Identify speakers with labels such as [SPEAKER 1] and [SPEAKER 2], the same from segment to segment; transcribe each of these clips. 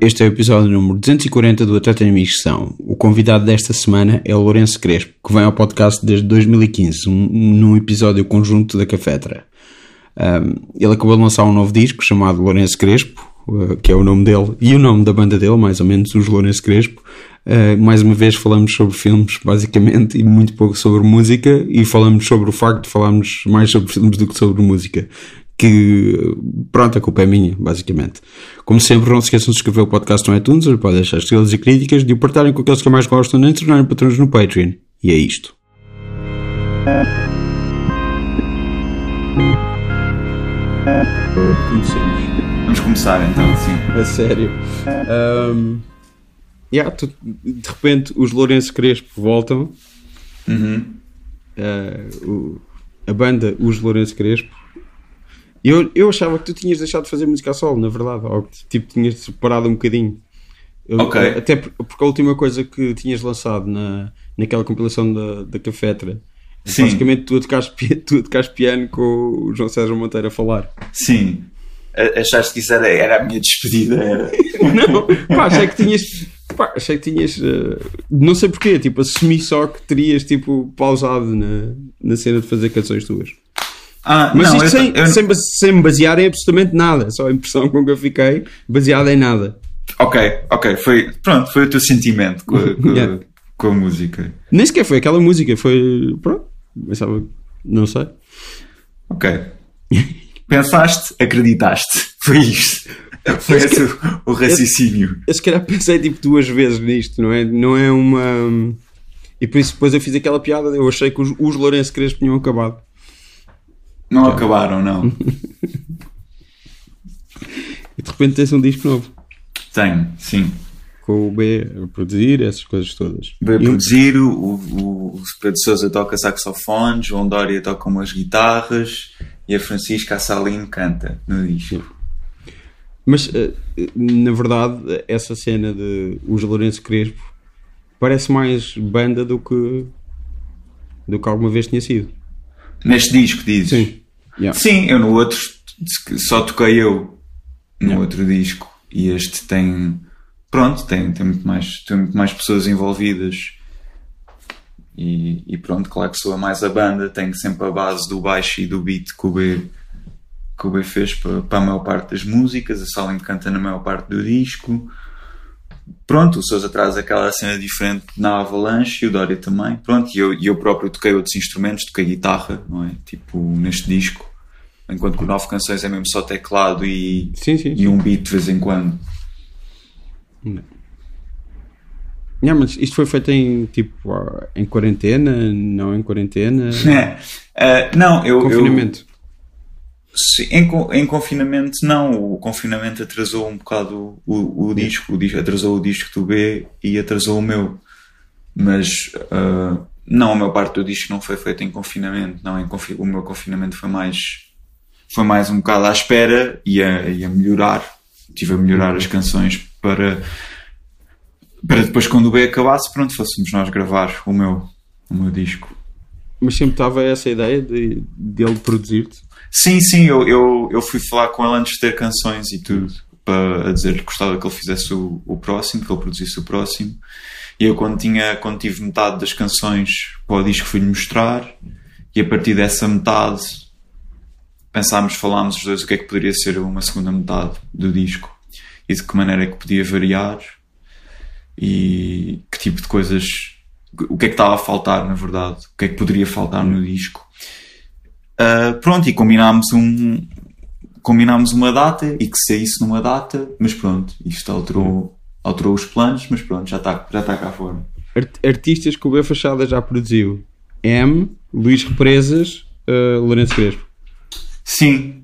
[SPEAKER 1] Este é o episódio número 240 do Atleta em Missão. O convidado desta semana é o Lourenço Crespo, que vem ao podcast desde 2015, um- num episódio conjunto da Cafetra. Um, ele acabou de lançar um novo disco chamado Lourenço Crespo, uh, que é o nome dele e o nome da banda dele, mais ou menos, os Lourenço Crespo. Uh, mais uma vez falamos sobre filmes, basicamente, e muito pouco sobre música, e falamos sobre o facto de falarmos mais sobre filmes do que sobre música. Que, pronto, a culpa é minha, basicamente. Como sempre, não se esqueçam de inscrever o podcast no iTunes, podem deixar estrelas e críticas, de o partarem com aqueles que mais gostam, nem se tornarem patrões no Patreon. E é isto. Comecemos.
[SPEAKER 2] Vamos começar então, sim.
[SPEAKER 1] A sério. Ahm, yeah, tu- de repente os Lourenço Crespo voltam.
[SPEAKER 2] Uhum.
[SPEAKER 1] Ah, o- a banda Os Lourenço Crespo. Eu, eu achava que tu tinhas deixado de fazer música a solo, na verdade. Ou que tipo, tinhas separado um bocadinho. Eu-
[SPEAKER 2] Ok.
[SPEAKER 1] eu- Até por- porque a última coisa que tinhas lançado na, naquela compilação da, da Cafetra.
[SPEAKER 2] Sim.
[SPEAKER 1] Basicamente tu a tocares pi- tu a tocares piano com o João César Monteiro a falar.
[SPEAKER 2] Sim. A- Achaste que isso era, era a minha despedida? Era.
[SPEAKER 1] Não, pá, achei que tinhas. Pá, achei que tinhas. eh, não sei porquê, tipo, assumi só que terias, tipo, pausado na, na cena de fazer canções tuas.
[SPEAKER 2] Ah,
[SPEAKER 1] Mas
[SPEAKER 2] não,
[SPEAKER 1] isto
[SPEAKER 2] eu,
[SPEAKER 1] sem,
[SPEAKER 2] eu-
[SPEAKER 1] sem, base- sem me basear em absolutamente nada, só a impressão com que eu fiquei, baseada em nada.
[SPEAKER 2] Ok, ok. Foi, pronto, foi o teu sentimento com a, com a-
[SPEAKER 1] Yeah.
[SPEAKER 2] com a música.
[SPEAKER 1] Nem sequer foi aquela música, foi. Pronto, pensava. que- Não sei.
[SPEAKER 2] Ok. Pensaste, acreditaste. Foi isto. Foi esse o, o raciocínio.
[SPEAKER 1] Eu se calhar pensei, tipo, duas vezes nisto, não é? Não é uma. E por isso depois eu fiz aquela piada, eu achei que os, os Lourenço Crespo tinham acabado.
[SPEAKER 2] Não acabaram, não.
[SPEAKER 1] E de repente tens um disco novo.
[SPEAKER 2] Tenho, sim.
[SPEAKER 1] com o B a produzir, essas coisas todas.
[SPEAKER 2] Veio
[SPEAKER 1] E um-
[SPEAKER 2] produzir, o, o, o Pedro Sousa toca saxofone, João Dória toca umas guitarras e a Francisca Assalino canta no disco.
[SPEAKER 1] Mas, eh, eh, na verdade, essa cena de os Lourenço Crespo parece mais banda do que do que alguma vez tinha sido.
[SPEAKER 2] Neste disco, dizes?
[SPEAKER 1] Yeah.
[SPEAKER 2] Sim, eu no outro só toquei eu no outro disco e este tem pronto, tem, tem, muito, mais, tem muito mais pessoas envolvidas e, e pronto, claro que soa mais a banda, tem sempre a base do baixo e do beat que o B, que o B fez para, para a maior parte das músicas, a Salim canta na maior parte do disco. Pronto, o Sousa traz aquela cena diferente na Avalanche e o Dória também. Pronto, e eu, e eu próprio toquei outros instrumentos, toquei guitarra, não é? Tipo, neste disco. Enquanto que o Nove Canções é mesmo só teclado e,
[SPEAKER 1] Sim, sim.
[SPEAKER 2] e um beat de vez em quando.
[SPEAKER 1] Yeah, mas isto foi feito em tipo ah, em quarentena, não em quarentena,
[SPEAKER 2] É. Ah, não, eu. eu-
[SPEAKER 1] confinamento.
[SPEAKER 2] se- em, co- em confinamento, não. O confinamento atrasou um bocado o, o disco. O dis- atrasou o disco do B e atrasou o meu. Mas. ah, não, a maior parte do disco não foi feito em confinamento. Não, em confi- o meu confinamento foi mais. Foi mais um bocado à espera e a, e a melhorar. Estive a melhorar as canções para. Para depois, quando o B acabasse, pronto, fôssemos nós gravar o meu, o meu disco.
[SPEAKER 1] Mas sempre estava essa ideia de, dele produzir-te.
[SPEAKER 2] Sim, sim, eu, eu, eu fui falar com ele antes de ter canções e tudo, para a dizer-lhe que gostava que ele fizesse o, o próximo, que ele produzisse o próximo. E eu, quando, tinha, quando tive metade das canções para o disco, fui-lhe mostrar, e a partir dessa metade pensámos, falámos os dois o que é que poderia ser uma segunda metade do disco e de que maneira é que podia variar e que tipo de coisas, o que é que estava a faltar, na verdade, o que é que poderia faltar no disco. Uh, pronto, e combinámos um combinámos uma data e que saísse numa data, mas pronto, isto alterou, alterou os planos, mas pronto, já está já está cá fora.
[SPEAKER 1] Art- artistas que o B Fachada já produziu: M, Luís Represas, eh, Lourenço Crespo.
[SPEAKER 2] Sim,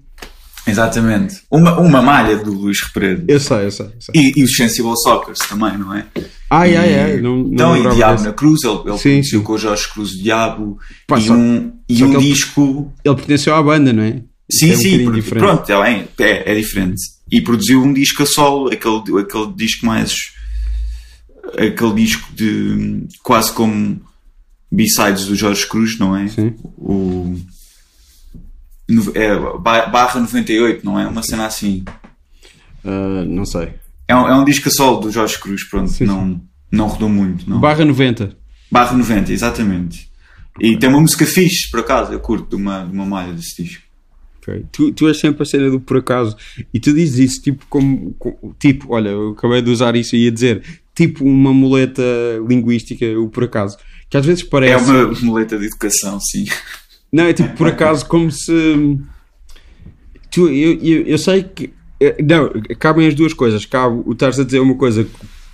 [SPEAKER 2] exatamente. Uma, uma malha do Luís Repredo.
[SPEAKER 1] Eu sei, eu sei. Eu sei.
[SPEAKER 2] E, e os Sensible Sockers também, não é?
[SPEAKER 1] Ai,
[SPEAKER 2] E-
[SPEAKER 1] ai, ai. Não, não
[SPEAKER 2] então, e
[SPEAKER 1] lembrava
[SPEAKER 2] Diabo
[SPEAKER 1] desse.
[SPEAKER 2] na Cruz, ele, ele
[SPEAKER 1] Sim,
[SPEAKER 2] produziu
[SPEAKER 1] sim.
[SPEAKER 2] com o Jorge Cruz o Diabo,
[SPEAKER 1] Pá,
[SPEAKER 2] e
[SPEAKER 1] só-
[SPEAKER 2] um, e
[SPEAKER 1] só
[SPEAKER 2] um
[SPEAKER 1] que ele-
[SPEAKER 2] disco.
[SPEAKER 1] Ele pertenceu à banda, não é?
[SPEAKER 2] Sim,
[SPEAKER 1] é um
[SPEAKER 2] sim,
[SPEAKER 1] bocadinho
[SPEAKER 2] produ-
[SPEAKER 1] diferente.
[SPEAKER 2] pronto, é, bem, é, é diferente. E produziu um disco a solo, aquele, aquele disco mais. aquele disco de. quase como B-sides do Jorge Cruz, não é?
[SPEAKER 1] Sim.
[SPEAKER 2] O. no- é, ba- barra 98, não é? Uma cena assim.
[SPEAKER 1] Ah, não sei.
[SPEAKER 2] É um, é um disco a solo do Jorge Cruz, pronto,
[SPEAKER 1] Sim,
[SPEAKER 2] não, não rodou muito, não.
[SPEAKER 1] Barra 90.
[SPEAKER 2] Barra 90, exatamente. E tem uma música fixe, por acaso, eu curto de uma, de uma malha desse disco.
[SPEAKER 1] Ok. Tu, tu és sempre a cena do por acaso e tu dizes isso tipo como co- tipo, olha, eu acabei de usar isso e ia dizer tipo uma muleta linguística, o por acaso, que às vezes
[SPEAKER 2] É
[SPEAKER 1] parece
[SPEAKER 2] uma muleta de educação, sim.
[SPEAKER 1] não é tipo por acaso como se tu, eu, eu, eu sei que eh, não, cabem as duas coisas, cabe o estares a dizer uma coisa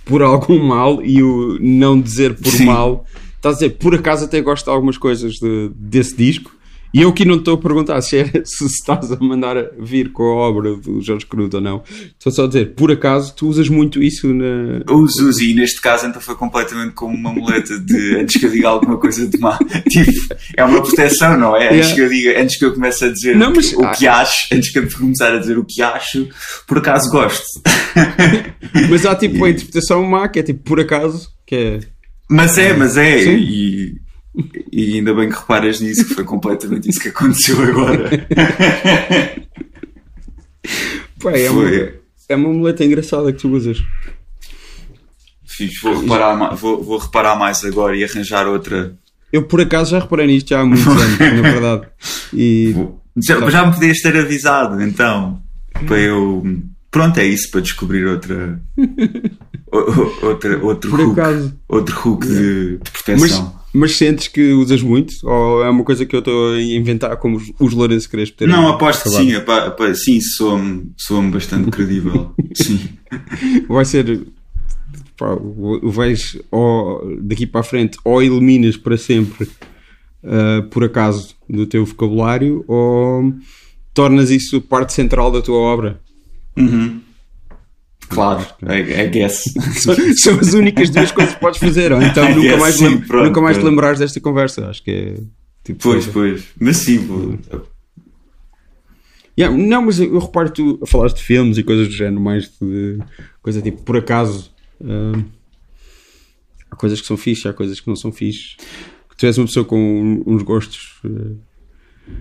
[SPEAKER 1] por algum mal e o não dizer por
[SPEAKER 2] Sim.
[SPEAKER 1] mal, estás a dizer por acaso até gosto de algumas coisas de- desse disco. E eu aqui não te estou a perguntar se, é- se estás a mandar a vir com a obra do Jorge Cruz ou não. Estou só a dizer, por acaso, tu usas muito isso na.
[SPEAKER 2] Uso, uso, e neste caso então foi completamente como uma muleta de antes que eu diga alguma coisa de má. Tipo, é uma proteção, não é? Antes,
[SPEAKER 1] Yeah.
[SPEAKER 2] que, eu diga, antes que eu comece a dizer
[SPEAKER 1] Não,
[SPEAKER 2] o,
[SPEAKER 1] mas- Ah.
[SPEAKER 2] que, o que acho, antes que eu começar a dizer o que acho, por acaso gosto.
[SPEAKER 1] Mas há tipo a interpretação má, que é tipo por acaso, que é.
[SPEAKER 2] Mas é, mas é,
[SPEAKER 1] Sim.
[SPEAKER 2] e, e ainda bem que reparas nisso, que foi completamente isso que aconteceu agora.
[SPEAKER 1] Pá, é, uma,
[SPEAKER 2] Foi.
[SPEAKER 1] é uma muleta engraçada que tu usas.
[SPEAKER 2] Fiz, vou reparar, ma- vou, vou reparar mais agora e arranjar outra.
[SPEAKER 1] Eu por acaso já reparei nisto já há muitos anos, na verdade. E Então-
[SPEAKER 2] Já, já me podias ter avisado, então. Para eu. Pronto, é isso para descobrir outra. o- o- outra outro
[SPEAKER 1] Por
[SPEAKER 2] hook.
[SPEAKER 1] acaso.
[SPEAKER 2] Outro hook de, de
[SPEAKER 1] mas,
[SPEAKER 2] proteção.
[SPEAKER 1] mas sentes que usas muito? Ou é uma coisa que eu estou a inventar como os, os Lourenço Crespo terem
[SPEAKER 2] Não, aposto que
[SPEAKER 1] acabado?
[SPEAKER 2] sim, apa- apa- sim, soa-me soa bastante credível. Sim.
[SPEAKER 1] Vai ser. Pá, o- vais ou, daqui para a frente ou eliminas para sempre, ah, por acaso, do teu vocabulário ou tornas isso parte central da tua obra.
[SPEAKER 2] Claro, I, I guess.
[SPEAKER 1] São- São as únicas duas coisas que podes fazer. Ou então nunca,
[SPEAKER 2] Yeah,
[SPEAKER 1] mais,
[SPEAKER 2] sim,
[SPEAKER 1] lem-
[SPEAKER 2] pronto,
[SPEAKER 1] nunca mais te
[SPEAKER 2] É assim, pronto.
[SPEAKER 1] lembrares desta conversa. Acho que é. Tipo,
[SPEAKER 2] Pois, pois. Mas sim, vou.
[SPEAKER 1] Yeah, não, mas eu, eu reparo tu a falares de filmes e coisas do género, mais de coisa tipo, por acaso. hum, há coisas que são fixe, há coisas que não são fixe. Que tu és uma pessoa com um- uns gostos, eh,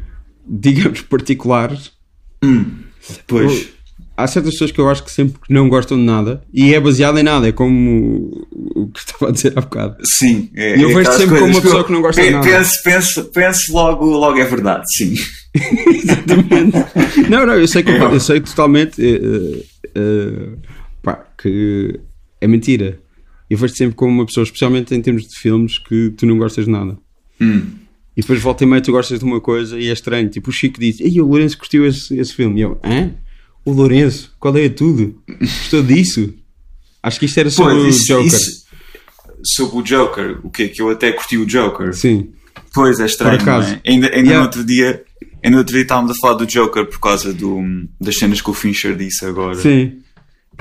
[SPEAKER 1] digamos, particulares.
[SPEAKER 2] Pois.
[SPEAKER 1] Há certas pessoas que eu acho que sempre que não gostam de nada e é baseado em nada, é como o, o que estava a dizer há bocado.
[SPEAKER 2] Sim. É,
[SPEAKER 1] Eu vejo
[SPEAKER 2] aquelas
[SPEAKER 1] sempre como
[SPEAKER 2] coisas
[SPEAKER 1] uma pessoa que não gosta de
[SPEAKER 2] pe-
[SPEAKER 1] nada.
[SPEAKER 2] Penso, penso, penso logo, logo é verdade, sim.
[SPEAKER 1] Exatamente. Não, não, eu sei, que- eu sei totalmente eh, eh, eh, pá, que é mentira. Eu vejo sempre como uma pessoa, especialmente em termos de filmes, que tu não gostas de nada.
[SPEAKER 2] Hum.
[SPEAKER 1] E depois volta e meia tu gostas de uma coisa e é estranho. Tipo, o Chico diz: Ei, o Lourenço curtiu esse, esse filme. E eu: Hã? O Lourenço? Qual é a tudo? Gostou disso? Acho que isto era sobre o
[SPEAKER 2] Pois, isso-
[SPEAKER 1] Joker.
[SPEAKER 2] isso- sobre o Joker, o que que eu até curti o Joker.
[SPEAKER 1] Sim.
[SPEAKER 2] Pois, é estranho,
[SPEAKER 1] Por acaso.
[SPEAKER 2] não é? Ainda, ainda
[SPEAKER 1] Yeah.
[SPEAKER 2] no outro dia... Ainda no outro dia estávamos a falar do Joker por causa do, das cenas que o Fincher disse agora.
[SPEAKER 1] Sim.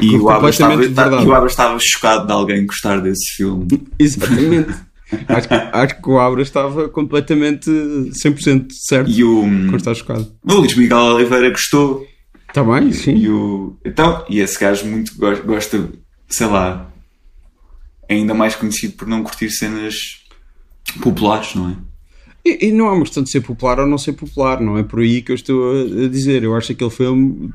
[SPEAKER 2] e o Abra, estava,
[SPEAKER 1] completamente
[SPEAKER 2] ta-
[SPEAKER 1] verdade.
[SPEAKER 2] e o Abra estava chocado de alguém gostar desse filme.
[SPEAKER 1] Exatamente. acho, que- acho que o Abra estava completamente 100% certo.
[SPEAKER 2] E o,
[SPEAKER 1] Quando estás chocado.
[SPEAKER 2] o Luís Miguel Oliveira gostou.
[SPEAKER 1] Está Tá bem, sim.
[SPEAKER 2] E o. Então, e esse gajo muito go- gosta, sei lá, é ainda mais conhecido por não curtir cenas populares, não é?
[SPEAKER 1] E, e não há uma questão de ser popular ou não ser popular, não é por aí que eu estou a, a dizer. Eu acho aquele filme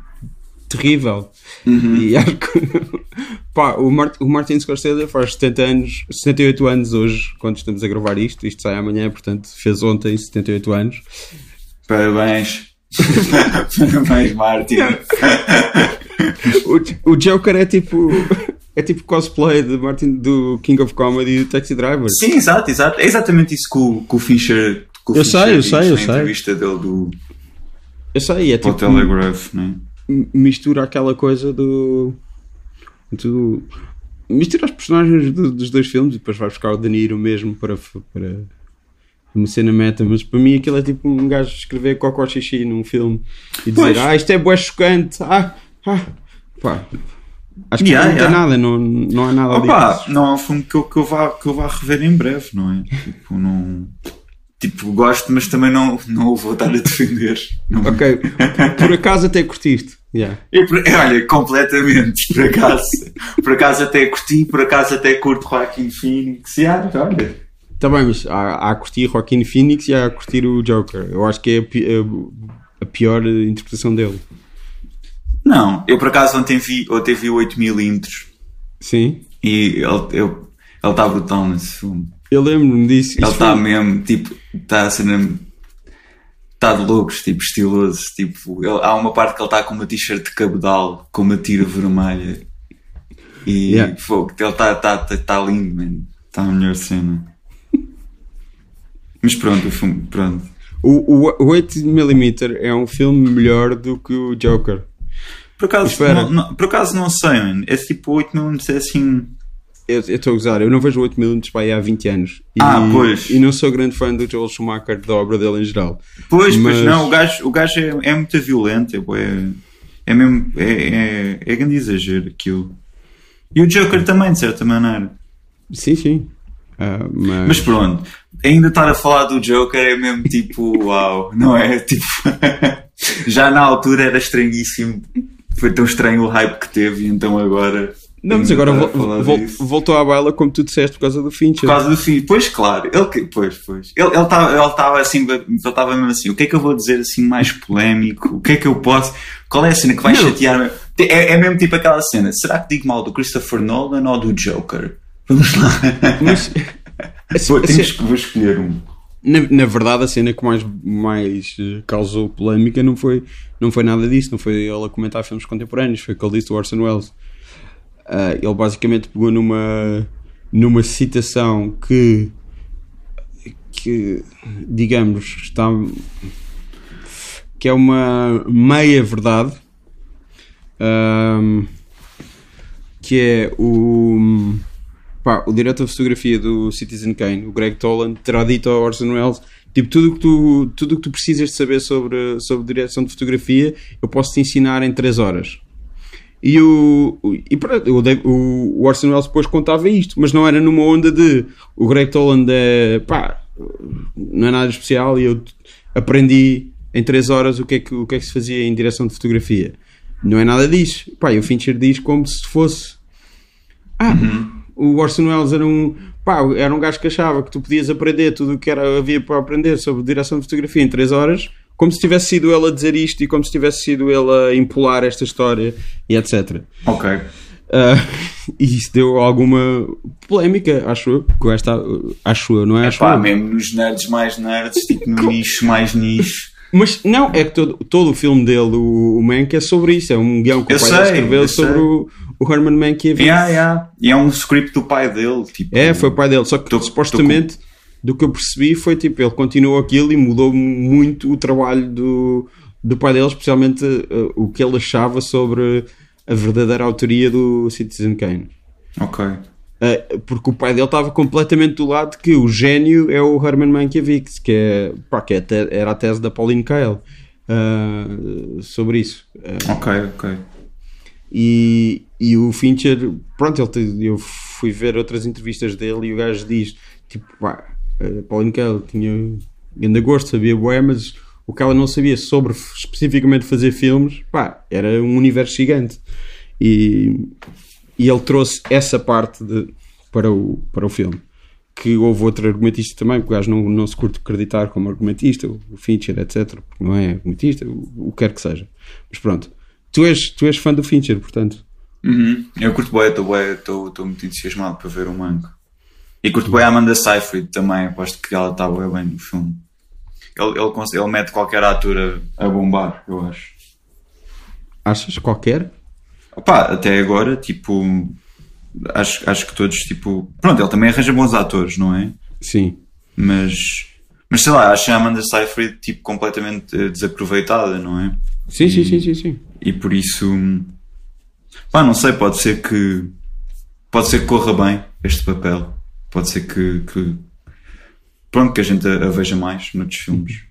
[SPEAKER 1] terrível.
[SPEAKER 2] Uhum.
[SPEAKER 1] E acho que. Pá, o, Mart- o Martin Scorsese faz 70 anos, 78 anos hoje, quando estamos a gravar isto. Isto sai amanhã, portanto, fez ontem 78 anos.
[SPEAKER 2] Parabéns. Parabéns, Martin.
[SPEAKER 1] O, o Joker é tipo. É tipo cosplay de Martin, do King of Comedy e do Taxi Driver.
[SPEAKER 2] Sim, exato, exato. É exatamente isso que o, que o Fincher. Que o
[SPEAKER 1] Eu
[SPEAKER 2] Fincher
[SPEAKER 1] sei, eu
[SPEAKER 2] diz
[SPEAKER 1] sei, eu
[SPEAKER 2] na
[SPEAKER 1] sei.
[SPEAKER 2] entrevista dele do
[SPEAKER 1] Eu sei, é
[SPEAKER 2] para o
[SPEAKER 1] tipo.
[SPEAKER 2] Telegraph, né?
[SPEAKER 1] m- mistura aquela coisa do. do mistura as personagens do- dos dois filmes e depois vai buscar o De Niro mesmo para, f- para uma cena meta. Mas para mim aquilo é tipo um gajo escrever Cocó Xixi num filme e dizer
[SPEAKER 2] Pois.
[SPEAKER 1] Ah, isto é bué chocante. Ah, ah. Pá, acho que
[SPEAKER 2] Yeah,
[SPEAKER 1] não tem
[SPEAKER 2] yeah.
[SPEAKER 1] nada, não, não há nada
[SPEAKER 2] Opa,
[SPEAKER 1] ali.
[SPEAKER 2] não é um filme que eu, que, eu vá, que eu vá rever em breve, não é? Tipo, não. Tipo, gosto, mas também não, não o vou estar a defender. Não
[SPEAKER 1] Ok, por, por acaso até curtiste. Yeah.
[SPEAKER 2] Eu, por- eu, olha, completamente, por acaso. por acaso até curti, por acaso até curto Joaquim Phoenix. E, ah, olha.
[SPEAKER 1] Tá bem, mas há, há a curtir Joaquin Phoenix e há a curtir o Joker. Eu acho que é a, pi- a- a pior eh, interpretação dele.
[SPEAKER 2] Não, eu por acaso ontem vi, ontem vi 8mm
[SPEAKER 1] Sim.
[SPEAKER 2] e ele eu- ele está brutal nesse filme.
[SPEAKER 1] Eu lembro-me disso.
[SPEAKER 2] Ele
[SPEAKER 1] Isso
[SPEAKER 2] está
[SPEAKER 1] foi-
[SPEAKER 2] mesmo, tipo, está a cena. Está de loucos, tipo, estiloso. Tipo, ele- há uma parte que ele está com uma t-shirt de cabedal, com uma tira vermelha. E
[SPEAKER 3] Yeah.
[SPEAKER 2] fogo, ele está tá, tá, tá lindo, mano. Está a melhor cena. Mas pronto, o filme, pronto.
[SPEAKER 1] O, o, o 8mm é um filme melhor do que o Joker.
[SPEAKER 2] Por acaso,
[SPEAKER 1] Espera.
[SPEAKER 2] não, não- por acaso não sei, mano. É tipo 8 minutos, é assim.
[SPEAKER 1] Eu eu estou a usar, eu não vejo o 8mm para aí há 20 anos. E,
[SPEAKER 2] Ah, pois.
[SPEAKER 1] E não sou grande fã do Joel Schumacher, da obra dele em geral.
[SPEAKER 2] Pois,
[SPEAKER 1] Mas-
[SPEAKER 2] pois não, o gajo, o gajo é, é muito violento, é, bué- é mesmo, é, é, é grande exagero aquilo. E o Joker também, de certa maneira.
[SPEAKER 1] Sim, sim. Ah, mas...
[SPEAKER 2] Mas pronto, ainda estar a falar do Joker é mesmo tipo, uau, não é? Tipo, já na altura era estranhíssimo, foi tão estranho o hype que teve, e então agora.
[SPEAKER 1] não, mas
[SPEAKER 2] ainda
[SPEAKER 1] agora
[SPEAKER 2] estar a
[SPEAKER 1] vo-
[SPEAKER 2] falar
[SPEAKER 1] vo-
[SPEAKER 2] disso.
[SPEAKER 1] voltou à baila, como tu disseste, por causa do Fincher.
[SPEAKER 2] Por causa do filho, pois claro, ele que- pois, pois. Ele estava ele tava assim, ele estava mesmo assim, o que é que eu vou dizer assim mais polémico? O que é que eu posso? Qual é a cena que vai chatear? É, é mesmo tipo aquela cena, será que digo mal do Christopher Nolan ou do Joker? Vamos lá.
[SPEAKER 1] Mas- A ce-
[SPEAKER 2] Vou,
[SPEAKER 1] a
[SPEAKER 2] temos
[SPEAKER 1] ce-
[SPEAKER 2] que- vou escolher um.
[SPEAKER 1] na, na verdade, a cena que mais, mais eh, causou polémica não foi, não foi nada disso, não foi ele a comentar filmes contemporâneos, foi o que ele disse do Orson Welles. Ah, ele basicamente pegou numa, numa citação que, que, digamos, está, que é uma meia-verdade, ahm, ah, que é o... Pá, o diretor de fotografia do Citizen Kane, o Greg Toland, terá dito ao Orson Welles tipo, tudo o que tu, tudo o que tu precisas de saber sobre, sobre direção de fotografia eu posso te ensinar em 3 horas. E, o, o- e pronto, o, Dave- o- o Orson Welles depois contava isto, mas não era numa onda de o Greg Toland é pá, não é nada especial e eu aprendi em 3 horas o que, é que, o que é que se fazia em direção de fotografia. Não é nada disso. Pá, e o Fincher diz como se fosse ah,
[SPEAKER 2] Uhum.
[SPEAKER 1] o Orson Welles era um pá, era um gajo que achava que tu podias aprender tudo o que era, havia para aprender sobre direção de fotografia em 3 horas, como se tivesse sido ele a dizer isto e como se tivesse sido ele a empolar esta história e etc.
[SPEAKER 2] Ok.
[SPEAKER 1] Ah, e isso deu alguma polémica, acho eu, com esta, acho eu, não é? acho
[SPEAKER 2] Pá,
[SPEAKER 1] eu.
[SPEAKER 2] mesmo nos nerds mais nerds, tipo no nicho mais nicho.
[SPEAKER 1] Mas não, é que todo, todo o filme dele, o, o Mank, é sobre isso. É um guião que
[SPEAKER 2] Eu
[SPEAKER 1] o pai dele
[SPEAKER 2] sei,
[SPEAKER 1] escreveu
[SPEAKER 2] eu
[SPEAKER 1] sobre
[SPEAKER 2] sei.
[SPEAKER 1] o, o Herman Mank e a vida.
[SPEAKER 2] Yeah, yeah. E é um script do pai dele, tipo.
[SPEAKER 1] É, foi o pai dele. Só que
[SPEAKER 2] Tô- tô
[SPEAKER 1] supostamente do que eu percebi foi tipo, ele continuou aquilo e mudou muito o trabalho do, do pai dele, especialmente eh, o que ele achava sobre a verdadeira autoria do Citizen Kane.
[SPEAKER 2] Ok.
[SPEAKER 1] Eh, porque o pai dele estava completamente do lado que o gênio é o Herman Mankiewicz, que, é, pá, que é te- era a tese da Pauline Kael eh, sobre isso. Eh,
[SPEAKER 2] Ok, ok.
[SPEAKER 1] e, e o Fincher, pronto, ele te- eu fui ver outras entrevistas dele e o gajo diz: tipo, pá, a Pauline Kael tinha grande gosto, sabia bué, mas o que ela não sabia sobre f- especificamente fazer filmes, pá, era um universo gigante. E, e ele trouxe essa parte de- para, o, para o filme. Que houve outro argumentista também, porque o gajo não, não se curte acreditar como argumentista, o Fincher, etc. Porque não é argumentista, o, o que quer que seja. Mas pronto, tu és, tu és fã do Fincher, portanto.
[SPEAKER 2] Uhum. Eu curto bem, estou muito entusiasmado para ver o Manco. E curto bem a Amanda Seyfried também, aposto que ela está bem, bem no filme. Ele, ele, cons- ele mete qualquer ator a, a bombar, eu acho.
[SPEAKER 1] Achas qualquer?
[SPEAKER 2] Opá, até agora, tipo, acho, acho que todos, tipo. Pronto, ele também arranja bons atores, não é?
[SPEAKER 1] Sim.
[SPEAKER 2] Mas, mas sei lá, acho a Amanda Seyfried, tipo, completamente eh, desaproveitada, não é?
[SPEAKER 1] Sim, sim, sim, sim, sim.
[SPEAKER 2] E por isso. Pá, não sei, pode ser que. Pode ser que corra bem este papel. Pode ser que. que- pronto, que a gente a, a veja mais noutros filmes.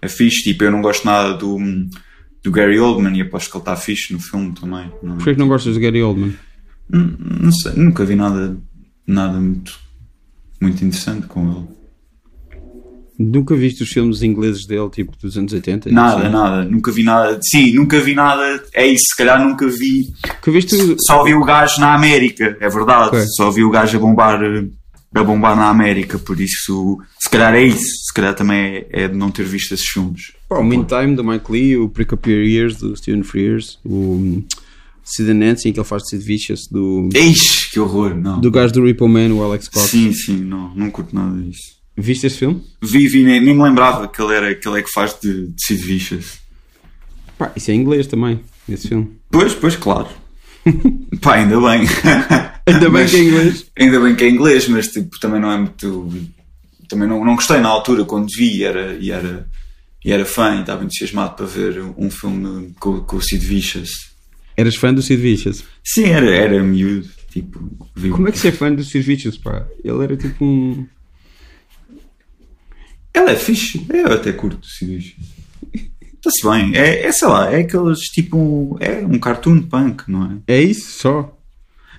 [SPEAKER 2] É fixe, tipo, eu não gosto nada do. do Gary Oldman e aposto que ele está fixe no filme também. Não,
[SPEAKER 1] Porquê é que não gostas de Gary Oldman?
[SPEAKER 2] Hum, não sei, nunca vi nada. nada muito. muito interessante com ele.
[SPEAKER 1] Nunca viste os filmes ingleses dele, tipo dos anos 80?
[SPEAKER 2] Nada,
[SPEAKER 1] Assim?
[SPEAKER 2] nada, nunca vi nada. Sim, nunca vi nada. É isso, se calhar nunca vi.
[SPEAKER 1] Que viste o-
[SPEAKER 2] só vi o gajo na América, é verdade.
[SPEAKER 1] Ok.
[SPEAKER 2] Só vi o gajo a bombar, eh, a bombar na América, por isso, se calhar é isso. Se calhar também é, é de não ter visto esses filmes.
[SPEAKER 1] Pá, o Meantime do Mike Lee, o Prick Up Your Ears do Steven Frears, o hum, Sid Nancy, em que ele faz Sid Vicious, do, hum,
[SPEAKER 2] Eish, que horror, não.
[SPEAKER 1] do gajo do Repo Man, o Alex Cox.
[SPEAKER 2] Sim, sim, não, não curto nada disso.
[SPEAKER 1] Viste esse filme?
[SPEAKER 2] Vi, vi, nem, nem me lembrava que ele, era, que ele é que faz de, de Sid Vicious.
[SPEAKER 1] Pá, isso é em inglês também, esse filme.
[SPEAKER 2] Pois, pois, claro. Pá, ainda bem.
[SPEAKER 1] Ainda bem
[SPEAKER 2] Mas-
[SPEAKER 1] que é inglês.
[SPEAKER 2] Ainda bem que é inglês, mas tipo, também não é muito. Também não, não gostei na altura quando vi e era, e era, e era fã e estava entusiasmado para ver um filme com, com o Sid Vicious.
[SPEAKER 1] Eras fã do Sid Vicious.
[SPEAKER 2] Sim, era, era miúdo. Tipo, vi-
[SPEAKER 1] Como é que você é fã do Sid Vicious, pá? Ele era tipo um...
[SPEAKER 2] Ela é fixe. Eu até curto o Sid Vicious. Está-se bem. É, é, sei lá, é aqueles tipo. É um cartoon punk, não é?
[SPEAKER 1] É isso, só.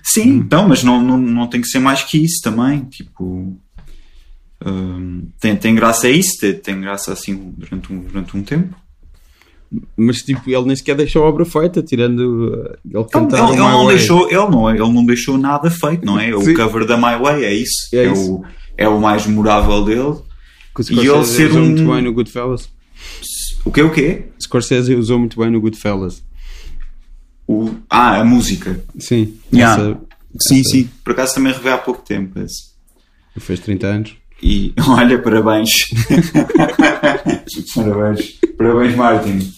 [SPEAKER 2] Sim, então, mas não, não, não tem que ser mais que isso também. Tipo, hum, tem, tem graça isso, tem, tem graça assim durante um, durante um tempo.
[SPEAKER 1] Mas tipo, ele nem sequer deixou a obra feita, tirando... uh, Ele
[SPEAKER 2] Ele,
[SPEAKER 1] cantava
[SPEAKER 2] Então, ele- ele
[SPEAKER 1] My
[SPEAKER 2] não é.
[SPEAKER 1] Way.
[SPEAKER 2] deixou, ele, não, ele não deixou nada feito, não é? É
[SPEAKER 1] Sim.
[SPEAKER 2] O cover da My Way, é isso.
[SPEAKER 1] É
[SPEAKER 2] É,
[SPEAKER 1] isso.
[SPEAKER 2] O, é o mais memorável dele.
[SPEAKER 1] Que o
[SPEAKER 2] E ele
[SPEAKER 1] Scorsese
[SPEAKER 2] ser
[SPEAKER 1] usou
[SPEAKER 2] um-
[SPEAKER 1] muito bem no Goodfellas.
[SPEAKER 2] O que é o quê?
[SPEAKER 1] Scorsese usou muito bem no Goodfellas.
[SPEAKER 2] O, ah, a música.
[SPEAKER 1] Sim.
[SPEAKER 2] Yeah.
[SPEAKER 1] Essa-
[SPEAKER 2] Sim, sim. Por acaso também revi há pouco tempo esse.
[SPEAKER 1] Fez 30 anos.
[SPEAKER 2] E olha, parabéns. parabéns. Parabéns, Martin.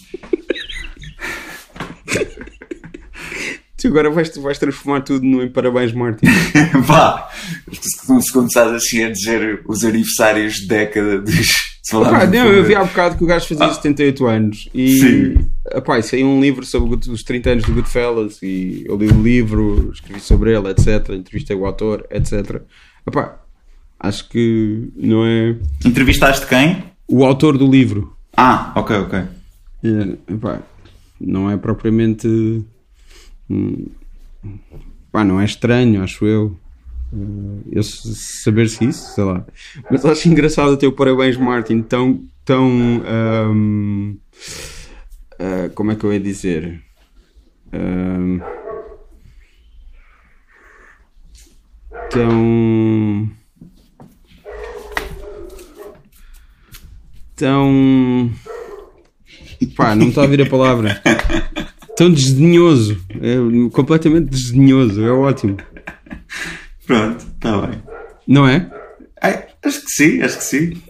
[SPEAKER 1] Tu agora vais, vais transformar tudo no em parabéns, Martin.
[SPEAKER 2] Vá, se se começares assim a dizer os aniversários de década dos. se falarmos um
[SPEAKER 1] Pá,
[SPEAKER 2] de
[SPEAKER 1] não,
[SPEAKER 2] tudo.
[SPEAKER 1] eu vi há bocado que o gajo fazia 78 anos e
[SPEAKER 2] Sim.
[SPEAKER 1] epá, e saiu um livro sobre o Good- os 30 anos do Goodfellas e eu li o livro, escrevi sobre ele, etc. Entrevistei o autor, etc. Epá, acho que não é.
[SPEAKER 2] Entrevistaste quem?
[SPEAKER 1] O autor do livro
[SPEAKER 2] Ah, ok, ok.
[SPEAKER 1] é, epá, não é propriamente. hum, Pá, não é estranho, acho eu. eh, Eu s- saber-se isso, sei lá. Mas acho engraçado o teu parabéns, Martin, tão. tão ahm, ah, como é que eu ia dizer? Hum, Ahm, tão. tão. pá, não me está a vir a palavra. Tão desdenhoso, é completamente desdenhoso, é ótimo,
[SPEAKER 2] Pronto, está bem.
[SPEAKER 1] não é?
[SPEAKER 2] Ai, acho que sim, acho que sim.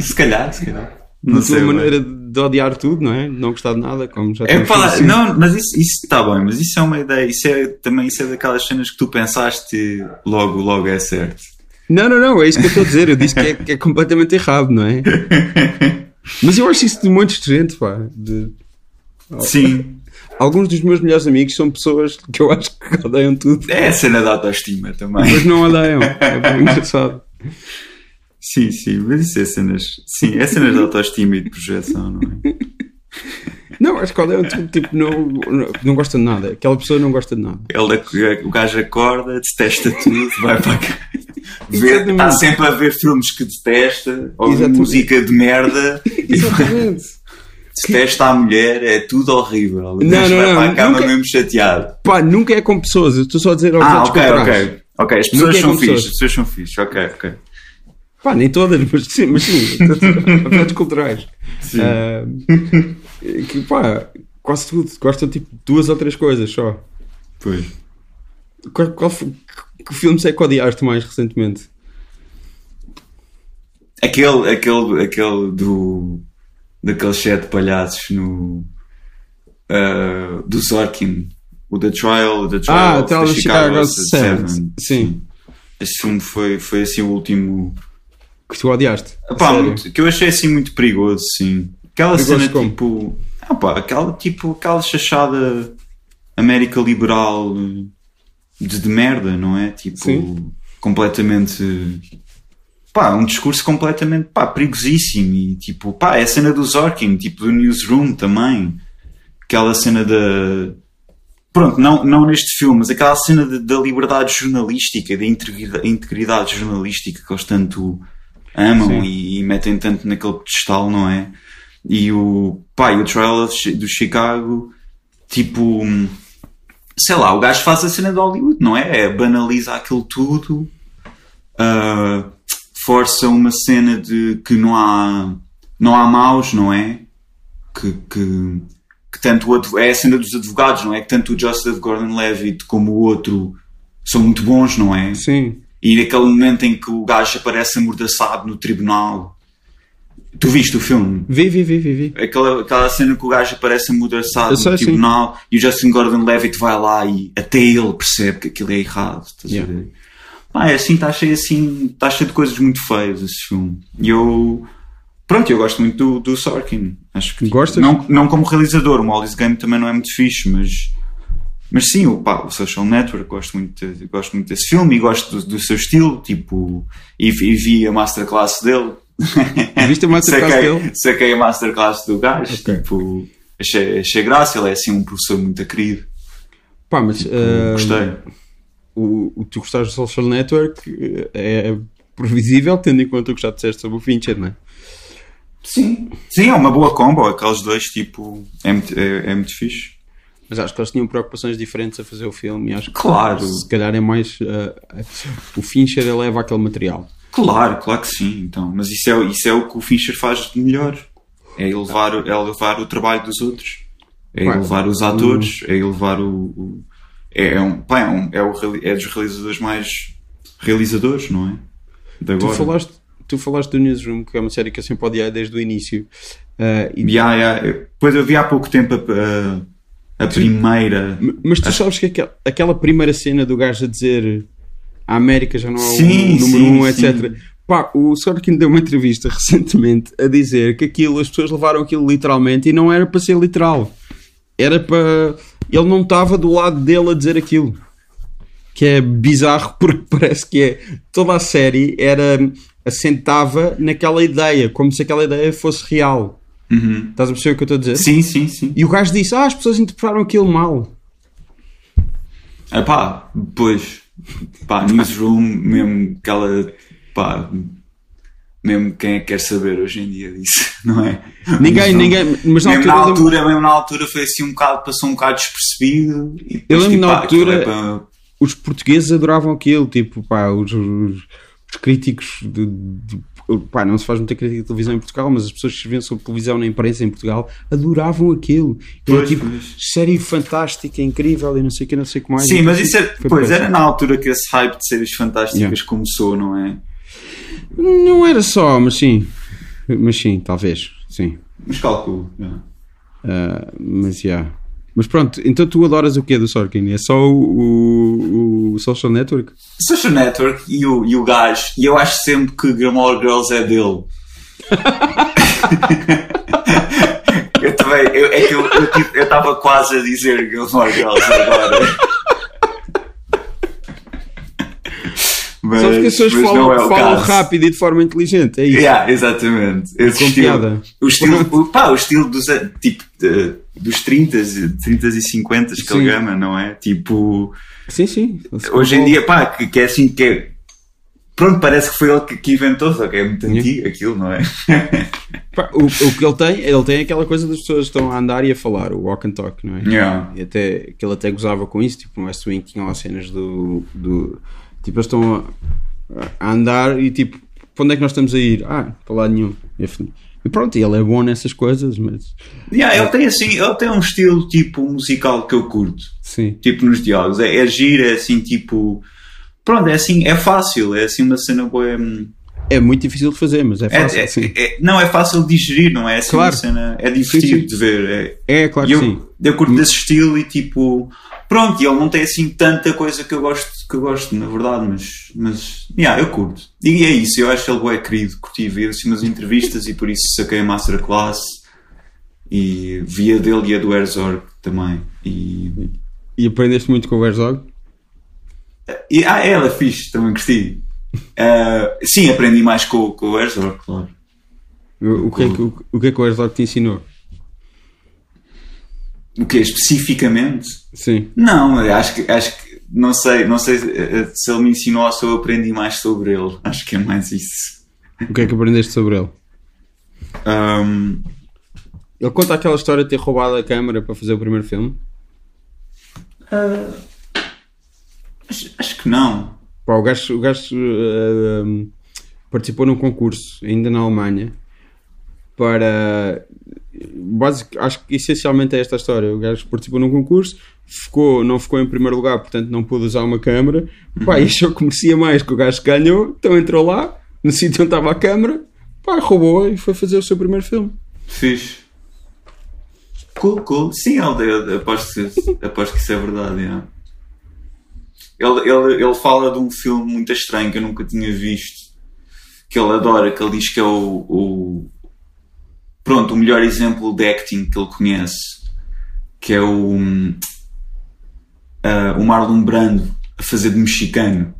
[SPEAKER 2] Se calhar, se calhar. Não
[SPEAKER 1] a tua
[SPEAKER 2] sei. bem.
[SPEAKER 1] maneira de odiar tudo, não é? De Não gostar de nada, como já
[SPEAKER 2] É
[SPEAKER 1] temos
[SPEAKER 2] pá,
[SPEAKER 1] conhecido.
[SPEAKER 2] não, mas isso isso está bem, mas isso é uma ideia, isso é também isso é daquelas cenas que tu pensaste e logo, logo é certo.
[SPEAKER 1] Não, não, não, é isso que eu estou a dizer. Eu disse que é, que é completamente errado, não é? Mas eu acho isso de muita gente, pá. De-
[SPEAKER 2] Sim,
[SPEAKER 1] Alguns dos meus melhores amigos são pessoas que eu acho que odeiam tudo,
[SPEAKER 2] é a cena da autoestima também.
[SPEAKER 1] mas não odeiam. É bem engraçado.
[SPEAKER 2] Sim, sim, mas isso é cenas. Sim, é cenas de autoestima e de projeção, não é?
[SPEAKER 1] Não, acho que odeiam tudo, tipo, não, não, não gostam de nada. Aquela pessoa não gosta de nada.
[SPEAKER 2] Ele, é o gajo acorda, detesta tudo, vai para cá.
[SPEAKER 1] Exatamente.
[SPEAKER 2] Está sempre a ver filmes que detesta, ouve
[SPEAKER 1] Exatamente.
[SPEAKER 2] música de merda, e
[SPEAKER 1] Exatamente.
[SPEAKER 2] detesta a mulher, é tudo horrível. O
[SPEAKER 1] Não,
[SPEAKER 2] gajo
[SPEAKER 1] não,
[SPEAKER 2] vai
[SPEAKER 1] não,
[SPEAKER 2] para a cama
[SPEAKER 1] nunca-
[SPEAKER 2] mesmo chateado.
[SPEAKER 1] Pá, nunca é com pessoas, eu estou só a dizer aos
[SPEAKER 2] Ah,
[SPEAKER 1] outros
[SPEAKER 2] ok,
[SPEAKER 1] contrários.
[SPEAKER 2] ok. Ok, as
[SPEAKER 1] Nunca
[SPEAKER 2] pessoas
[SPEAKER 1] é
[SPEAKER 2] são
[SPEAKER 1] com
[SPEAKER 2] fixas,
[SPEAKER 1] pessoas.
[SPEAKER 2] as pessoas são fixas, ok, ok.
[SPEAKER 1] Pá, nem todas, mas sim, mas sim, afetos culturais. Ah, que pá, quase tudo, gostam tipo duas ou três coisas só.
[SPEAKER 2] Pois.
[SPEAKER 1] Qual, qual f- que- que filmes é que odiaste mais recentemente?
[SPEAKER 2] Aquele, aquele, aquele do. daqueles sete palhaços no. ah, do Sorkin. O The Trial, The Trial,
[SPEAKER 1] Ah,
[SPEAKER 2] of
[SPEAKER 1] Trial
[SPEAKER 2] the
[SPEAKER 1] of Chicago
[SPEAKER 2] Seven.
[SPEAKER 1] 7. Sim,
[SPEAKER 2] Este filme foi, foi assim o último.
[SPEAKER 1] que tu odiaste. a
[SPEAKER 2] Pá,
[SPEAKER 1] sério.
[SPEAKER 2] muito- que eu achei assim muito perigoso, sim. Aquela
[SPEAKER 1] Perigoso
[SPEAKER 2] cena
[SPEAKER 1] como?
[SPEAKER 2] tipo. Ah, pá, aquela, tipo, aquela chachada América liberal de, de merda, não é? Tipo,
[SPEAKER 1] Sim.
[SPEAKER 2] completamente. Pá, um discurso completamente pá, perigosíssimo. E tipo, pá, é a cena do Zorkin, tipo do Newsroom também. Aquela cena da. Pronto, não, não neste filme, mas aquela cena de- da liberdade jornalística, da integridade, integridade jornalística que eles tanto amam e, e metem tanto naquele pedestal, não é? E o pai, o Trial of Chi- do Chicago, tipo, hum, sei lá, o gajo faz a cena de Hollywood, não é? É, banaliza aquilo tudo, ah, força uma cena de que não há não há maus, não é? Que, que, que tanto o adv- é a cena dos advogados, não é? Que tanto o Joseph Gordon-Levitt como o outro são muito bons, não é?
[SPEAKER 1] Sim.
[SPEAKER 2] E naquele momento em que o gajo aparece amordaçado no tribunal. Tu viste o filme?
[SPEAKER 1] Vi, vi, vi, vi, vi.
[SPEAKER 2] Aquela, aquela cena que o gajo aparece amordaçado
[SPEAKER 1] Eu sei,
[SPEAKER 2] no
[SPEAKER 1] sim.
[SPEAKER 2] tribunal Tipo, e o Justin Gordon-Levitt vai lá e até ele percebe que aquilo é errado. Estás
[SPEAKER 1] Yeah.
[SPEAKER 2] a ver? Pá, é assim, está cheio, assim, está cheio de coisas muito feias esse filme. E eu... Pronto, eu gosto muito do, do Sorkin. Acho que
[SPEAKER 1] Gostas?
[SPEAKER 2] Não, não como realizador, o Molly's Game também não é muito fixe, mas... Mas sim, o, pá, o Social Network, gosto muito, de- gosto muito desse filme e gosto do, do seu estilo, tipo, e, e vi a masterclass dele.
[SPEAKER 1] Viste a masterclass
[SPEAKER 2] Saquei-
[SPEAKER 1] é dele?
[SPEAKER 2] Saquei é a masterclass do gajo,
[SPEAKER 1] Ok.
[SPEAKER 2] tipo, achei, achei graça, ele é assim um professor muito querido,
[SPEAKER 1] Pá, mas ah,
[SPEAKER 2] gostei.
[SPEAKER 1] o, o tu gostares do Social Network eh, é previsível, tendo em conta o que já disseste sobre o Fincher, não é?
[SPEAKER 2] Sim. Sim, é uma boa combo, aqueles dois, tipo, é muito, é, é muito fixe.
[SPEAKER 1] Mas acho que eles tinham preocupações diferentes a fazer o filme e acho que
[SPEAKER 2] Claro.
[SPEAKER 1] se calhar é mais. ah, o Fincher eleva aquele material.
[SPEAKER 2] Claro, claro que sim, então, mas isso é, isso é o que o Fincher faz de melhor, é elevar, o- é elevar o trabalho dos outros, é
[SPEAKER 1] Claro.
[SPEAKER 2] elevar os atores, é elevar o... o- é, é um, pá, é, um- é o reali- é dos realizadores mais realizadores, não é? De
[SPEAKER 1] Tu
[SPEAKER 2] agora.
[SPEAKER 1] falaste, tu falaste do Newsroom, que é uma série que eu sempre odiei desde o início. Ah, e-
[SPEAKER 2] Yeah, yeah. Eu- Pois é, eu vi há pouco tempo a, a, a primeira.
[SPEAKER 1] mas tu sabes que aquela, aquela primeira cena do gajo a dizer a América já não é o
[SPEAKER 2] Sim,
[SPEAKER 1] número
[SPEAKER 2] sim,
[SPEAKER 1] um,
[SPEAKER 2] sim.
[SPEAKER 1] etc. Pá, o Sorkin deu uma entrevista recentemente a dizer que aquilo, as pessoas levaram aquilo literalmente e não era para ser literal. Era para. Ele não estava do lado dele a dizer aquilo. Que é bizarro porque parece que é. Toda a série era. assentava naquela ideia, como se aquela ideia fosse real.
[SPEAKER 2] Uhum.
[SPEAKER 1] Estás a perceber o que eu estou a dizer?
[SPEAKER 2] Sim, sim, sim.
[SPEAKER 1] E o gajo disse: Ah, as pessoas interpretaram aquilo mal.
[SPEAKER 2] Epá, Ah, pois. Pá, Newsroom, mesmo aquela. Pá, mesmo quem é que quer saber hoje em dia disso, não é?
[SPEAKER 1] Ninguém,
[SPEAKER 2] Newsroom.
[SPEAKER 1] ninguém. Mas na
[SPEAKER 2] mesmo, na
[SPEAKER 1] altura. eu lembro-
[SPEAKER 2] altura, mesmo na altura foi assim um bocado, passou um bocado despercebido. E depois,
[SPEAKER 1] Eu lembro
[SPEAKER 2] tipo,
[SPEAKER 1] na
[SPEAKER 2] pá, aquilo
[SPEAKER 1] altura-
[SPEAKER 2] é para-
[SPEAKER 1] os portugueses adoravam aquilo, tipo, pá, os, os- os críticos de, de- pá, não se faz muita crítica de televisão em Portugal, mas as pessoas que escreviam sobre televisão na imprensa em Portugal adoravam aquilo. Era
[SPEAKER 2] Pois,
[SPEAKER 1] tipo,
[SPEAKER 2] pois.
[SPEAKER 1] série fantástica, incrível e não sei o que, não sei o que mais.
[SPEAKER 2] Sim, mas isso é,
[SPEAKER 1] Foi
[SPEAKER 2] pois,
[SPEAKER 1] péssimo.
[SPEAKER 2] era na altura que esse hype de séries fantásticas
[SPEAKER 1] Yeah.
[SPEAKER 2] começou, não é?
[SPEAKER 1] Não era só, mas sim. Mas sim, talvez, sim.
[SPEAKER 2] Mas calculo. yeah.
[SPEAKER 1] Ah, mas já. Mas pronto, então tu adoras o quê do Sorkin? É só o, o- o Social Network?
[SPEAKER 2] Social Network e o, e o gajo. E eu acho sempre que Gilmore Girls é dele. eu também. Eu, é que eu estava eu, tive- eu tava quase a dizer Gilmore Girls agora. mas,
[SPEAKER 1] Sabes que as pessoas
[SPEAKER 2] mas
[SPEAKER 1] falam,
[SPEAKER 2] não é o
[SPEAKER 1] falam
[SPEAKER 2] caso.
[SPEAKER 1] rápido e de forma inteligente, é isso.
[SPEAKER 2] Yeah, exatamente. Esse
[SPEAKER 1] Com
[SPEAKER 2] estilo,
[SPEAKER 1] piada.
[SPEAKER 2] O estilo, o, pá, o estilo dos, a- tipo, eh, dos 30, 30 e 50 que
[SPEAKER 1] Sim.
[SPEAKER 2] ele gama, não é? Tipo,
[SPEAKER 1] Sim, sim.
[SPEAKER 2] Hoje em dia, pá, que, que é assim que é. Pronto, parece que foi ele que, que inventou, só que é muito
[SPEAKER 1] Yeah.
[SPEAKER 2] antigo aquilo, não é?
[SPEAKER 1] Pá, O, o que ele tem, ele tem aquela coisa das pessoas que estão a andar e a falar, o walk and talk, não é?
[SPEAKER 2] Yeah.
[SPEAKER 1] E até, que ele até gozava com isso, tipo, no West Wing tinham lá cenas do, do tipo, eles estão a, a andar e tipo, para onde é que nós estamos a ir? Ah, para lá nenhum. E f- E pronto, ele é bom nessas coisas, mas
[SPEAKER 2] Yeah, ele tem assim, ele tem um estilo tipo musical que eu curto,
[SPEAKER 1] sim.
[SPEAKER 2] tipo nos diálogos. É, é giro, é assim tipo. Pronto, é assim, é fácil, é assim uma cena boa. É,
[SPEAKER 1] É muito difícil de fazer, mas é
[SPEAKER 2] é-
[SPEAKER 1] fácil,
[SPEAKER 2] é-
[SPEAKER 1] sim.
[SPEAKER 2] é- não, é fácil de digerir, não é? É assim
[SPEAKER 1] Claro.
[SPEAKER 2] uma cena. É divertido
[SPEAKER 1] sim.
[SPEAKER 2] de ver. é-
[SPEAKER 1] É, claro
[SPEAKER 2] E
[SPEAKER 1] que
[SPEAKER 2] eu,
[SPEAKER 1] sim.
[SPEAKER 2] eu curto desse estilo e tipo. Pronto, e ele não tem assim tanta coisa que eu gosto, que eu gosto na verdade, mas. Mas. Yeah, eu curto. E é isso, eu acho ele bem querido, curti ver assim umas entrevistas e por isso saquei a Masterclass e vi a dele e a do Herzog também. E.
[SPEAKER 1] E aprendeste muito com o Herzog?
[SPEAKER 2] e ah, ela é fixe, também curti. Ah, sim, aprendi mais com, o- com o Herzog, claro.
[SPEAKER 1] O, o que, é que, o, o que é que o Herzog te ensinou?
[SPEAKER 2] O que especificamente?
[SPEAKER 1] Sim.
[SPEAKER 2] Não, eu acho que, acho que não sei, não sei eh, se ele me ensinou ou se eu aprendi mais sobre ele. Acho que é mais isso.
[SPEAKER 1] O que é que aprendeste sobre ele?
[SPEAKER 2] Ahm,
[SPEAKER 1] Ele conta aquela história de ter roubado a câmara para fazer o primeiro filme?
[SPEAKER 2] acho, acho que não.
[SPEAKER 1] Pá, o gajo, eh, o gajo, eh, um, participou num concurso ainda na Alemanha para. Basic, acho que essencialmente é esta a história. O gajo participou num concurso, ficou, não ficou em primeiro lugar, portanto não pôde usar uma câmara. Pá, uhum. achou que merecia mais que o gajo que ganhou, então entrou lá, no sítio onde estava a câmara, pá, roubou e foi fazer o seu primeiro filme.
[SPEAKER 2] Fiz. Cool, cool. Sim, Aldeia, aposto que, aposto que isso é verdade. Yeah. Ele, ele, ele fala de um filme muito estranho que eu nunca tinha visto, que ele adora, que ele diz que é o, o pronto, o melhor exemplo de acting que ele conhece, que é o, um, uh, o Marlon Brando a fazer de mexicano.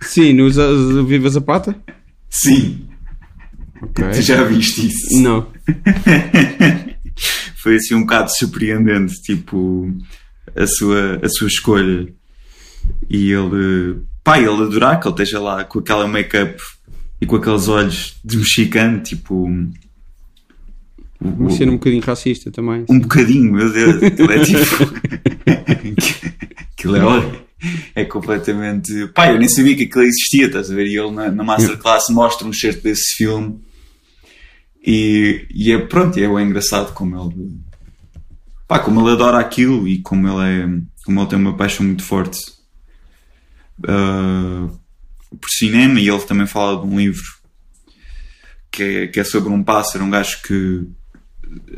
[SPEAKER 1] Sim, nos Viva Zapata?
[SPEAKER 2] Sim. Okay. Tu já viste isso?
[SPEAKER 1] Não.
[SPEAKER 2] Foi assim um bocado surpreendente, tipo, a sua, a sua escolha. E ele, pá, ele adorar que ele esteja lá com aquela make-up e com aqueles olhos de mexicano, tipo,
[SPEAKER 1] Vou ser um bocadinho racista também.
[SPEAKER 2] Um bocadinho, meu Deus. Aquilo é tipo. aquilo é, é completamente. Pá, eu nem sabia que aquilo existia, estás a ver? E ele na, na Masterclass mostra um certo desse filme. E, e é pronto, é bem engraçado como ele. Pá, como ele adora aquilo e como ele é. Como ele tem uma paixão muito forte uh, por cinema. E ele também fala de um livro. Que é, que é sobre um pássaro, um gajo que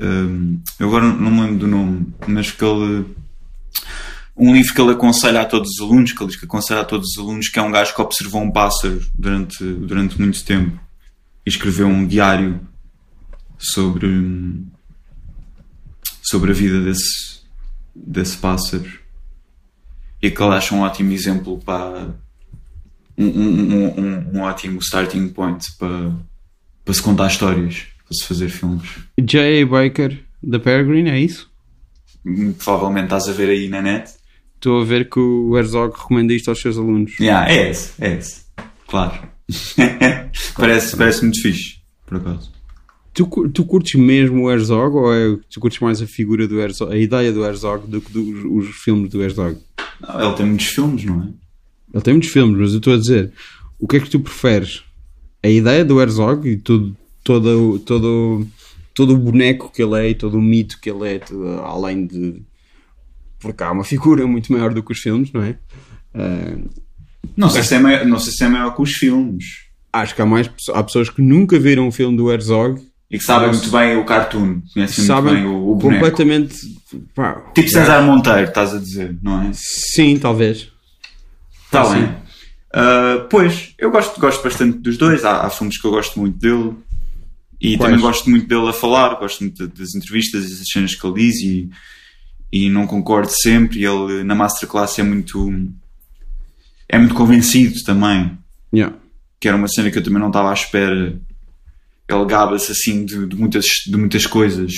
[SPEAKER 2] um, eu agora não me lembro do nome, mas que ele. Um livro que ele aconselha a todos os alunos, que ele diz que aconselha a todos os alunos, que é um gajo que observou um pássaro durante, durante muito tempo e escreveu um diário sobre, sobre a vida desse, desse pássaro. E que ele acha um ótimo exemplo para. um, um, um, um ótimo starting point para, para se contar histórias para se fazer filmes.
[SPEAKER 1] J.A. Baker da Peregrine, é isso?
[SPEAKER 2] Hum, Provavelmente estás a ver aí na net.
[SPEAKER 1] Estou a ver que o Herzog recomenda isto aos seus alunos.
[SPEAKER 2] Yeah, é esse, é esse. Claro. parece, parece muito fixe, por acaso.
[SPEAKER 1] Tu, tu curtes mesmo o Herzog ou é, tu curtes mais a figura do Herzog, a ideia do Herzog do que dos, os filmes do Herzog?
[SPEAKER 2] Não, ele tem muitos filmes, não é?
[SPEAKER 1] Ele tem muitos filmes, mas eu estou a dizer, o que é que tu preferes? A ideia do Herzog e tudo, todo, todo, todo o boneco que ele é e todo o mito que ele é, todo, além de. Porque há uma figura muito maior do que os filmes, não é? Uh,
[SPEAKER 2] não, sei se é maior, não sei se é maior que os filmes.
[SPEAKER 1] Acho que há mais há pessoas que nunca viram um filme do Herzog.
[SPEAKER 2] E que sabem muito bem o cartoon, conhecem
[SPEAKER 1] sabem
[SPEAKER 2] muito bem o, o boneco.
[SPEAKER 1] completamente. Pá,
[SPEAKER 2] tipo César Monteiro, estás a dizer, não é?
[SPEAKER 1] Sim, talvez.
[SPEAKER 2] Está ah, bem. Uh, pois, eu gosto, gosto bastante dos dois. Há, há filmes que eu gosto muito dele. E Quais? também gosto muito dele a falar, gosto muito das entrevistas e das cenas que ele diz e, e não concordo sempre. Ele na masterclass é muito é muito convencido também.
[SPEAKER 1] Yeah.
[SPEAKER 2] Que era uma cena que eu também não estava à espera. Ele gaba-se assim de, de, muitas, de muitas coisas.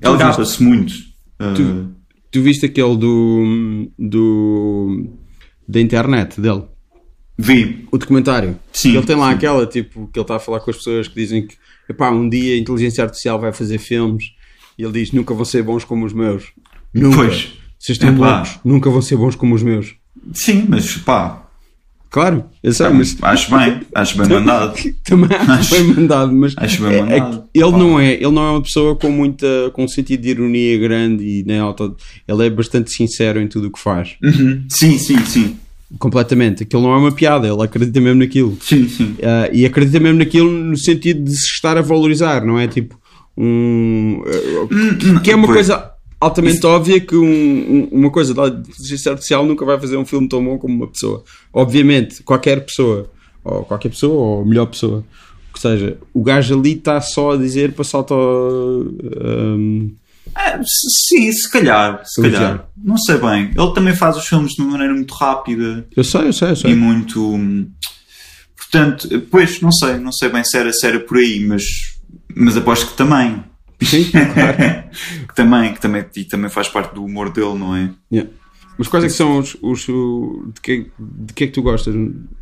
[SPEAKER 2] Tu ele gaba-se muito. Ah,
[SPEAKER 1] Tu, uh... tu viste aquele do, do da internet dele?
[SPEAKER 2] Vi.
[SPEAKER 1] O documentário.
[SPEAKER 2] Sim.
[SPEAKER 1] Ele tem lá
[SPEAKER 2] sim.
[SPEAKER 1] aquela, tipo, que ele está a falar com as pessoas que dizem que, epá, um dia a inteligência artificial vai fazer filmes e ele diz, nunca vão ser bons como os meus. Nunca.
[SPEAKER 2] Pois.
[SPEAKER 1] Vocês estão é loucos. Nunca vão ser bons como os meus.
[SPEAKER 2] Sim, mas pá...
[SPEAKER 1] Claro, eu
[SPEAKER 2] Tá,
[SPEAKER 1] sei, mas...
[SPEAKER 2] Acho bem, acho bem mandado.
[SPEAKER 1] Também acho, acho bem mandado, mas...
[SPEAKER 2] Acho bem mandado.
[SPEAKER 1] É, é, ele, pá. não é, ele não é uma pessoa com muita... com um sentido de ironia grande e nem alta... Ele é bastante sincero em tudo o que faz.
[SPEAKER 2] Uhum. Sim, sim, sim
[SPEAKER 1] completamente. Aquilo não é uma piada, ele acredita mesmo naquilo.
[SPEAKER 2] Sim, sim.
[SPEAKER 1] Uh, e acredita mesmo naquilo no sentido de se estar a valorizar, não é? Tipo, um. Uh, que é uma Foi. coisa altamente Isso. óbvia que um, um, uma coisa da inteligência artificial nunca vai fazer um filme tão bom como uma pessoa. Obviamente, qualquer pessoa, ou qualquer pessoa, ou melhor pessoa. Ou seja, o gajo ali está só a dizer para salto. Um,
[SPEAKER 2] é, sim, se calhar, se calhar. calhar. Não sei bem. Ele também faz os filmes de uma maneira muito rápida.
[SPEAKER 1] Eu sei, eu sei, eu sei.
[SPEAKER 2] E muito. hum, Portanto, pois, não sei, não sei bem se era, se era por aí, mas, mas aposto que também.
[SPEAKER 1] Sim, claro.
[SPEAKER 2] que também, que também, e também faz parte do humor dele, não é?
[SPEAKER 1] Yeah. Mas quais é que são os. os de, que, de que é que tu gostas?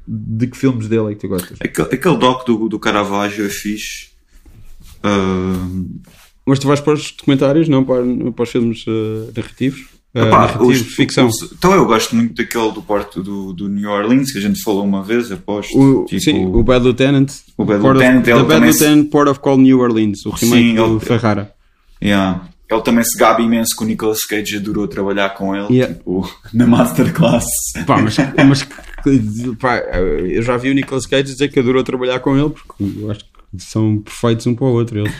[SPEAKER 1] De que filmes dele é que tu gostas?
[SPEAKER 2] Aquele, aquele doc do, do Caravaggio é fixe. Hum, Uh,
[SPEAKER 1] mas tu vais para os documentários, não para, para os filmes uh, narrativos?
[SPEAKER 2] Epá,
[SPEAKER 1] narrativa,
[SPEAKER 2] os-
[SPEAKER 1] ficção.
[SPEAKER 2] os- então eu gosto muito daquele do Porto do, do New Orleans, que a gente falou uma vez, aposto.
[SPEAKER 1] O,
[SPEAKER 2] tipo,
[SPEAKER 1] sim, o Bad Lieutenant.
[SPEAKER 2] o Bad
[SPEAKER 1] Port of-
[SPEAKER 2] Lieutenant,
[SPEAKER 1] The
[SPEAKER 2] ele
[SPEAKER 1] Bad
[SPEAKER 2] também se-
[SPEAKER 1] Lieutenant, Port of Call New Orleans, o
[SPEAKER 2] Sim,
[SPEAKER 1] remake do
[SPEAKER 2] ele-
[SPEAKER 1] Ferrara.
[SPEAKER 2] yeah. Ele também se gaba imenso que o Nicolas Cage adorou trabalhar com ele
[SPEAKER 1] Yeah.
[SPEAKER 2] tipo, na Masterclass.
[SPEAKER 1] Pá, mas, mas que- pá, eu já vi o Nicolas Cage dizer que adorou trabalhar com ele, porque eu acho que são perfeitos um para o outro. Eles.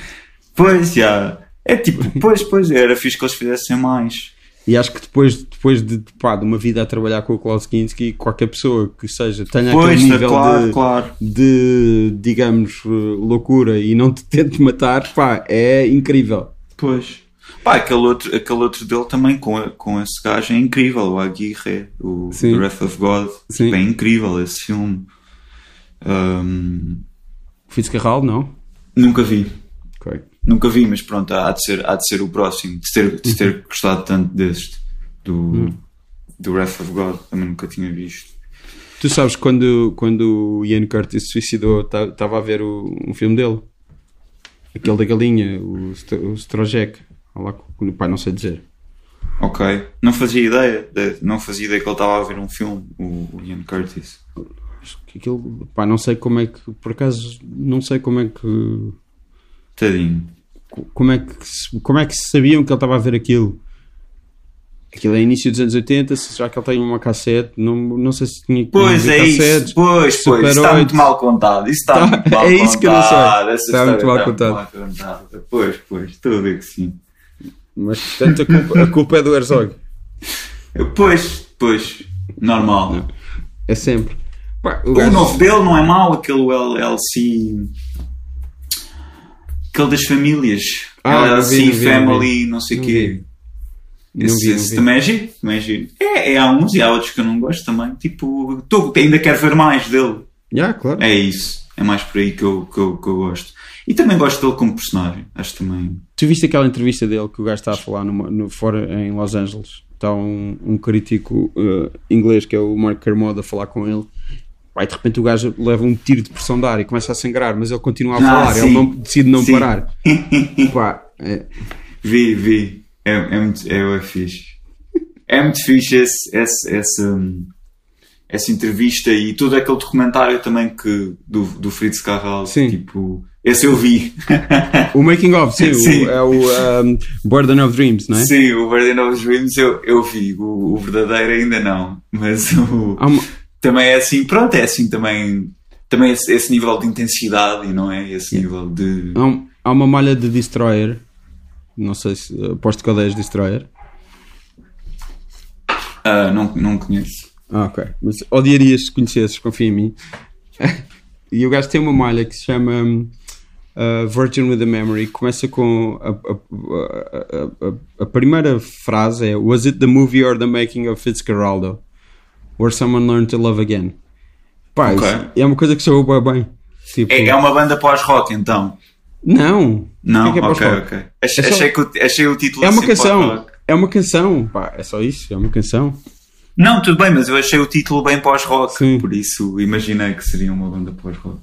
[SPEAKER 2] Pois, yeah. é tipo, pois, pois, era fixe que eles fizessem mais.
[SPEAKER 1] E acho que depois, depois de, pá, de uma vida a trabalhar com o Klaus Kinski, qualquer pessoa que seja tenha
[SPEAKER 2] Pois,
[SPEAKER 1] aquele
[SPEAKER 2] tá,
[SPEAKER 1] nível
[SPEAKER 2] claro,
[SPEAKER 1] de,
[SPEAKER 2] claro.
[SPEAKER 1] de, digamos, eh, loucura e não te tente matar, pá, é incrível.
[SPEAKER 2] Pois. Pá, aquele outro, aquele outro dele também com, a- com esse gajo é incrível, o Aguirre, o
[SPEAKER 1] Sim.
[SPEAKER 2] The Wrath of God.
[SPEAKER 1] Sim.
[SPEAKER 2] Tipo, É incrível esse filme. Ahm,
[SPEAKER 1] Fitzcarraldo, não?
[SPEAKER 2] nunca vi.
[SPEAKER 1] Ok.
[SPEAKER 2] Nunca vi, mas pronto, há de ser, há de ser o próximo, de ter, de ter gostado tanto deste, do, do Wrath of God, também nunca tinha visto.
[SPEAKER 1] Tu sabes que quando, quando o Ian Curtis se suicidou, estava a ver o, um filme dele. Aquele da galinha, o, St- o Strojek. Olha lá, que- pá, não sei dizer.
[SPEAKER 2] Ok. Não fazia ideia, de- não fazia ideia que ele estava a ver um filme, o, o Ian Curtis.
[SPEAKER 1] Acho que Aquilo, pá, não sei como é que, por acaso, não sei como é que,
[SPEAKER 2] Tadinho.
[SPEAKER 1] como é que, se- como é que se sabiam que ele estava a ver aquilo. Aquilo é início dos anos 80, se- já que ele tem uma cassete, não, não sei se tinha
[SPEAKER 2] Pois
[SPEAKER 1] tinha
[SPEAKER 2] é
[SPEAKER 1] cassetes.
[SPEAKER 2] isso, pois, pois,
[SPEAKER 1] Super
[SPEAKER 2] isso está muito
[SPEAKER 1] 8.
[SPEAKER 2] mal contado. Isso está
[SPEAKER 1] Tá,
[SPEAKER 2] muito mal
[SPEAKER 1] é
[SPEAKER 2] contado.
[SPEAKER 1] isso que eu não sei.
[SPEAKER 2] essa
[SPEAKER 1] Está muito
[SPEAKER 2] história
[SPEAKER 1] mal
[SPEAKER 2] está muito mal contada. Pois, pois, estou a ver que sim.
[SPEAKER 1] Mas, portanto, a culpa, a culpa é do Herzog.
[SPEAKER 2] Pois, pois, normal.
[SPEAKER 1] É sempre. Pá, o
[SPEAKER 2] O
[SPEAKER 1] gajo-
[SPEAKER 2] novo dele não é mau, aquele LLC. Aquele das famílias.
[SPEAKER 1] Ah, não vi,
[SPEAKER 2] LLC
[SPEAKER 1] não vi, não
[SPEAKER 2] Family, não sei o
[SPEAKER 1] Não
[SPEAKER 2] quê.
[SPEAKER 1] Não
[SPEAKER 2] Esse,
[SPEAKER 1] vi, não
[SPEAKER 2] esse
[SPEAKER 1] vi.
[SPEAKER 2] também é giro, também é giro. É, é, há uns e há outros que eu não gosto também. Tipo, tô, ainda quero ver mais dele.
[SPEAKER 1] Já, claro.
[SPEAKER 2] É isso. É mais por aí que eu, que eu, que eu gosto. E também gosto dele como personagem. Acho também.
[SPEAKER 1] Tu viste aquela entrevista dele que o gajo está a falar numa- no, fora em Los Angeles? Está um, um crítico eh, inglês que é o Mark Kermode a falar com ele. Pai, de repente o gajo leva um tiro de pressão de ar e começa a sangrar, mas ele continua a
[SPEAKER 2] Ah,
[SPEAKER 1] falar,
[SPEAKER 2] sim.
[SPEAKER 1] ele não, decide não
[SPEAKER 2] Sim.
[SPEAKER 1] parar. Pá, é,
[SPEAKER 2] Vi, vi. É, é muito é, é fixe. É muito fixe esse, esse, esse, hum, essa entrevista e todo aquele documentário também que, do, do Fritz Carral.
[SPEAKER 1] Sim.
[SPEAKER 2] Tipo, esse eu vi.
[SPEAKER 1] o Making of, sim, o-
[SPEAKER 2] Sim.
[SPEAKER 1] é o um, Burden of Dreams, não é?
[SPEAKER 2] Sim, o Verdadeiro Novos Dreams eu, eu vi. O, o verdadeiro ainda não. Mas o.
[SPEAKER 1] Há uma-
[SPEAKER 2] também é assim, pronto, é assim também. Também esse, esse nível de intensidade, não é? Esse nível de.
[SPEAKER 1] Há, um- há uma malha de Destroyer. Não sei se. Aposto que odeias Destroyer.
[SPEAKER 2] Ah, não, não conheço.
[SPEAKER 1] Ah, ok. Mas odiarias se conhecesses, confia em mim. e o gajo tem uma malha que se chama hum, uh, Virgin with a Memory. que Começa com. A, a- a- a- a primeira frase é: Was it the movie or the making of Fitzcarraldo? Where someone learned to love again? Pá,
[SPEAKER 2] Ok.
[SPEAKER 1] isso é uma coisa que soa bué bem. Tipo,
[SPEAKER 2] É, é uma banda pós-rock então?
[SPEAKER 1] Não!
[SPEAKER 2] Não,
[SPEAKER 1] O que é que é
[SPEAKER 2] ok,
[SPEAKER 1] pós-rock?
[SPEAKER 2] ok. Achei,
[SPEAKER 1] É só-
[SPEAKER 2] achei que o, achei o título
[SPEAKER 1] É uma
[SPEAKER 2] assim
[SPEAKER 1] canção!
[SPEAKER 2] pós-rock.
[SPEAKER 1] É uma canção! Pá, é só isso, é uma canção.
[SPEAKER 2] Não, tudo bem, mas eu achei o título bem pós-rock,
[SPEAKER 1] Sim.
[SPEAKER 2] por isso imaginei que seria uma banda pós-rock.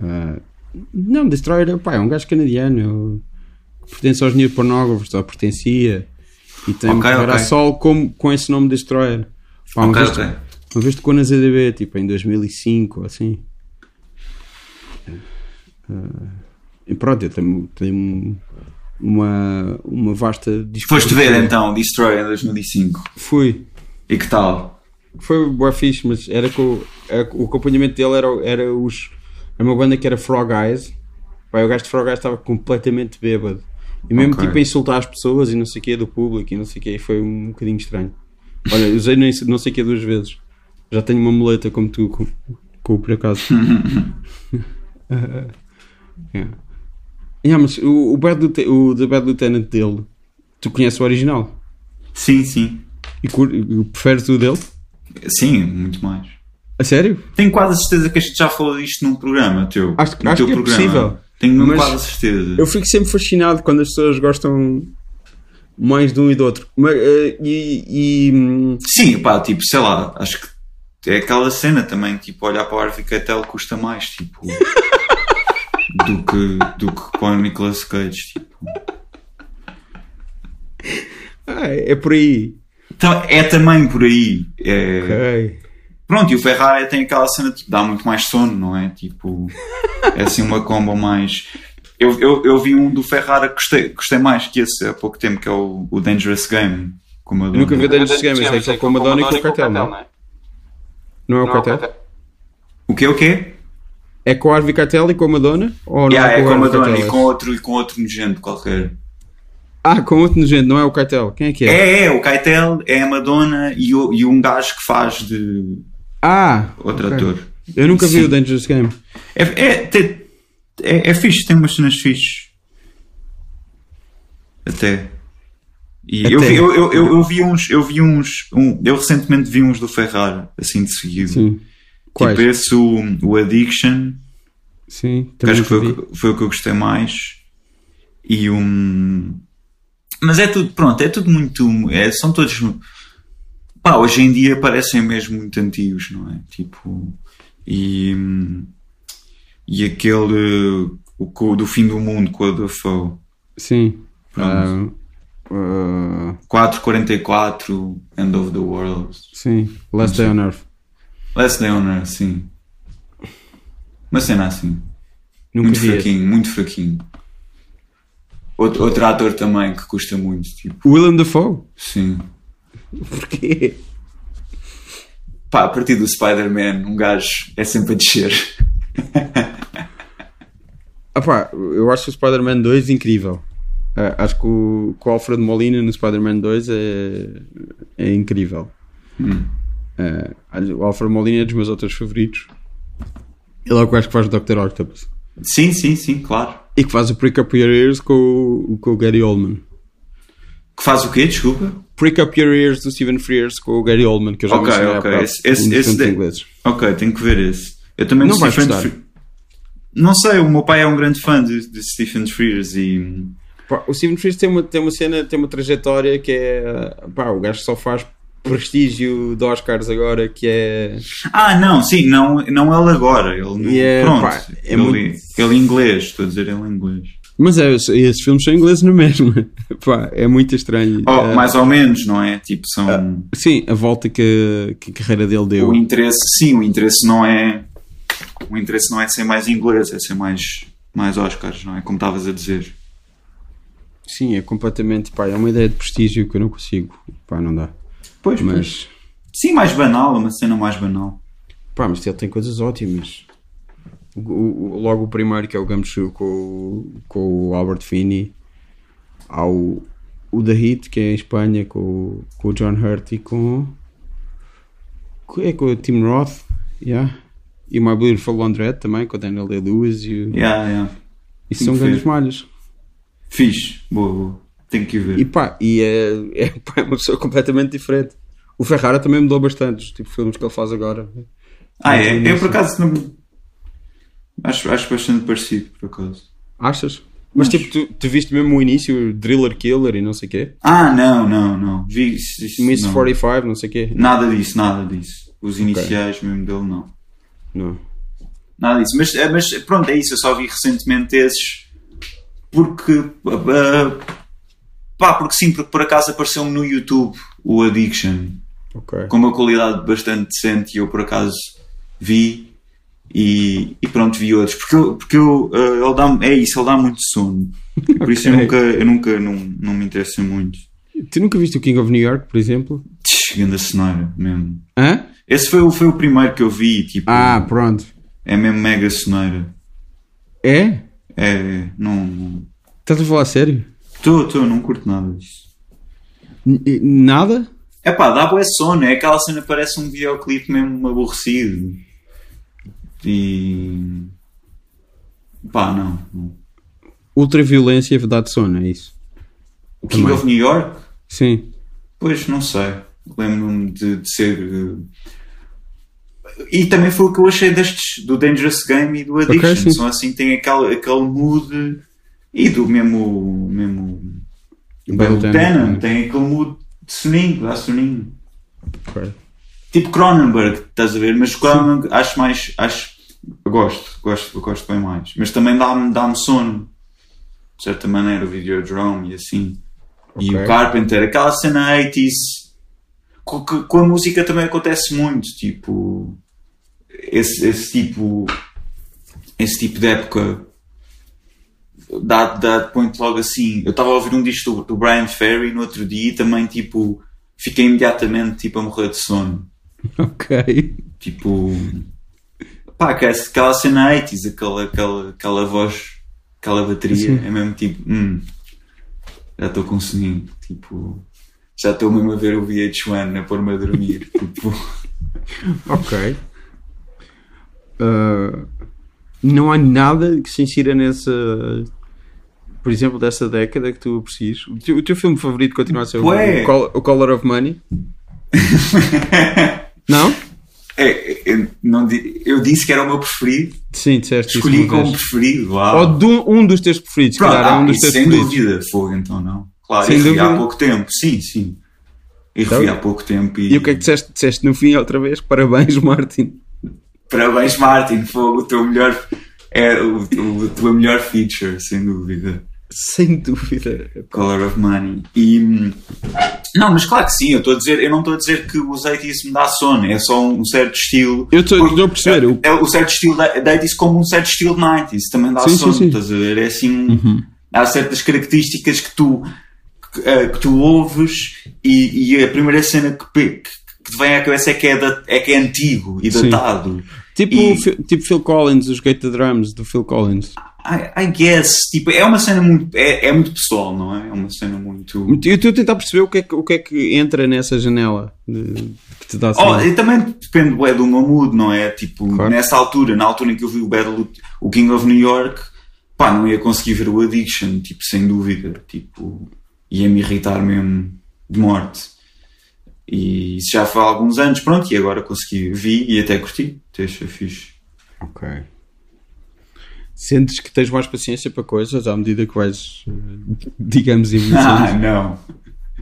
[SPEAKER 1] Ah, não, Destroyer pá, é um gajo canadiano que pertence aos New Pornographers, ou pertencia e tem
[SPEAKER 2] Ok,
[SPEAKER 1] uma carreira
[SPEAKER 2] ok.
[SPEAKER 1] a sol como, com esse nome Destroyer. Pá, um uma,
[SPEAKER 2] Ok,
[SPEAKER 1] vez,
[SPEAKER 2] ok.
[SPEAKER 1] uma vez tocou na ZDB, tipo em 2005 ou assim. Ah, e pronto, eu tenho, tenho um- uma, uma vasta
[SPEAKER 2] Foste
[SPEAKER 1] discografia.
[SPEAKER 2] ver então Destroyer em 2005.
[SPEAKER 1] Fui.
[SPEAKER 2] E que tal?
[SPEAKER 1] Foi boa fixe, mas era com, era com- o acompanhamento dele era, era os. Era uma banda que era Frog Eyes. Pá, o gajo de Frog Eyes estava completamente bêbado. E mesmo
[SPEAKER 2] Ok.
[SPEAKER 1] tipo a insultar as pessoas e não sei o que do público e não sei o que. Foi um bocadinho estranho. Olha, eu usei não sei- não sei o que duas vezes. Já tenho uma muleta como tu, com, com o por acaso. Ah, yeah. Yeah, mas o, o, Bad Lieutenant, o The Bad Lieutenant dele, tu conheces o original
[SPEAKER 2] Sim, sim.
[SPEAKER 1] e cur- e preferes o dele?
[SPEAKER 2] Sim, muito mais.
[SPEAKER 1] A sério?
[SPEAKER 2] Tenho quase certeza que a gente já falou disto num programa teu.
[SPEAKER 1] Acho que-
[SPEAKER 2] no
[SPEAKER 1] acho
[SPEAKER 2] teu
[SPEAKER 1] que é possível.
[SPEAKER 2] Tenho
[SPEAKER 1] Mas-
[SPEAKER 2] quase certeza.
[SPEAKER 1] Eu fico sempre fascinado quando as pessoas gostam mais de um e do outro. Mas, eh, e, e, hum,
[SPEAKER 2] Sim, pá, tipo, sei lá, acho que é aquela cena também, tipo, olhar para o Harvey Keitel custa mais, tipo, do que, do que para o Nicolas Cage, tipo.
[SPEAKER 1] ah, é por aí.
[SPEAKER 2] Então, é também por aí. É,
[SPEAKER 1] Ok.
[SPEAKER 2] Pronto, e o Ferrari tem aquela cena que dá muito mais sono, não é? Tipo, é assim uma combo mais. Eu, eu, eu vi um do Ferrari que gostei, gostei mais que esse há pouco tempo, que é o, o Dangerous Game. Com uma
[SPEAKER 1] Eu nunca vi
[SPEAKER 2] dona.
[SPEAKER 1] Dangerous Games, é aquele com a Madonna e com o cartel, não é? Não é o cartel?
[SPEAKER 2] O que é o quê?
[SPEAKER 1] É com a Harvey Cartel e com a Madonna? Ou não
[SPEAKER 2] Yeah, é
[SPEAKER 1] é
[SPEAKER 2] com a
[SPEAKER 1] Harvey
[SPEAKER 2] Madonna
[SPEAKER 1] Keitel?
[SPEAKER 2] e com outro, e com outro nojento qualquer.
[SPEAKER 1] Ah, com outro nojento, não é o cartel. Quem é que é?
[SPEAKER 2] É, é, o Keitel é a Madonna e, o, e um gajo que faz de
[SPEAKER 1] Ah,
[SPEAKER 2] outro
[SPEAKER 1] ok.
[SPEAKER 2] ator.
[SPEAKER 1] Eu nunca vi
[SPEAKER 2] Sim.
[SPEAKER 1] o Dangerous Game.
[SPEAKER 2] É, é, te- é, é fixe, tem umas cenas fixes. Até. E Eu,
[SPEAKER 1] Até.
[SPEAKER 2] vi, eu, eu, eu, eu vi uns, eu vi uns, um- eu recentemente vi uns do Ferrari, assim de seguido.
[SPEAKER 1] Sim. Quais?
[SPEAKER 2] Tipo esse, o, o Addiction,
[SPEAKER 1] Sim,
[SPEAKER 2] que
[SPEAKER 1] também
[SPEAKER 2] acho que foi,
[SPEAKER 1] vi.
[SPEAKER 2] o que- foi o que eu gostei mais. E um. Mas é tudo, pronto, é tudo muito. é- são todos. Pá, hoje em dia parecem mesmo muito antigos, não é? Tipo. E. hum, E aquele. O, co- do fim do mundo com a Dafoe.
[SPEAKER 1] Sim.
[SPEAKER 2] Pronto.
[SPEAKER 1] Ah, ah,
[SPEAKER 2] 444, End of the World.
[SPEAKER 1] sim, Last Day on Earth.
[SPEAKER 2] Last Day on Earth, sim. Uma cena assim.
[SPEAKER 1] Nunca
[SPEAKER 2] Muito
[SPEAKER 1] vi. esse.
[SPEAKER 2] fraquinho, muito fraquinho. Outro, outro ator também que custa muito, tipo,
[SPEAKER 1] Willem Dafoe?
[SPEAKER 2] sim.
[SPEAKER 1] Porquê?
[SPEAKER 2] Pá, a partir do Spider-Man, um gajo é sempre a descer.
[SPEAKER 1] Ah pá, eu acho o Spider-Man 2 incrível. Ah, acho que o, que o Alfred Molina no Spider-Man 2 é, é incrível.
[SPEAKER 2] Hum.
[SPEAKER 1] Ah, o Alfred Molina é dos meus outros favoritos. Ele é o que acho que faz o Dr. Octopus.
[SPEAKER 2] Sim, sim, sim, claro.
[SPEAKER 1] E que faz o Prick Up Your Ears com o, com o Gary Oldman.
[SPEAKER 2] Que faz o quê? Desculpa.
[SPEAKER 1] Prick Up Your Ears do Steven Frears com o Gary Oldman, que eu já
[SPEAKER 2] Ok,
[SPEAKER 1] mencionei há
[SPEAKER 2] ok.
[SPEAKER 1] bocado,
[SPEAKER 2] Esse- esse-
[SPEAKER 1] um dos
[SPEAKER 2] esse
[SPEAKER 1] filmes
[SPEAKER 2] de-
[SPEAKER 1] ingleses.
[SPEAKER 2] Ok, tenho que ver esse. Eu também
[SPEAKER 1] Não
[SPEAKER 2] do
[SPEAKER 1] vais
[SPEAKER 2] Stephen
[SPEAKER 1] gostar.
[SPEAKER 2] Fre- Não sei, o meu pai é um grande fã de, de Stephen Frears e.
[SPEAKER 1] Pá, o Steven Frears tem uma, tem uma cena, tem uma trajetória que é. Pá, o gajo só faz prestígio de Oscars agora, que é.
[SPEAKER 2] Ah, não, sim, não, não ele agora. Ele, não-
[SPEAKER 1] E é,
[SPEAKER 2] pronto,
[SPEAKER 1] pá, é
[SPEAKER 2] ele,
[SPEAKER 1] muito-
[SPEAKER 2] ele em inglês, estou a dizer ele em inglês.
[SPEAKER 1] Mas é, esses- esses filmes são ingleses na mesma. Pá, é muito estranho.
[SPEAKER 2] Oh,
[SPEAKER 1] É, Ah,
[SPEAKER 2] Mais ou menos, não é? Tipo, são.
[SPEAKER 1] Sim, a volta que, que a carreira dele deu.
[SPEAKER 2] o interesse, sim, o interesse não é o interesse não é ser mais inglês, é ser mais mais Oscars, não é? Como estavas a dizer.
[SPEAKER 1] Sim, é completamente. Pá, é uma ideia de prestígio que eu não consigo. Pá, não dá.
[SPEAKER 2] Pois,
[SPEAKER 1] Mas.
[SPEAKER 2] Sim, mais banal, uma cena mais banal.
[SPEAKER 1] Pá, mas ele tem coisas ótimas. O- o- o- logo o primeiro, que é o Gumshoe com, o- com o Albert Finney. Há o, o The Hit, que é em Espanha, com, o- com o John Hurt e com. com- É com o Tim Roth, yeah. e o My Beautiful Laundrette também, com o Daniel Day-Lewis. E, o-
[SPEAKER 2] Yeah, yeah.
[SPEAKER 1] e são
[SPEAKER 2] Sim,
[SPEAKER 1] grandes
[SPEAKER 2] foi.
[SPEAKER 1] malhas.
[SPEAKER 2] Fixe, boa, boa. Tenho que ir ver.
[SPEAKER 1] E pá, e é, é, pá, é uma pessoa completamente diferente. O Ferrara também mudou bastante, os tipo de filmes que ele faz agora.
[SPEAKER 2] ah, é?
[SPEAKER 1] Não,
[SPEAKER 2] Eu por acaso não. Acho, acho bastante parecido, por acaso.
[SPEAKER 1] Achas? Mas tipo, tu, tu viste mesmo o início, o Driller Killer e não sei o quê?
[SPEAKER 2] Ah, não, não, não. Vi isso. isso
[SPEAKER 1] Miss
[SPEAKER 2] não.
[SPEAKER 1] 45, não sei o quê?
[SPEAKER 2] Nada disso, nada disso. Os iniciais mesmo dele, não.
[SPEAKER 1] Não.
[SPEAKER 2] Nada disso. Mas, eh, mas pronto, é isso. Eu só vi recentemente esses porque. ah, pá, porque sim, porque por acaso apareceu-me no YouTube o Addiction
[SPEAKER 1] Ok.
[SPEAKER 2] com uma qualidade bastante decente e eu por acaso vi e, e pronto, vi outros. Porque, eu- porque eu, ah, ele dá, é isso, ele dá muito sono. E por isso eu
[SPEAKER 1] Ok.
[SPEAKER 2] nunca, eu nunca não, não me interesso muito.
[SPEAKER 1] Tu nunca viste o King of New York, por exemplo?
[SPEAKER 2] Chegando a cenoura mesmo.
[SPEAKER 1] Hã?
[SPEAKER 2] Esse foi, o- foi o primeiro que eu vi, tipo,
[SPEAKER 1] Ah, pronto.
[SPEAKER 2] é mesmo mega cenoura.
[SPEAKER 1] É?
[SPEAKER 2] É, não- não,
[SPEAKER 1] Estás a falar a sério?
[SPEAKER 2] Estou, estou, não curto nada disso.
[SPEAKER 1] N- n- nada?
[SPEAKER 2] É pá, dá boa sono, é aquela cena que parece um videoclipe mesmo aborrecido. E. pá, não. não.
[SPEAKER 1] Ultraviolência e dá sono, é isso?
[SPEAKER 2] O King
[SPEAKER 1] Também.
[SPEAKER 2] of New York?
[SPEAKER 1] Sim.
[SPEAKER 2] Pois, não sei. Lembro-me de, de ser. eh, E também foi o que eu achei destes, do Dangerous Game e do Addiction.
[SPEAKER 1] sim.
[SPEAKER 2] São assim, tem aquele, aquele mood. E do mesmo. mesmo
[SPEAKER 1] Belo
[SPEAKER 2] Belo Tenant, tem aquele mood de soninho, dá soninho.
[SPEAKER 1] Ok.
[SPEAKER 2] Tipo Cronenberg, estás a ver? Mas Cronenberg acho mais. Acho, gosto, gosto, gosto bem mais. Mas também dá-me dá sono. De certa maneira, o Videodrome e assim. E
[SPEAKER 1] Ok.
[SPEAKER 2] o Carpenter, aquela cena 80s co- que com a música também acontece muito, tipo, esse, esse tipo, esse tipo de época dá, dá ponto logo assim. Eu estava a ouvir um disco do, do Brian Ferry no outro dia e também, tipo, fiquei imediatamente, tipo, a morrer de sono.
[SPEAKER 3] Ok.
[SPEAKER 2] Tipo, pá, que é aquela cena 80s, aquela, aquela, aquela voz, aquela bateria, é mesmo tipo, hum, já estou com soninho, tipo, já estou mesmo a ver o VH1 a pôr-me a dormir, tipo,
[SPEAKER 1] Ok. Ah, não há nada que se insira nessa. Por exemplo, dessa década que tu aprecias. O teu, o teu filme favorito continua a ser o,
[SPEAKER 2] Ué.
[SPEAKER 1] o, Col- o Color of Money? não?
[SPEAKER 2] é, é, eu, não, di- eu disse que era o meu preferido,
[SPEAKER 1] Sim, disseste
[SPEAKER 2] escolhi
[SPEAKER 1] isso. uma
[SPEAKER 2] como
[SPEAKER 1] vez.
[SPEAKER 2] preferido, uau.
[SPEAKER 1] Ou de um, um dos teus preferidos, se
[SPEAKER 2] Pronto,
[SPEAKER 1] calhar é
[SPEAKER 2] ah,
[SPEAKER 1] um dos
[SPEAKER 2] isso
[SPEAKER 1] teus
[SPEAKER 2] sem
[SPEAKER 1] preferidos.
[SPEAKER 2] dúvida, fogo, então não. Claro,
[SPEAKER 1] Sem
[SPEAKER 2] eu revi há
[SPEAKER 1] dúvida.
[SPEAKER 2] pouco tempo, sim, sim. Eu revi
[SPEAKER 1] Então-
[SPEAKER 2] há pouco tempo e,
[SPEAKER 1] E o que é que disseste? Disseste no fim outra vez? Parabéns, Martin.
[SPEAKER 2] parabéns, Martin, fogo, o teu melhor é o, o, a tua melhor feature, sem dúvida.
[SPEAKER 1] Sem dúvida.
[SPEAKER 2] Color of Money. E hum, não, mas claro que sim, eu estou a dizer, eu não estou a dizer que os 80s me dá sono, é só um certo estilo.
[SPEAKER 1] Eu estou
[SPEAKER 2] Porque
[SPEAKER 1] estou a perceber. o-
[SPEAKER 2] É o certo estilo da, da 80s como um certo estilo de 90s, também dá
[SPEAKER 1] Sim,
[SPEAKER 2] sono,
[SPEAKER 1] sim, Uhum. sim.
[SPEAKER 2] estás a ver? É assim, um- há certas características que tu, que, eh, que tu ouves e, e a primeira cena que, pe- que te vem à cabeça é que é, da- é, que é antigo e
[SPEAKER 1] Sim.
[SPEAKER 2] datado.
[SPEAKER 1] Tipo,
[SPEAKER 2] E-
[SPEAKER 1] o Phil- tipo Phil Collins, os Gate the Drums do Phil Collins.
[SPEAKER 2] I, I guess, tipo, é uma cena muito, é, é muito pessoal, não é? É uma cena muito...
[SPEAKER 1] Eu estou a tentar perceber o que é que, o que, é que entra nessa janela de- que te dá assim.
[SPEAKER 2] Oh,
[SPEAKER 1] sono.
[SPEAKER 2] e também depende bué, do meu mood, não é? Tipo,
[SPEAKER 1] Claro.
[SPEAKER 2] nessa altura, na altura em que eu vi o Battle, o King of New York, pá, não ia conseguir ver o Addiction, tipo, sem dúvida. Tipo, ia-me irritar mesmo de morte. E isso já foi há alguns anos, pronto, e agora consegui, vi e até curti. Deixa fixe. é-
[SPEAKER 1] Ok. Sentes que tens mais paciência para coisas à medida que vais, eh, digamos,
[SPEAKER 2] Ah,
[SPEAKER 1] envelhecendo?
[SPEAKER 2] não.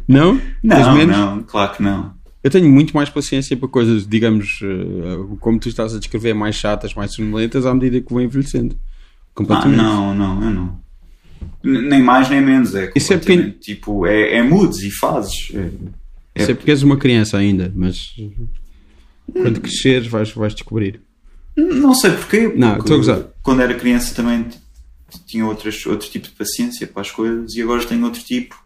[SPEAKER 1] Não? Tens
[SPEAKER 2] Não,
[SPEAKER 1] menos?
[SPEAKER 2] não, claro que não.
[SPEAKER 1] Eu tenho muito mais paciência para coisas, digamos, eh, como tu estás a descrever, mais chatas, mais sonolentas, à medida que vou envelhecendo.
[SPEAKER 2] Ah,
[SPEAKER 1] Completamente.
[SPEAKER 2] não, não, eu não. N- Nem mais nem menos, é
[SPEAKER 1] Isso é
[SPEAKER 2] completamente, tipo, é, é moods e fases. É-
[SPEAKER 1] Isso é porque és uma criança ainda, mas quando cresceres vais, vais descobrir.
[SPEAKER 2] Não sei porquê.
[SPEAKER 1] Não,
[SPEAKER 2] porque
[SPEAKER 1] estou a gozar.
[SPEAKER 2] Quando era criança também t- tinha outras, outro tipo de paciência para as coisas e agora tenho outro tipo.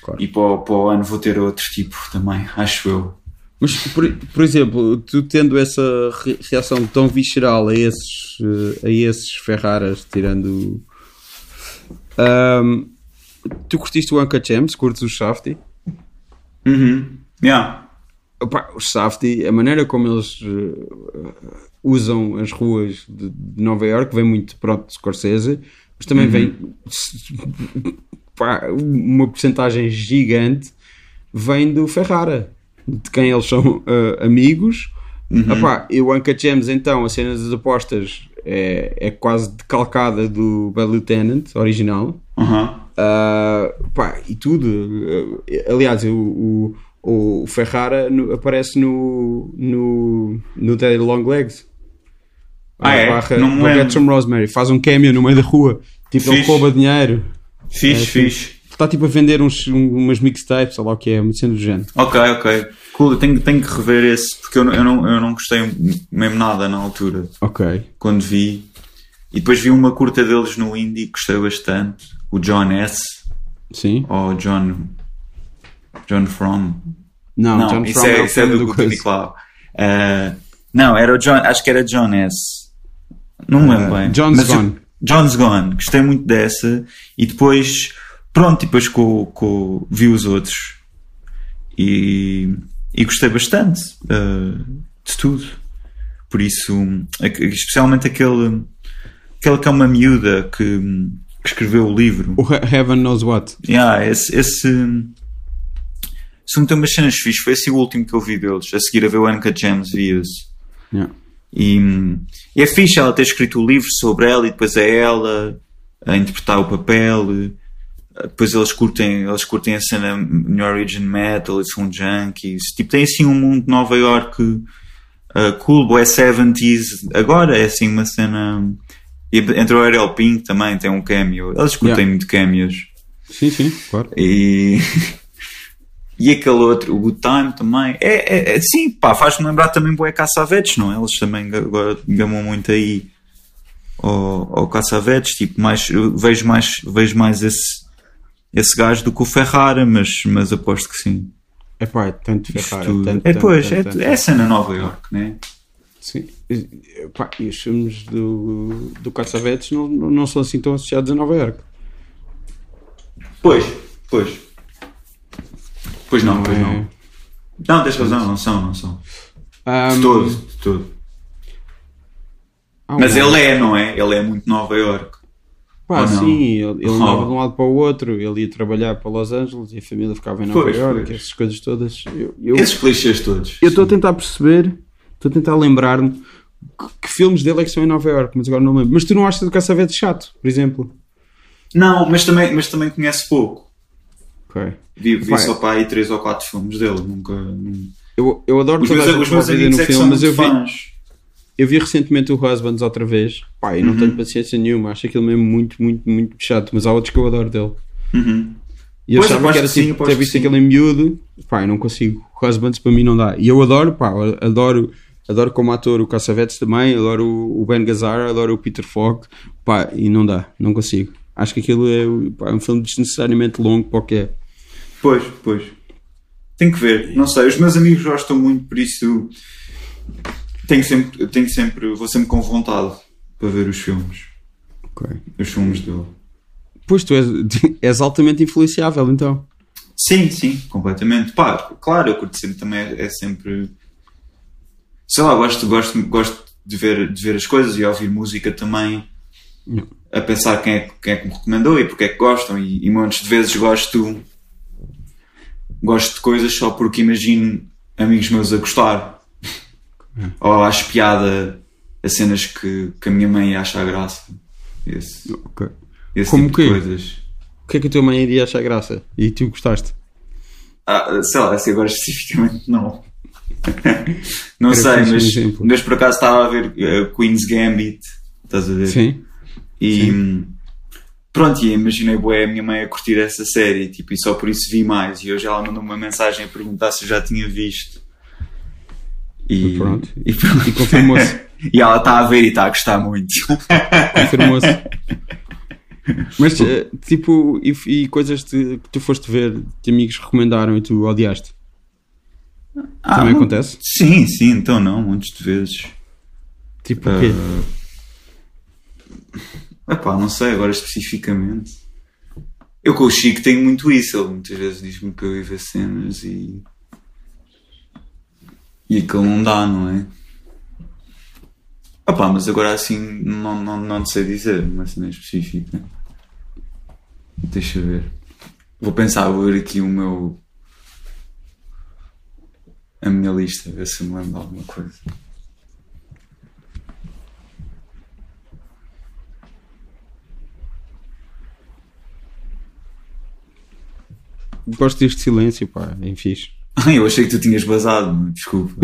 [SPEAKER 1] Claro.
[SPEAKER 2] E para, o- para o ano vou ter outro tipo também, acho eu.
[SPEAKER 1] Mas, por, por exemplo, tu tendo essa re- reação tão visceral a esses, eh, a esses Ferraras, tirando. Ahm, tu curtiste o Anka James, curtes o Shafty?
[SPEAKER 2] Uhum. Yeah.
[SPEAKER 1] Opa, o Safety, a maneira como eles eh, usam as ruas de, de Nova Iorque vem muito pronto de Scorsese, mas também vem pá, uma porcentagem gigante vem do Ferrara, de quem eles são eh, amigos. Opá, e o Anka James, então, a cena das apostas é, é quase decalcada do Bad Lieutenant original.
[SPEAKER 2] Uhum.
[SPEAKER 1] Ah, pá, e tudo. Ah, Aliás, o, o, o Ferrara no- aparece no, no, no Daddy Long Legs.
[SPEAKER 2] Ah,
[SPEAKER 1] Na
[SPEAKER 2] é?
[SPEAKER 1] barra
[SPEAKER 2] Não me
[SPEAKER 1] do
[SPEAKER 2] lembro.
[SPEAKER 1] Get Some Rosemary. Faz um cameo no meio da rua. Tipo, ele
[SPEAKER 2] Fixe.
[SPEAKER 1] rouba dinheiro.
[SPEAKER 2] Fixe,
[SPEAKER 1] É,
[SPEAKER 2] fixe.
[SPEAKER 1] Está tipo a vender uns, um- umas mixtapes, sei lá o que é, muito sendo do género.
[SPEAKER 2] Ok, ok. Cool, eu tenho, tenho que rever esse, porque eu, não- eu, não, eu não gostei mesmo nada na altura,
[SPEAKER 1] Ok.
[SPEAKER 2] quando vi. E depois vi uma curta deles no indie que gostei bastante, o John S.
[SPEAKER 1] Sim.
[SPEAKER 2] ou John. John From.
[SPEAKER 1] Não,
[SPEAKER 2] Não,
[SPEAKER 1] John
[SPEAKER 2] isso,
[SPEAKER 1] From
[SPEAKER 2] é,
[SPEAKER 1] o
[SPEAKER 2] isso é
[SPEAKER 1] filme
[SPEAKER 2] do
[SPEAKER 1] coisa.
[SPEAKER 2] Nicolau. não, era o John, acho que era John S. Não me lembro
[SPEAKER 1] Ah,
[SPEAKER 2] bem.
[SPEAKER 1] John's
[SPEAKER 2] Mas eu-
[SPEAKER 1] Gone.
[SPEAKER 2] John's Gone. Gostei muito dessa. E depois, pronto, e depois co, co, vi os outros. E, e gostei bastante ah, de tudo. Por isso, aque- especialmente aquele, aquele que é uma miúda que, que escreveu o livro.
[SPEAKER 1] O He- Heaven Knows What.
[SPEAKER 2] Yeah, esse, esse, esse não tem umas cenas fixe. Foi esse o último que eu vi deles. A seguir a ver o Anka James vi esse.
[SPEAKER 1] Yeah.
[SPEAKER 2] E, e é fixe ela ter escrito o livro sobre ela e depois é ela a interpretar o papel. Depois eles curtem, eles curtem a cena New Origin Metal e são junkies. Tipo, tem assim um mundo de Nova York cool, boé 70s. Agora é assim uma cena. E entrou o Ariel Pink também, tem um cameo. Eles curtem
[SPEAKER 1] Yeah.
[SPEAKER 2] muito cameos.
[SPEAKER 1] Sim, sim, claro.
[SPEAKER 2] E. E aquele outro, o Good Time também. É, é, é- sim, pá, faz-me lembrar também Boé Caçavetes, não? é? Eles também ga- agora gamam muito aí ao, ao Caçavetes, tipo, mais, eu vejo mais, vejo mais esse, esse gajo do que o Ferrara, mas, mas aposto que sim.
[SPEAKER 1] É pá, é tanto Ferrara.
[SPEAKER 2] Tudo.
[SPEAKER 1] tanto,
[SPEAKER 2] é,
[SPEAKER 1] tanto,
[SPEAKER 2] pois,
[SPEAKER 1] tanto,
[SPEAKER 2] é,
[SPEAKER 1] tanto.
[SPEAKER 2] é a cena Nova York, né?
[SPEAKER 1] Sim. E, Pá, e os filmes do, do Caçavetes não, não não são assim tão associados a Nova Iorque.
[SPEAKER 2] Pois, pois. Pois não, pois
[SPEAKER 1] é?
[SPEAKER 2] não. Não, tens razão, não são, não são.
[SPEAKER 1] Ahm,
[SPEAKER 2] De todo, de todo.
[SPEAKER 1] há um-
[SPEAKER 2] Mas ele é, não é? Ele é muito Nova York.
[SPEAKER 1] Pá,
[SPEAKER 2] ou não?
[SPEAKER 1] sim, ele, ele
[SPEAKER 2] Oh.
[SPEAKER 1] andava de um lado para o outro, ele ia trabalhar para Los Angeles e a família ficava em Nova
[SPEAKER 2] Pois,
[SPEAKER 1] Iorque,
[SPEAKER 2] pois.
[SPEAKER 1] essas coisas todas. Eu- eu-
[SPEAKER 2] Esses clichês todos.
[SPEAKER 1] Eu estou a tentar perceber, estou a tentar lembrar-me que, que filmes dele é que são em Nova Iorque, mas agora não lembro. Mas tu não achas do Caçavete chato, por exemplo?
[SPEAKER 2] Não, mas também, mas também conhece pouco.
[SPEAKER 1] Ok.
[SPEAKER 2] Vi, vi
[SPEAKER 1] Vai.
[SPEAKER 2] só para aí três ou quatro filmes dele. Nunca. nunca-
[SPEAKER 1] Eu, eu adoro
[SPEAKER 2] Os
[SPEAKER 1] toda
[SPEAKER 2] meus,
[SPEAKER 1] a gente
[SPEAKER 2] os meus
[SPEAKER 1] envolvida
[SPEAKER 2] amigos é que são
[SPEAKER 1] mas eu
[SPEAKER 2] muito
[SPEAKER 1] vi,
[SPEAKER 2] fãs.
[SPEAKER 1] eu vi recentemente o Husbands outra vez. Pá, e
[SPEAKER 2] Uhum.
[SPEAKER 1] não tenho paciência nenhuma, acho aquilo mesmo muito, muito, muito chato, mas há outros que eu adoro dele.
[SPEAKER 2] Uhum.
[SPEAKER 1] E eu
[SPEAKER 2] Pois,
[SPEAKER 1] achava
[SPEAKER 2] aposto
[SPEAKER 1] que era
[SPEAKER 2] que sim,
[SPEAKER 1] tipo
[SPEAKER 2] aposto
[SPEAKER 1] ter
[SPEAKER 2] que
[SPEAKER 1] visto
[SPEAKER 2] sim.
[SPEAKER 1] aquele em miúdo, pá, eu não consigo. Husbands para mim não dá. E eu adoro, pá, eu adoro, adoro como ator o Cassavetes também, adoro o o Ben Gazzara, adoro o Peter Falk, pá, e não dá, não consigo. Acho que aquilo é pá, um filme desnecessariamente longo para o que é.
[SPEAKER 2] Pois, pois. Tem que ver. Não sei. Os meus amigos gostam muito, por isso. Tenho sempre, eu tenho sempre. Vou sempre com vontade para ver os filmes. Os filmes dele.
[SPEAKER 1] Pois tu és, és altamente influenciável, então.
[SPEAKER 2] Sim, sim, completamente. Pá, claro, eu curto sempre também, é, é sempre. Sei lá, gosto, gosto, gosto de, ver, de ver as coisas e ouvir música também,
[SPEAKER 1] Não.
[SPEAKER 2] a pensar quem é, que- quem é que me recomendou e porque é que gostam. E, e montes de vezes gosto, gosto de coisas só porque imagino amigos meus a gostar ou acho piada a cenas que, que a minha mãe acha a graça. Esse,
[SPEAKER 1] Ok.
[SPEAKER 2] esse
[SPEAKER 1] Como
[SPEAKER 2] tipo de
[SPEAKER 1] quê?
[SPEAKER 2] coisas.
[SPEAKER 1] O que é que a tua mãe iria achar graça? E tu gostaste?
[SPEAKER 2] Ah, sei lá, assim agora especificamente não. não
[SPEAKER 1] Quero
[SPEAKER 2] sei,
[SPEAKER 1] que seja um
[SPEAKER 2] mas,
[SPEAKER 1] exemplo.
[SPEAKER 2] mas por acaso estava a ver eh, Queen's Gambit, estás a ver?
[SPEAKER 1] Sim.
[SPEAKER 2] E hum, pronto, e imaginei bué, a minha mãe a curtir essa série, tipo, e só por isso vi mais. E hoje ela mandou uma mensagem a perguntar se eu já tinha visto. E,
[SPEAKER 1] E pronto.
[SPEAKER 2] E, pronto.
[SPEAKER 1] E confirmou-se.
[SPEAKER 2] E ela está a ver e está a gostar muito.
[SPEAKER 1] Confirmou-se. Mas, eh, tipo, e, e coisas te- que tu foste ver, que amigos recomendaram e tu odiaste?
[SPEAKER 2] Ah,
[SPEAKER 1] Também
[SPEAKER 2] não-
[SPEAKER 1] acontece?
[SPEAKER 2] Sim, sim, então não, montes de vezes.
[SPEAKER 1] Tipo, o quê?
[SPEAKER 2] Ah, Epá, não sei agora especificamente. Eu com o Chico tenho muito isso. Ele muitas vezes diz-me para eu ir ver cenas e. E aquilo não dá, não é? Epá, mas agora assim não, não, não te sei dizer uma cena específica. Deixa eu ver. Vou pensar, vou ver aqui o meu. A minha lista, ver se me lembro de alguma coisa.
[SPEAKER 1] Eh, Gosto deste silêncio, pá, é fixe.
[SPEAKER 2] Ai, eu achei que tu tinhas basado, mano, desculpa.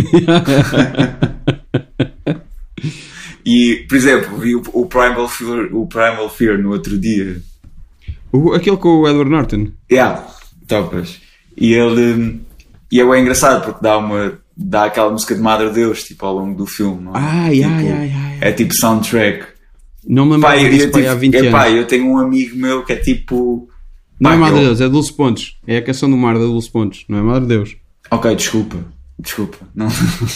[SPEAKER 2] e, por exemplo, vi o, o Primal Fear, o Primal Fear no outro dia.
[SPEAKER 1] O, aquele com o Edward Norton.
[SPEAKER 2] Yeah, topas. E ele. hum, E é bem engraçado porque dá uma. dá aquela música de Madre Deus, tipo, ao longo do filme. não é?
[SPEAKER 1] Ah, yeah,
[SPEAKER 2] Tipo,
[SPEAKER 1] yeah, yeah, yeah.
[SPEAKER 2] É tipo soundtrack.
[SPEAKER 1] Não me lembro
[SPEAKER 2] Pai, eu,
[SPEAKER 1] disso,
[SPEAKER 2] eu
[SPEAKER 1] pá,
[SPEAKER 2] tive-
[SPEAKER 1] há 20 anos.
[SPEAKER 2] epá, eu tenho um amigo meu que é tipo.
[SPEAKER 1] não é
[SPEAKER 2] pá,
[SPEAKER 1] Madre
[SPEAKER 2] eu-
[SPEAKER 1] Deus, é Dulce Pontes. É a canção do mar da Dulce Pontes, não é Madre Deus.
[SPEAKER 2] Ok, desculpa. Desculpa. Não.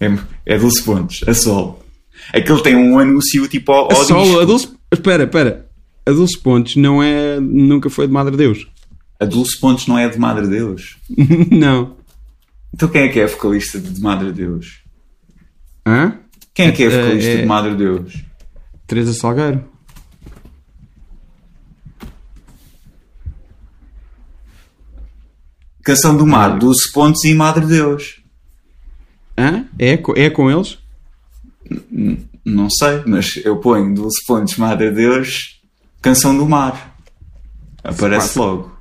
[SPEAKER 2] é, é 12 pontos. A Sol. Aquele tem um anúncio tipo ao,
[SPEAKER 1] A
[SPEAKER 2] ao
[SPEAKER 1] solo,
[SPEAKER 2] disco.
[SPEAKER 1] É a Dulce... Espera, espera. A Dulce Pontes não é... Nunca foi de Madre Deus.
[SPEAKER 2] A 12 pontos não é de Madre Deus.
[SPEAKER 1] não.
[SPEAKER 2] Então quem é que é a vocalista de Madre Deus?
[SPEAKER 1] Hã?
[SPEAKER 2] Quem é que é a vocalista
[SPEAKER 1] É- é-
[SPEAKER 2] de Madre Deus?
[SPEAKER 1] Teresa Salgueiro.
[SPEAKER 2] Canção do
[SPEAKER 1] É.
[SPEAKER 2] Mar, 12 pontos e Madre Deus.
[SPEAKER 1] Hã? É, co- é com eles?
[SPEAKER 2] Não sei, mas eu ponho 12 pontos Madre Deus, Canção do Mar. Aparece
[SPEAKER 1] Passa.
[SPEAKER 2] logo.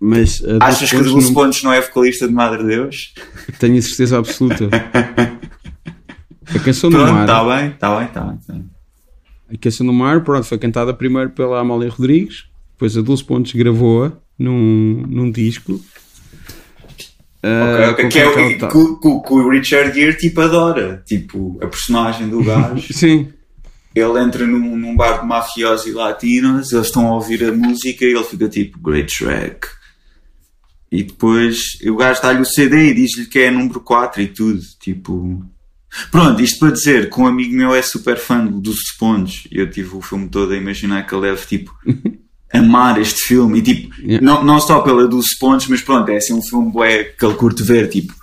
[SPEAKER 1] Mas eh, a Dulce
[SPEAKER 2] Achas que a
[SPEAKER 1] Pontes
[SPEAKER 2] 12
[SPEAKER 1] não-
[SPEAKER 2] pontos não é vocalista de Madre Deus?
[SPEAKER 1] Tenho a certeza absoluta. A canção do
[SPEAKER 2] Pronto,
[SPEAKER 1] mar.
[SPEAKER 2] está bem, está bem, está bem. tá bem.
[SPEAKER 1] A canção do mar, pronto, foi cantada primeiro pela Amália Rodrigues, depois a Dulce Pontes gravou-a num, num disco.
[SPEAKER 2] Ok,
[SPEAKER 1] Ah,
[SPEAKER 2] ok,
[SPEAKER 1] com
[SPEAKER 2] que, é,
[SPEAKER 1] quem ela
[SPEAKER 2] o-
[SPEAKER 1] tá-
[SPEAKER 2] que, o- que o- que o Richard Gere tipo adora. Tipo, a personagem do gajo.
[SPEAKER 1] Sim,
[SPEAKER 2] ele entra num, num bar de mafiosos e latinos, eles estão a ouvir a música e ele fica tipo, great track. E depois o gajo dá-lhe o CD e diz-lhe que é número 4 e tudo. Tipo. Pronto, isto para dizer que um amigo meu é super fã dos Sponges e eu tive o filme todo a imaginar que ele deve tipo. Amar este filme e tipo,
[SPEAKER 1] Yeah.
[SPEAKER 2] não, não só pela dos Sponges, mas pronto, é assim um filme bué que ele curte ver, tipo,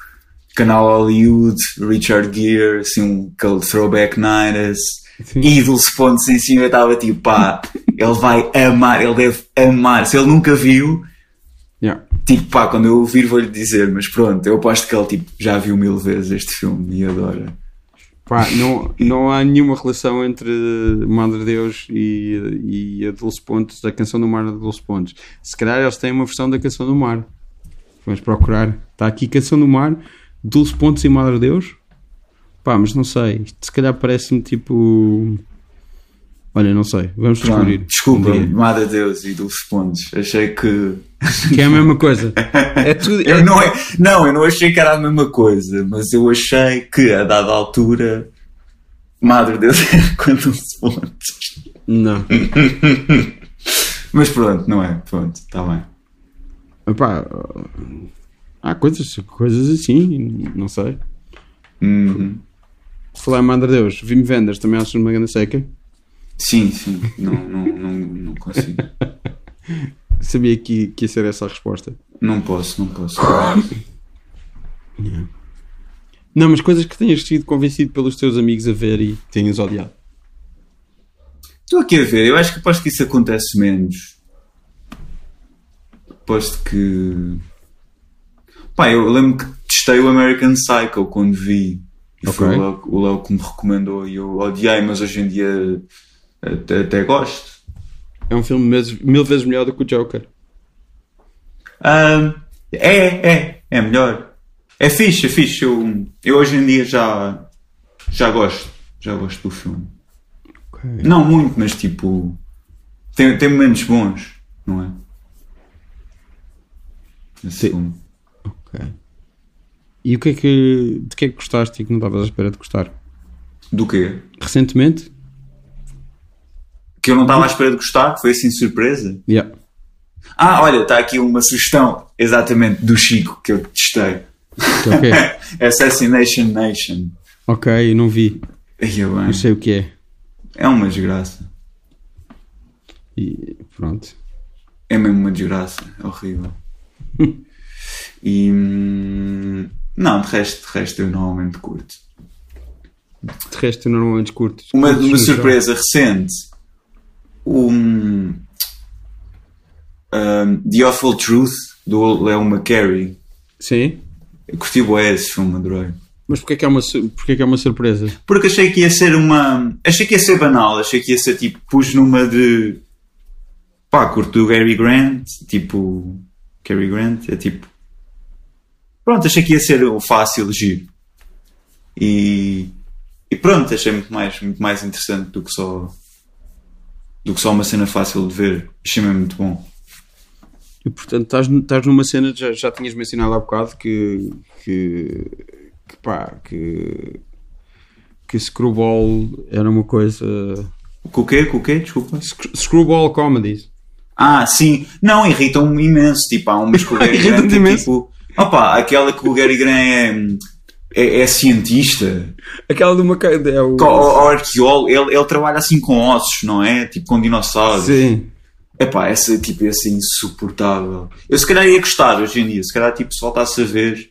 [SPEAKER 2] canal Hollywood, Richard Gere, assim, um, aquele throwback nights,
[SPEAKER 1] Sim.
[SPEAKER 2] Ídolos pontos em cima, eu estava tipo, pá, ele vai amar, ele deve amar. Se ele nunca viu,
[SPEAKER 1] yeah.
[SPEAKER 2] tipo, pá, quando eu ouvir vou-lhe dizer, mas pronto, eu aposto que ele tipo, já viu mil vezes este filme e adora.
[SPEAKER 1] Pá, não, não há nenhuma relação entre Madre Deus e, e a Dulce Pontes, a canção do mar da Dulce Pontes. Se calhar eles têm uma versão da canção do mar. Vamos procurar. Está aqui canção do mar, Dulce Pontes e Madre Deus. Pá, mas não sei. Isto se calhar parece-me tipo. Olha, não sei. Vamos descobrir.
[SPEAKER 2] Pronto, desculpa,
[SPEAKER 1] Um dia.
[SPEAKER 2] amada Deus, Ídolos pontos. Achei que.
[SPEAKER 1] Que é a mesma coisa. É tudo.
[SPEAKER 2] Eu não, não, eu não achei que era a mesma coisa, mas eu achei que a dada altura. Madre Deus era quando se pontos.
[SPEAKER 1] Não.
[SPEAKER 2] Mas pronto, não é? Pronto, está bem.
[SPEAKER 1] Epá, há coisas, coisas assim, não sei.
[SPEAKER 2] Uhum.
[SPEAKER 1] Falar em Madre Deus, Vim Vendas, também achas uma grande seca?
[SPEAKER 2] Sim, sim, não, não, não, não consigo.
[SPEAKER 1] Sabia que, que ia ser essa a resposta.
[SPEAKER 2] Não posso, não posso.
[SPEAKER 1] Não, mas coisas que tenhas sido convencido pelos teus amigos a ver e tenhas odiado.
[SPEAKER 2] Estou aqui a ver, eu acho que aposto que isso acontece menos. Aposto que. Pá, eu lembro que testei o American Psycho quando vi. E
[SPEAKER 1] Ok.
[SPEAKER 2] foi o Léo- o Léo que me recomendou e eu odiei, mas hoje em dia até, até gosto.
[SPEAKER 1] É um filme mes- mil vezes melhor do que o Joker.
[SPEAKER 2] Ah, é, é, é melhor. É fixe, é fixe. Eu, eu hoje em dia já, já gosto. Já gosto do filme. Não muito, mas tipo. Tem, tem momentos bons, não é? Esse filme.
[SPEAKER 1] Ok. E o que é que. de que é que gostaste e que não estavas à espera de gostar?
[SPEAKER 2] Do quê?
[SPEAKER 1] Recentemente?
[SPEAKER 2] Que eu não estava à espera de gostar, que foi assim surpresa.
[SPEAKER 1] Yeah.
[SPEAKER 2] Ah, olha, está aqui uma sugestão, exatamente, do Chico, que eu testei.
[SPEAKER 1] Ok.
[SPEAKER 2] Assassination Nation.
[SPEAKER 1] ok, não vi.
[SPEAKER 2] Ia
[SPEAKER 1] Não
[SPEAKER 2] bem.
[SPEAKER 1] sei o que é.
[SPEAKER 2] É uma desgraça.
[SPEAKER 1] E pronto.
[SPEAKER 2] É mesmo uma desgraça, é horrível. e hum, não, de resto, de resto eu normalmente curto.
[SPEAKER 1] De resto, eu normalmente curto.
[SPEAKER 2] Uma,
[SPEAKER 1] Curto
[SPEAKER 2] uma
[SPEAKER 1] os jogos.
[SPEAKER 2] surpresa recente. Um, um, The Awful Truth do Leo McCarey.
[SPEAKER 1] Sim.
[SPEAKER 2] Eu curti bué esse filme, adorei.
[SPEAKER 1] Mas porquê que é uma, su- porquê que é uma surpresa?
[SPEAKER 2] Porque achei que ia ser uma. Achei que ia ser banal, achei que ia ser tipo. Pus numa de. Pá, curto do Gary Grant, tipo. Gary Grant, é tipo. Pronto, achei que ia ser o fácil, giro. E. E pronto, achei muito mais, muito mais interessante do que só. do que só uma cena fácil de ver. Achei mesmo muito bom.
[SPEAKER 1] E portanto estás, nu- estás numa cena, já, já tinhas mencionado há bocado que, que, que pá, que, que screwball era uma coisa.
[SPEAKER 2] Com o quê? Com o quê? Desculpa.
[SPEAKER 1] Scr- Screwball comedies.
[SPEAKER 2] Ah, sim. Não, irritam-me imenso. Tipo, há umas que o Gary
[SPEAKER 1] Irritam-te
[SPEAKER 2] Grant é
[SPEAKER 1] imenso?
[SPEAKER 2] tipo... Opa, aquela que o Gary Grant é, é, é cientista
[SPEAKER 1] Aquela de uma ca- é o
[SPEAKER 2] co- ou, ou arqueólogo, ele, ele trabalha assim com ossos, não é? Tipo, com dinossauros.
[SPEAKER 1] Sim.
[SPEAKER 2] Epá, essa tipo, essa é insuportável. Eu se calhar ia gostar hoje em dia. Se calhar, tipo, se voltasse a ver...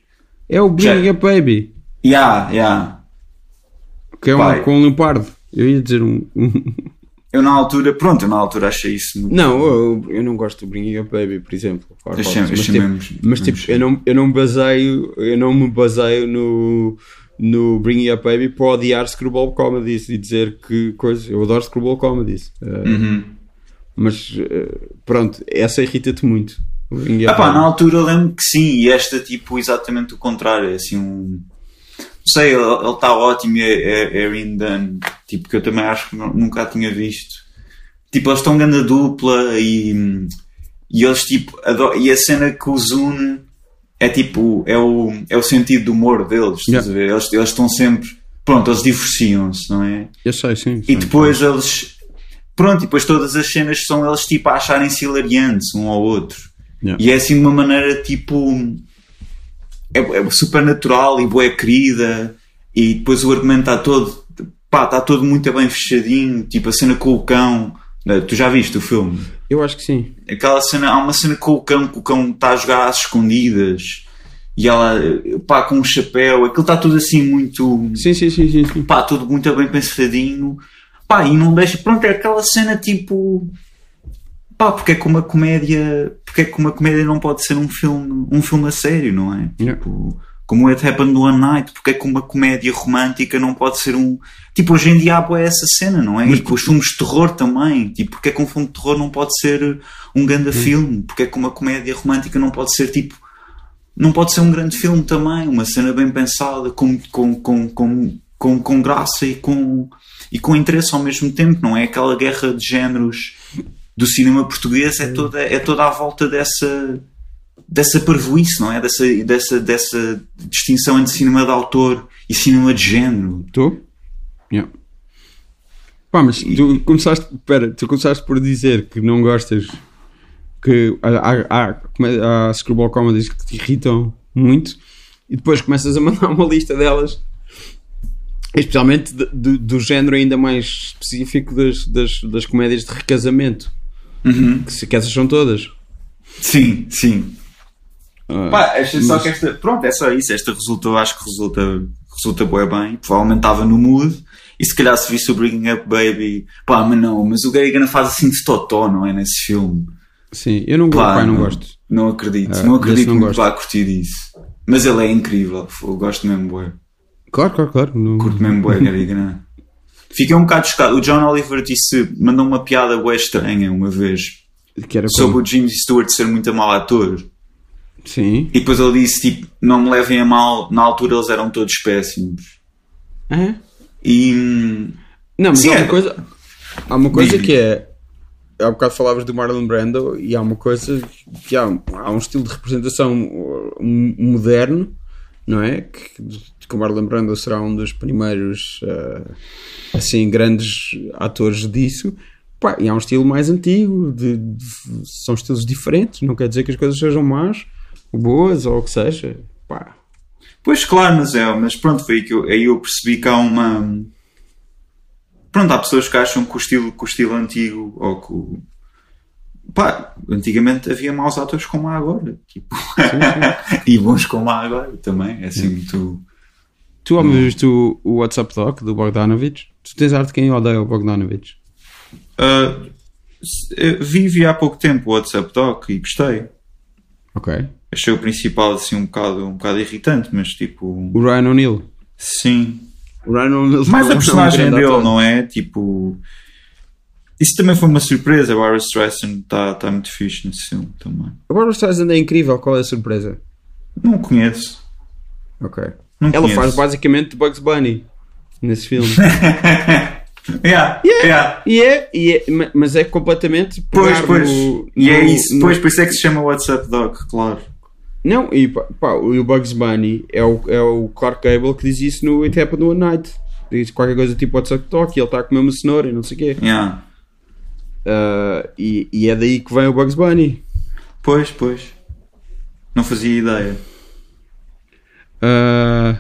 [SPEAKER 1] É o Bring
[SPEAKER 2] Já-
[SPEAKER 1] a Baby,
[SPEAKER 2] Ya, ya.
[SPEAKER 1] que é uma,
[SPEAKER 2] Pai.
[SPEAKER 1] com um leopardo. Eu ia dizer um. um-
[SPEAKER 2] Eu na altura... Pronto, eu na altura achei isso muito...
[SPEAKER 1] Não, eu, eu não gosto do Bring a Baby, por exemplo. Claro, claro,
[SPEAKER 2] Eu chamo- eu
[SPEAKER 1] mas
[SPEAKER 2] chamo
[SPEAKER 1] tipo,
[SPEAKER 2] mesmo-
[SPEAKER 1] mas,
[SPEAKER 2] mesmo
[SPEAKER 1] tipo, eu não, eu não baseio, eu não me baseio no, no Bring It Up Baby para odiar Screwball Comedies e dizer que coisa. Eu adoro Screwball Comedies. Eh,
[SPEAKER 2] Uhum.
[SPEAKER 1] Mas eh, pronto, essa irrita-te muito. o Bring It Up
[SPEAKER 2] Epá,
[SPEAKER 1] Baby.
[SPEAKER 2] É na altura eu lembro que sim, e esta tipo exatamente o contrário, é assim um. Não sei, ele está ótimo e é, é, é Erin Dunn, tipo, que eu também acho que nu- nunca a tinha visto. Tipo, eles estão grande dupla e, E eles tipo. ador- E a cena que os une é tipo. É o, é o sentido do humor deles, estás
[SPEAKER 1] Yeah.
[SPEAKER 2] a ver? Eles eles estão sempre. Pronto, eles divorciam-se, não é?
[SPEAKER 1] Eu sei, sim.
[SPEAKER 2] E depois eles. Pronto, e depois todas as cenas são eles tipo a acharem-se hilariantes um ao outro.
[SPEAKER 1] Yeah.
[SPEAKER 2] E é assim de uma maneira tipo. É, é super natural e boa querida. E depois o argumento está todo. Pá, está todo muito bem fechadinho. Tipo a cena com o cão. né, Tu já viste o filme?
[SPEAKER 1] Eu acho que sim.
[SPEAKER 2] Aquela cena. Há uma cena com o cão que o cão está a jogar às escondidas. E ela. Pá, com um chapéu. Aquilo está tudo assim muito
[SPEAKER 1] Sim, sim, sim, sim. sim.
[SPEAKER 2] pá, tudo muito bem pensadinho, pá, e não deixa, pronto, é aquela cena tipo, pá, porque é que uma comédia, porque é que uma comédia não pode ser um filme, um filme a sério, não é?
[SPEAKER 1] Yeah.
[SPEAKER 2] Tipo, como It Happened One Night, porque é que uma comédia romântica não pode ser um, tipo, hoje em dia há bué essa cena, não é? e com os filmes de terror também, tipo, porque é que um filme de terror não pode ser um grande filme, porque é que uma comédia romântica não pode ser, tipo, não pode ser um grande filme também, uma cena bem pensada, com, com, com, com, com, com graça e com, e com interesse ao mesmo tempo, não é? Aquela guerra de géneros do cinema português é toda, é toda à volta dessa dessa parvoíce, não é? Dessa, dessa, dessa distinção entre cinema de autor e cinema de género.
[SPEAKER 1] Estou? Yeah. Pá, mas tu começaste, pera, tu começaste por dizer que não gostas que há, há, há, come- há screwball comedies que te irritam muito e depois começas a mandar uma lista delas especialmente de- do, do género ainda mais específico das, das, das comédias de recasamento
[SPEAKER 2] Uhum.
[SPEAKER 1] que, se- que essas são todas
[SPEAKER 2] Sim, sim.
[SPEAKER 1] Ah,
[SPEAKER 2] Pá, achei só
[SPEAKER 1] mas-
[SPEAKER 2] que esta. Pronto, é só isso. Esta resultou, acho que resulta, resulta bué bem. Provavelmente estava no mood. E se calhar se visse o Bringing Up Baby. Pá, mas não, mas o Gary Gana faz assim de totó, não é? Nesse filme.
[SPEAKER 1] sim, eu não, go-
[SPEAKER 2] Pá,
[SPEAKER 1] pá, não gosto
[SPEAKER 2] Não acredito.
[SPEAKER 1] Ah,
[SPEAKER 2] não acredito
[SPEAKER 1] desse não
[SPEAKER 2] muito
[SPEAKER 1] gosto.
[SPEAKER 2] vá curtir isso. Mas ele é incrível. fogo, Eu gosto mesmo, bué.
[SPEAKER 1] claro, claro, claro não-
[SPEAKER 2] Curto mesmo, bué, Gary Gana. Fiquei um bocado chocado. O John Oliver disse, mandou uma piada bué estranha uma vez.
[SPEAKER 1] que era
[SPEAKER 2] Sobre
[SPEAKER 1] como-
[SPEAKER 2] o James Stewart ser muito mau ator.
[SPEAKER 1] sim
[SPEAKER 2] E depois ele disse, tipo, não me levem a mal, na altura eles eram todos péssimos.
[SPEAKER 1] Hã?
[SPEAKER 2] E hum,
[SPEAKER 1] Não, mas
[SPEAKER 2] Sim,
[SPEAKER 1] há
[SPEAKER 2] é.
[SPEAKER 1] uma coisa. Há uma coisa
[SPEAKER 2] Diz-me.
[SPEAKER 1] que é. Há bocado falavas do Marlon Brando e há uma coisa que há, há um estilo de representação uh, moderno, não é? Que, que o Marlon Brando será um dos primeiros uh, assim grandes atores disso. Pá, e há um estilo mais antigo, de- de- são estilos diferentes, não quer dizer que as coisas sejam más, ou boas ou o que seja. Pá,
[SPEAKER 2] pois claro, mas é, mas pronto, foi aí que eu, aí eu percebi que há uma. Pronto, há pessoas que acham que o estilo, que o estilo antigo ou que o. Pá, antigamente havia maus atores como há agora. Tipo. e bons como há agora também. É assim muito.
[SPEAKER 1] Tu ao menos viste o, o WhatsApp Doc do Bogdanovich? Tu tens arte de quem odeia o Bogdanovich?
[SPEAKER 2] Ah, se- eh, vi, vi há pouco tempo o WhatsApp Doc e gostei.
[SPEAKER 1] Ok.
[SPEAKER 2] Achei o principal assim um bocado, um bocado irritante, mas tipo.
[SPEAKER 1] O Ryan O'Neill.
[SPEAKER 2] Sim.
[SPEAKER 1] O Ryan é O'Neill.
[SPEAKER 2] Mais a personagem dele, não é? Tipo. Isso também foi uma surpresa. A Barbara Streisand está tá muito fixe nesse filme também.
[SPEAKER 1] A Barbara Streisand é incrível, qual é a surpresa?
[SPEAKER 2] Não conheço.
[SPEAKER 1] Ok.
[SPEAKER 2] Não
[SPEAKER 1] Ela
[SPEAKER 2] conheço.
[SPEAKER 1] faz basicamente Bugs Bunny nesse filme.
[SPEAKER 2] Yeah,
[SPEAKER 1] Yeah.
[SPEAKER 2] yeah.
[SPEAKER 1] e é, e é, ma- mas é completamente.
[SPEAKER 2] Pois,
[SPEAKER 1] pegar
[SPEAKER 2] pois.
[SPEAKER 1] no-
[SPEAKER 2] e é
[SPEAKER 1] no-
[SPEAKER 2] isso.
[SPEAKER 1] no-
[SPEAKER 2] Pois, por isso é que se chama WhatsApp Doc, claro.
[SPEAKER 1] Não, e pá, pá, o Bugs Bunny é o, é o Clark Gable que diz isso no It Happened One Night. Diz qualquer coisa tipo WhatsApp Talk e ele está a comer uma cenoura e não sei o quê.
[SPEAKER 2] Yeah.
[SPEAKER 1] Ah, e, e é daí que vem o Bugs Bunny.
[SPEAKER 2] Pois, pois. Não fazia ideia.
[SPEAKER 1] Ah,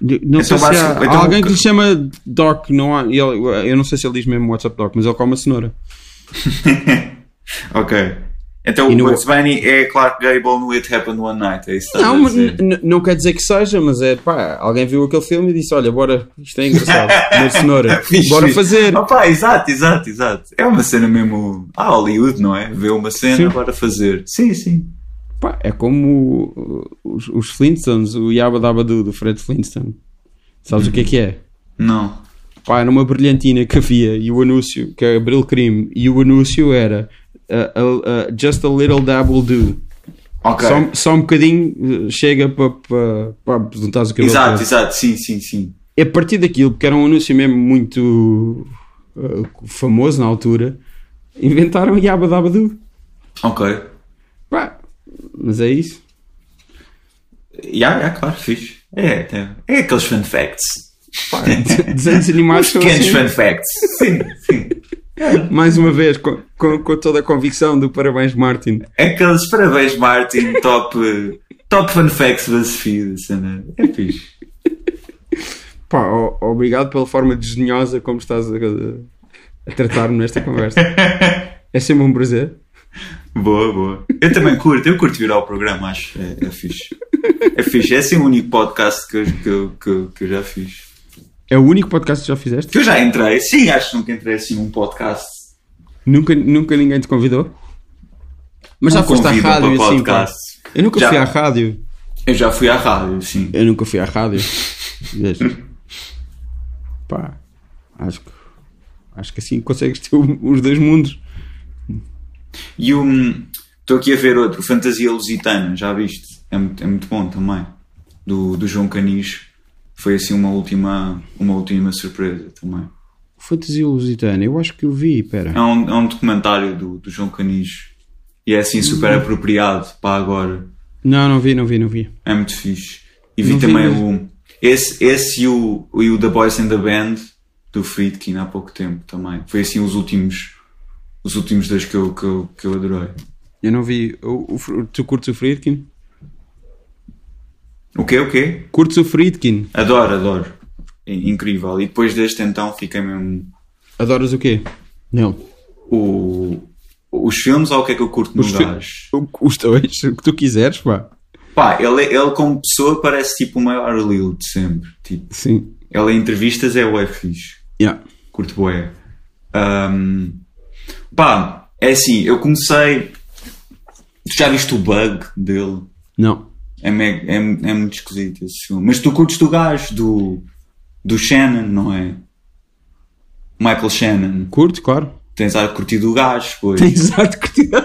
[SPEAKER 1] não
[SPEAKER 2] É só
[SPEAKER 1] sei se há,
[SPEAKER 2] básico-
[SPEAKER 1] há
[SPEAKER 2] então-
[SPEAKER 1] alguém que lhe chama Doc, não há, ele- eu não sei se ele diz mesmo WhatsApp Doc, mas ele come a cenoura.
[SPEAKER 2] Ok. Então
[SPEAKER 1] E
[SPEAKER 2] o
[SPEAKER 1] no-
[SPEAKER 2] Bugs Bunny é Clark Gable no It Happened One Night. É isso que estás
[SPEAKER 1] Não,
[SPEAKER 2] a
[SPEAKER 1] mas
[SPEAKER 2] dizer.
[SPEAKER 1] n- n- não quer dizer que seja, mas é pá, alguém viu aquele filme e disse: Olha, bora, isto é engraçado, comer cenoura,
[SPEAKER 2] É Fixe,
[SPEAKER 1] bora
[SPEAKER 2] fixe.
[SPEAKER 1] fazer.
[SPEAKER 2] Opa, exato, exato, exato. É uma cena mesmo. Ah, Hollywood, não é? Vê uma cena,
[SPEAKER 1] Sim.
[SPEAKER 2] bora fazer. Sim, sim.
[SPEAKER 1] Pá, é como o- os, os Flintstones, o Yabba Dabba Doo, do Fred Flintstone. Sabes o que é que é?
[SPEAKER 2] Não.
[SPEAKER 1] Pá, era uma brilhantina que havia e o anúncio, que é Abril Crime, e o anúncio era ah, ah, ah, Just a Little Dab Will Do.
[SPEAKER 2] Ok.
[SPEAKER 1] Só, só um bocadinho eh, chega para pa, pa, juntares o cabelo.
[SPEAKER 2] Exato,
[SPEAKER 1] todo.
[SPEAKER 2] exato, sim, sim, sim.
[SPEAKER 1] E a partir daquilo, porque era um anúncio mesmo muito eh, famoso na altura, inventaram Yabba Dabba Doo.
[SPEAKER 2] Ok.
[SPEAKER 1] Pá, mas é isso.
[SPEAKER 2] Yeah, yeah, claro, fixe. É, é, é aqueles fun facts.
[SPEAKER 1] Pá, é desenhos animados
[SPEAKER 2] Os
[SPEAKER 1] são
[SPEAKER 2] pequenos
[SPEAKER 1] assim.
[SPEAKER 2] fun facts. Sim, sim.
[SPEAKER 1] Mais uma vez, com, com- com toda a convicção do parabéns, Martin.
[SPEAKER 2] Aqueles parabéns, Martin, top, top fun facts BuzzFeed. essa merda. É fixe.
[SPEAKER 1] Pá, o- obrigado pela forma desdenhosa como estás a, a- a tratar-me nesta conversa. É sempre um prazer.
[SPEAKER 2] Boa, boa. Eu também curto, eu curto virar o programa, acho. É, é fixe. É fixe. É assim o único podcast que, eu- que, eu- que, eu- que eu já fiz.
[SPEAKER 1] É o único podcast que já fizeste?
[SPEAKER 2] Que eu já entrei. Sim, acho que nunca entrei assim num podcast.
[SPEAKER 1] Nunca, nunca ninguém te convidou? Mas já
[SPEAKER 2] Um
[SPEAKER 1] foste à
[SPEAKER 2] convite
[SPEAKER 1] rádio
[SPEAKER 2] para
[SPEAKER 1] assim, pá.
[SPEAKER 2] podcast.
[SPEAKER 1] Eu nunca
[SPEAKER 2] Já.
[SPEAKER 1] fui à rádio.
[SPEAKER 2] Eu já fui à rádio, sim.
[SPEAKER 1] Eu nunca fui à rádio. Vês? Pá, acho que, acho que assim consegues ter o- os dois mundos.
[SPEAKER 2] E o. Estou aqui a ver outro, Fantasia Lusitana, já viste? É muito, é muito bom também. Do, do João Canis. Foi assim uma última, uma última surpresa também.
[SPEAKER 1] Fantasia Lusitana, eu acho que eu vi, pera.
[SPEAKER 2] É um, é um documentário do, do João Canis. E é assim super
[SPEAKER 1] Hum.
[SPEAKER 2] apropriado para agora.
[SPEAKER 1] Não, não vi, não vi, não vi.
[SPEAKER 2] É muito fixe. E vi
[SPEAKER 1] Não vi
[SPEAKER 2] também
[SPEAKER 1] mesmo.
[SPEAKER 2] o. Esse, esse e, o, e o The Boys and the Band do Friedkin há pouco tempo também. Foi assim os últimos. Os últimos dois que eu, que eu, que eu adorei.
[SPEAKER 1] Eu não vi. O, o Fr- tu curtes o Friedkin?
[SPEAKER 2] O quê? O quê?
[SPEAKER 1] Curtes o Friedkin?
[SPEAKER 2] Adoro, adoro. In- Incrível. E depois deste então fiquei mesmo.
[SPEAKER 1] Adoras o quê? Não.
[SPEAKER 2] O, os filmes ou o que é que eu curto no
[SPEAKER 1] Os fi-
[SPEAKER 2] gajo?
[SPEAKER 1] O- Os dois, o que tu quiseres, pá.
[SPEAKER 2] Pá, ele, ele como pessoa parece tipo o maior Lil de sempre. Tipo,
[SPEAKER 1] Sim.
[SPEAKER 2] ele em entrevistas é o fixe.
[SPEAKER 1] Yeah.
[SPEAKER 2] Curto boé. pá, é assim, eu comecei. Tu já viste o bug dele?
[SPEAKER 1] Não.
[SPEAKER 2] É, mega- é, é muito esquisito esse filme. Mas tu curtes do gajo, do, do Shannon, não é? Michael Shannon.
[SPEAKER 1] Curto, claro.
[SPEAKER 2] Tens a curtir do gajo, pois.
[SPEAKER 1] Exato, curtido.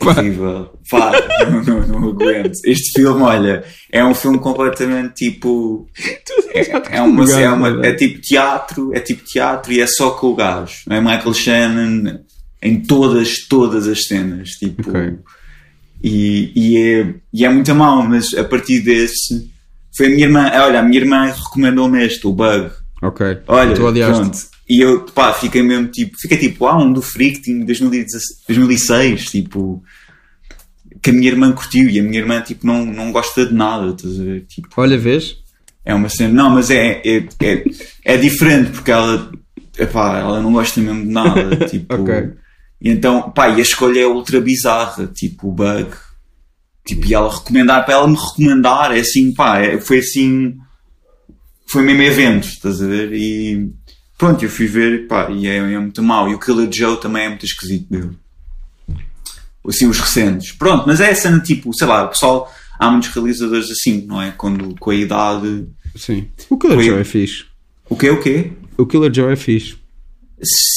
[SPEAKER 2] Horrível. Pá, não, não, não aguento. Este filme, olha, é um filme completamente tipo. É, é uma, é,
[SPEAKER 1] né,
[SPEAKER 2] uma- é tipo teatro, é tipo teatro e é só com o gajo. Não é Michael Shannon em todas, todas as cenas. Tipo,
[SPEAKER 1] Ok.
[SPEAKER 2] e, e, é, e é muito mau, mas a partir desse. Foi a minha irmã, ah, olha, a minha irmã recomendou-me este, o Bug.
[SPEAKER 1] Ok.
[SPEAKER 2] Olha,
[SPEAKER 1] tu odiaste.
[SPEAKER 2] pronto. E eu, pá, fiquei mesmo tipo, fiquei tipo, ah, um do Fricting 2006, tipo, que a minha irmã curtiu e a minha irmã, tipo, não, não gosta de nada, estás a ver? Tipo,
[SPEAKER 1] Olha, vês?
[SPEAKER 2] é uma cena, não, mas é, é, é, é diferente porque ela, epá, ela não gosta mesmo de nada, tipo,
[SPEAKER 1] Ok.
[SPEAKER 2] e então, pá, e a escolha é ultra bizarra, tipo, o bug, tipo, e ela recomendar, para ela me recomendar, é assim, pá, é- foi assim, foi mesmo evento, estás a ver, e pronto, eu fui ver, pá, e é, é muito mau, e o Killer Joe também é muito esquisito dele. Assim, os recentes. Pronto, mas é a cena tipo, sei lá, o pessoal, há muitos realizadores assim, não é? Quando, com a idade,
[SPEAKER 1] Sim. O Killer
[SPEAKER 2] Foi-
[SPEAKER 1] Joe é fixe.
[SPEAKER 2] o quê? O quê?
[SPEAKER 1] O Killer Joe é fixe.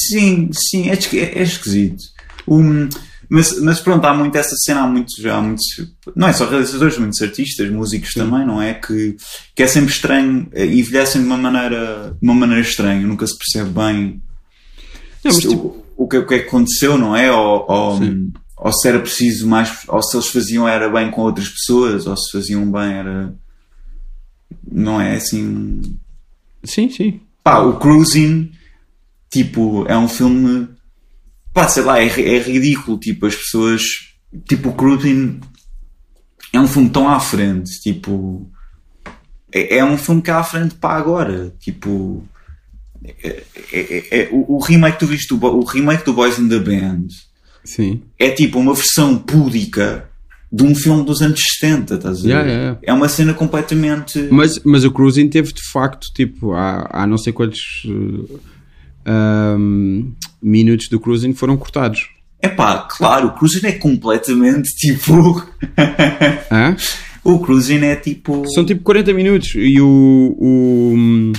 [SPEAKER 2] Sim, sim, é, esqui- é esquisito. Um, mas, mas pronto, há muito essa cena, há muitos, há muitos. Não é só realizadores, muitos artistas, músicos também, não é? Que, que é sempre estranho, eh, envelhecem de uma maneira, de uma maneira estranha, nunca se percebe bem
[SPEAKER 1] Não, mas
[SPEAKER 2] se-
[SPEAKER 1] tipo,
[SPEAKER 2] o, o que, o que é que aconteceu, não é? Ou, ou,
[SPEAKER 1] Sim.
[SPEAKER 2] ou se era preciso mais, ou se eles faziam era bem com outras pessoas, ou se faziam bem era. Não é assim.
[SPEAKER 1] sim, sim.
[SPEAKER 2] Pá, o Cruising, tipo, é um filme. Pá, sei lá, é, ri- é ridículo. Tipo, as pessoas. Tipo, o Cruising é um filme tão à frente. Tipo. É, é um filme que é à frente para agora. Tipo. é- é- é- o, o remake que tu viste, do Bo- o remake do Boys in the Band
[SPEAKER 1] Sim.
[SPEAKER 2] é tipo uma versão púdica de um filme dos anos 70, estás a ver?
[SPEAKER 1] Yeah, yeah, yeah.
[SPEAKER 2] É uma cena completamente.
[SPEAKER 1] Mas, mas o Cruising teve de facto, tipo, há, há não sei quantos eh, ahm, minutos do Cruising foram cortados.
[SPEAKER 2] Epá, claro, o Cruising é completamente tipo.
[SPEAKER 1] Hã?
[SPEAKER 2] o Cruising é tipo.
[SPEAKER 1] São tipo 40 minutos e o. O.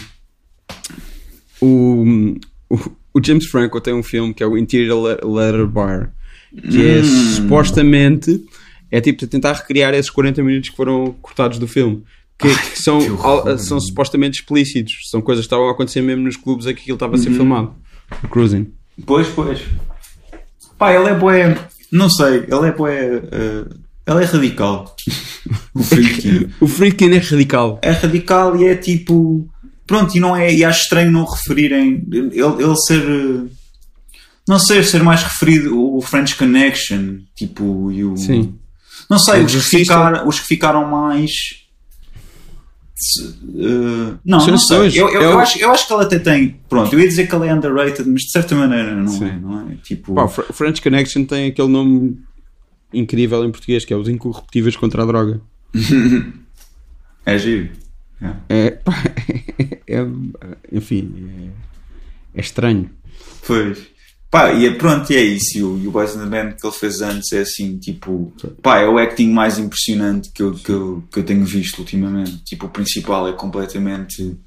[SPEAKER 1] O, o- o James Franco tem um filme que é o Interior Le- Letter Bar que
[SPEAKER 2] Hum.
[SPEAKER 1] é supostamente. É tipo tentar recriar esses 40 minutos que foram cortados do filme. Que, que são,
[SPEAKER 2] que horror.
[SPEAKER 1] al- são supostamente explícitos.
[SPEAKER 2] Uhum.
[SPEAKER 1] São coisas que estavam a acontecer mesmo nos clubes aqui que ele estava a ser filmado. O Cruising.
[SPEAKER 2] Pois, pois. Pá, ele é boé. Não sei, ele é boé. ele é radical. o Friedkin.
[SPEAKER 1] O Friedkin é radical.
[SPEAKER 2] é radical e é tipo. Pronto, e, não é, e acho estranho não referirem. Ele, ele ser. eh, Não sei, ser mais referido o French Connection, tipo, e o.
[SPEAKER 1] Sim.
[SPEAKER 2] Não sei, os que,
[SPEAKER 1] Exorcista.
[SPEAKER 2] ficaram, os que ficaram mais. se- eh, não,
[SPEAKER 1] São
[SPEAKER 2] não
[SPEAKER 1] as
[SPEAKER 2] sei.
[SPEAKER 1] pessoas.
[SPEAKER 2] Eu, eu,
[SPEAKER 1] É
[SPEAKER 2] eu
[SPEAKER 1] o-
[SPEAKER 2] acho, eu acho que ele até tem. Pronto, eu ia dizer que ele é underrated, mas de certa maneira não é,
[SPEAKER 1] Sim.
[SPEAKER 2] não é? Tipo,
[SPEAKER 1] Pá, o Fr- French Connection tem aquele nome incrível em português que é Os Incorruptíveis contra a Droga.
[SPEAKER 2] é giro.
[SPEAKER 1] É, pá, é- enfim, é, é estranho.
[SPEAKER 2] Pois. Pá, e é, pronto, e é isso. E o, e o Boys in the Band que ele fez antes é assim, tipo, pá, é o acting mais impressionante que eu, que eu, que eu tenho visto ultimamente. Tipo, o principal é completamente,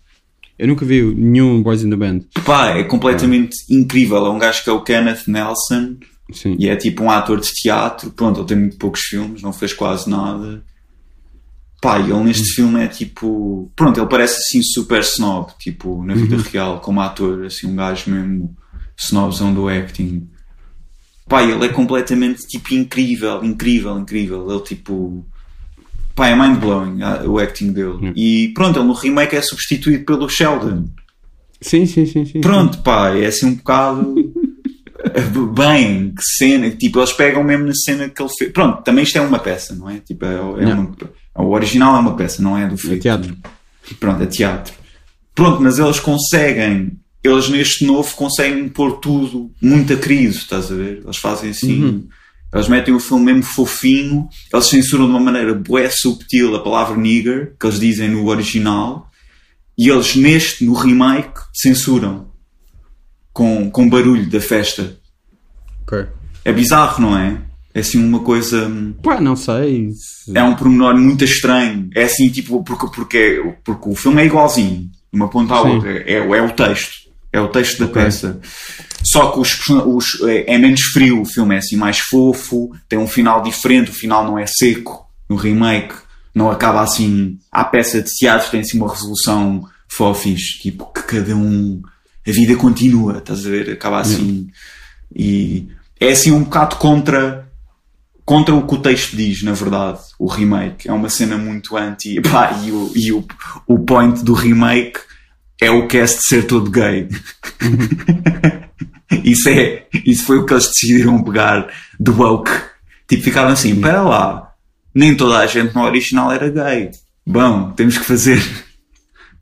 [SPEAKER 1] Eu nunca vi nenhum Boys in the Band.
[SPEAKER 2] pá, é completamente incrível. É um gajo que é o Kenneth Nelson
[SPEAKER 1] Sim.
[SPEAKER 2] e é tipo um ator de teatro. Pronto, ele tem muito poucos filmes, não fez quase nada. Pá, e ele neste filme é tipo, pronto, ele parece assim super snob, tipo, na vida real, como ator, assim, um gajo mesmo snobzão do acting. Pá, ele é completamente tipo incrível, incrível, incrível. Ele tipo. Pá, é mind blowing o acting dele. E pronto, ele no remake é substituído pelo Sheldon.
[SPEAKER 1] Sim, sim, sim, sim.
[SPEAKER 2] Pronto, pá, é assim um bocado. eh, Bem, que cena, tipo, eles pegam mesmo na cena que ele fez. Pronto, também isto é uma peça, não é? Tipo, é, é uma- o original é uma peça, não é do
[SPEAKER 1] É
[SPEAKER 2] filme.
[SPEAKER 1] teatro.
[SPEAKER 2] Pronto, é teatro. Pronto, mas eles conseguem, eles neste novo conseguem pôr tudo muito a crise, estás a ver? Eles fazem assim, eles metem o filme mesmo fofinho, eles censuram de uma maneira bué subtil a palavra nigger, que eles dizem no original, e eles neste, no remake, censuram. Com, com barulho da festa.
[SPEAKER 1] Ok.
[SPEAKER 2] É bizarro, não é? É assim uma coisa. hum,
[SPEAKER 1] Pá, não sei. se-
[SPEAKER 2] é um pormenor muito estranho. É assim, tipo, porque, porque, porque o filme é igualzinho, de uma ponta à
[SPEAKER 1] Sim.
[SPEAKER 2] outra. É, é o texto. É o texto da peça. Só que os, person- os- é, é menos frio o filme, é assim mais fofo, tem um final diferente, o final não é seco no remake. Não acaba assim. A peça de teatro tem assim uma resolução fofis, tipo, que cada um. A vida continua, estás a ver? Acaba assim. E é assim um bocado contra contra o que o texto diz, na verdade, o remake. É uma cena muito anti. Pá, e o, e o, o point do remake é o cast ser todo gay. isso, é, isso foi o que eles decidiram pegar de woke. Tipo, ficaram assim: espera lá, nem toda a gente no original era gay. Bom, temos que fazer.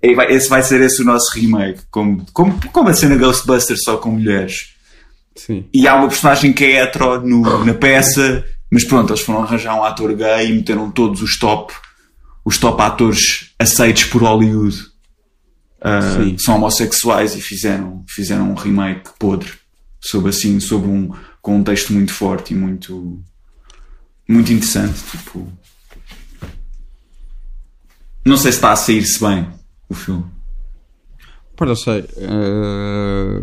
[SPEAKER 2] E vai- Esse vai ser esse o nosso remake. Como, como, como a cena Ghostbusters só com mulheres
[SPEAKER 1] Sim. Oh.
[SPEAKER 2] e há uma personagem que é hetero no- na peça, mas pronto, eles foram arranjar um ator gay e meteram todos os top, os top atores aceitos por Hollywood ah,
[SPEAKER 1] Sim.
[SPEAKER 2] são homossexuais e fizeram, fizeram um remake podre sobre assim, sobre um com um texto muito forte e muito muito interessante, tipo não sei se está a sair-se bem o filme.
[SPEAKER 1] Pá, não sei. eh,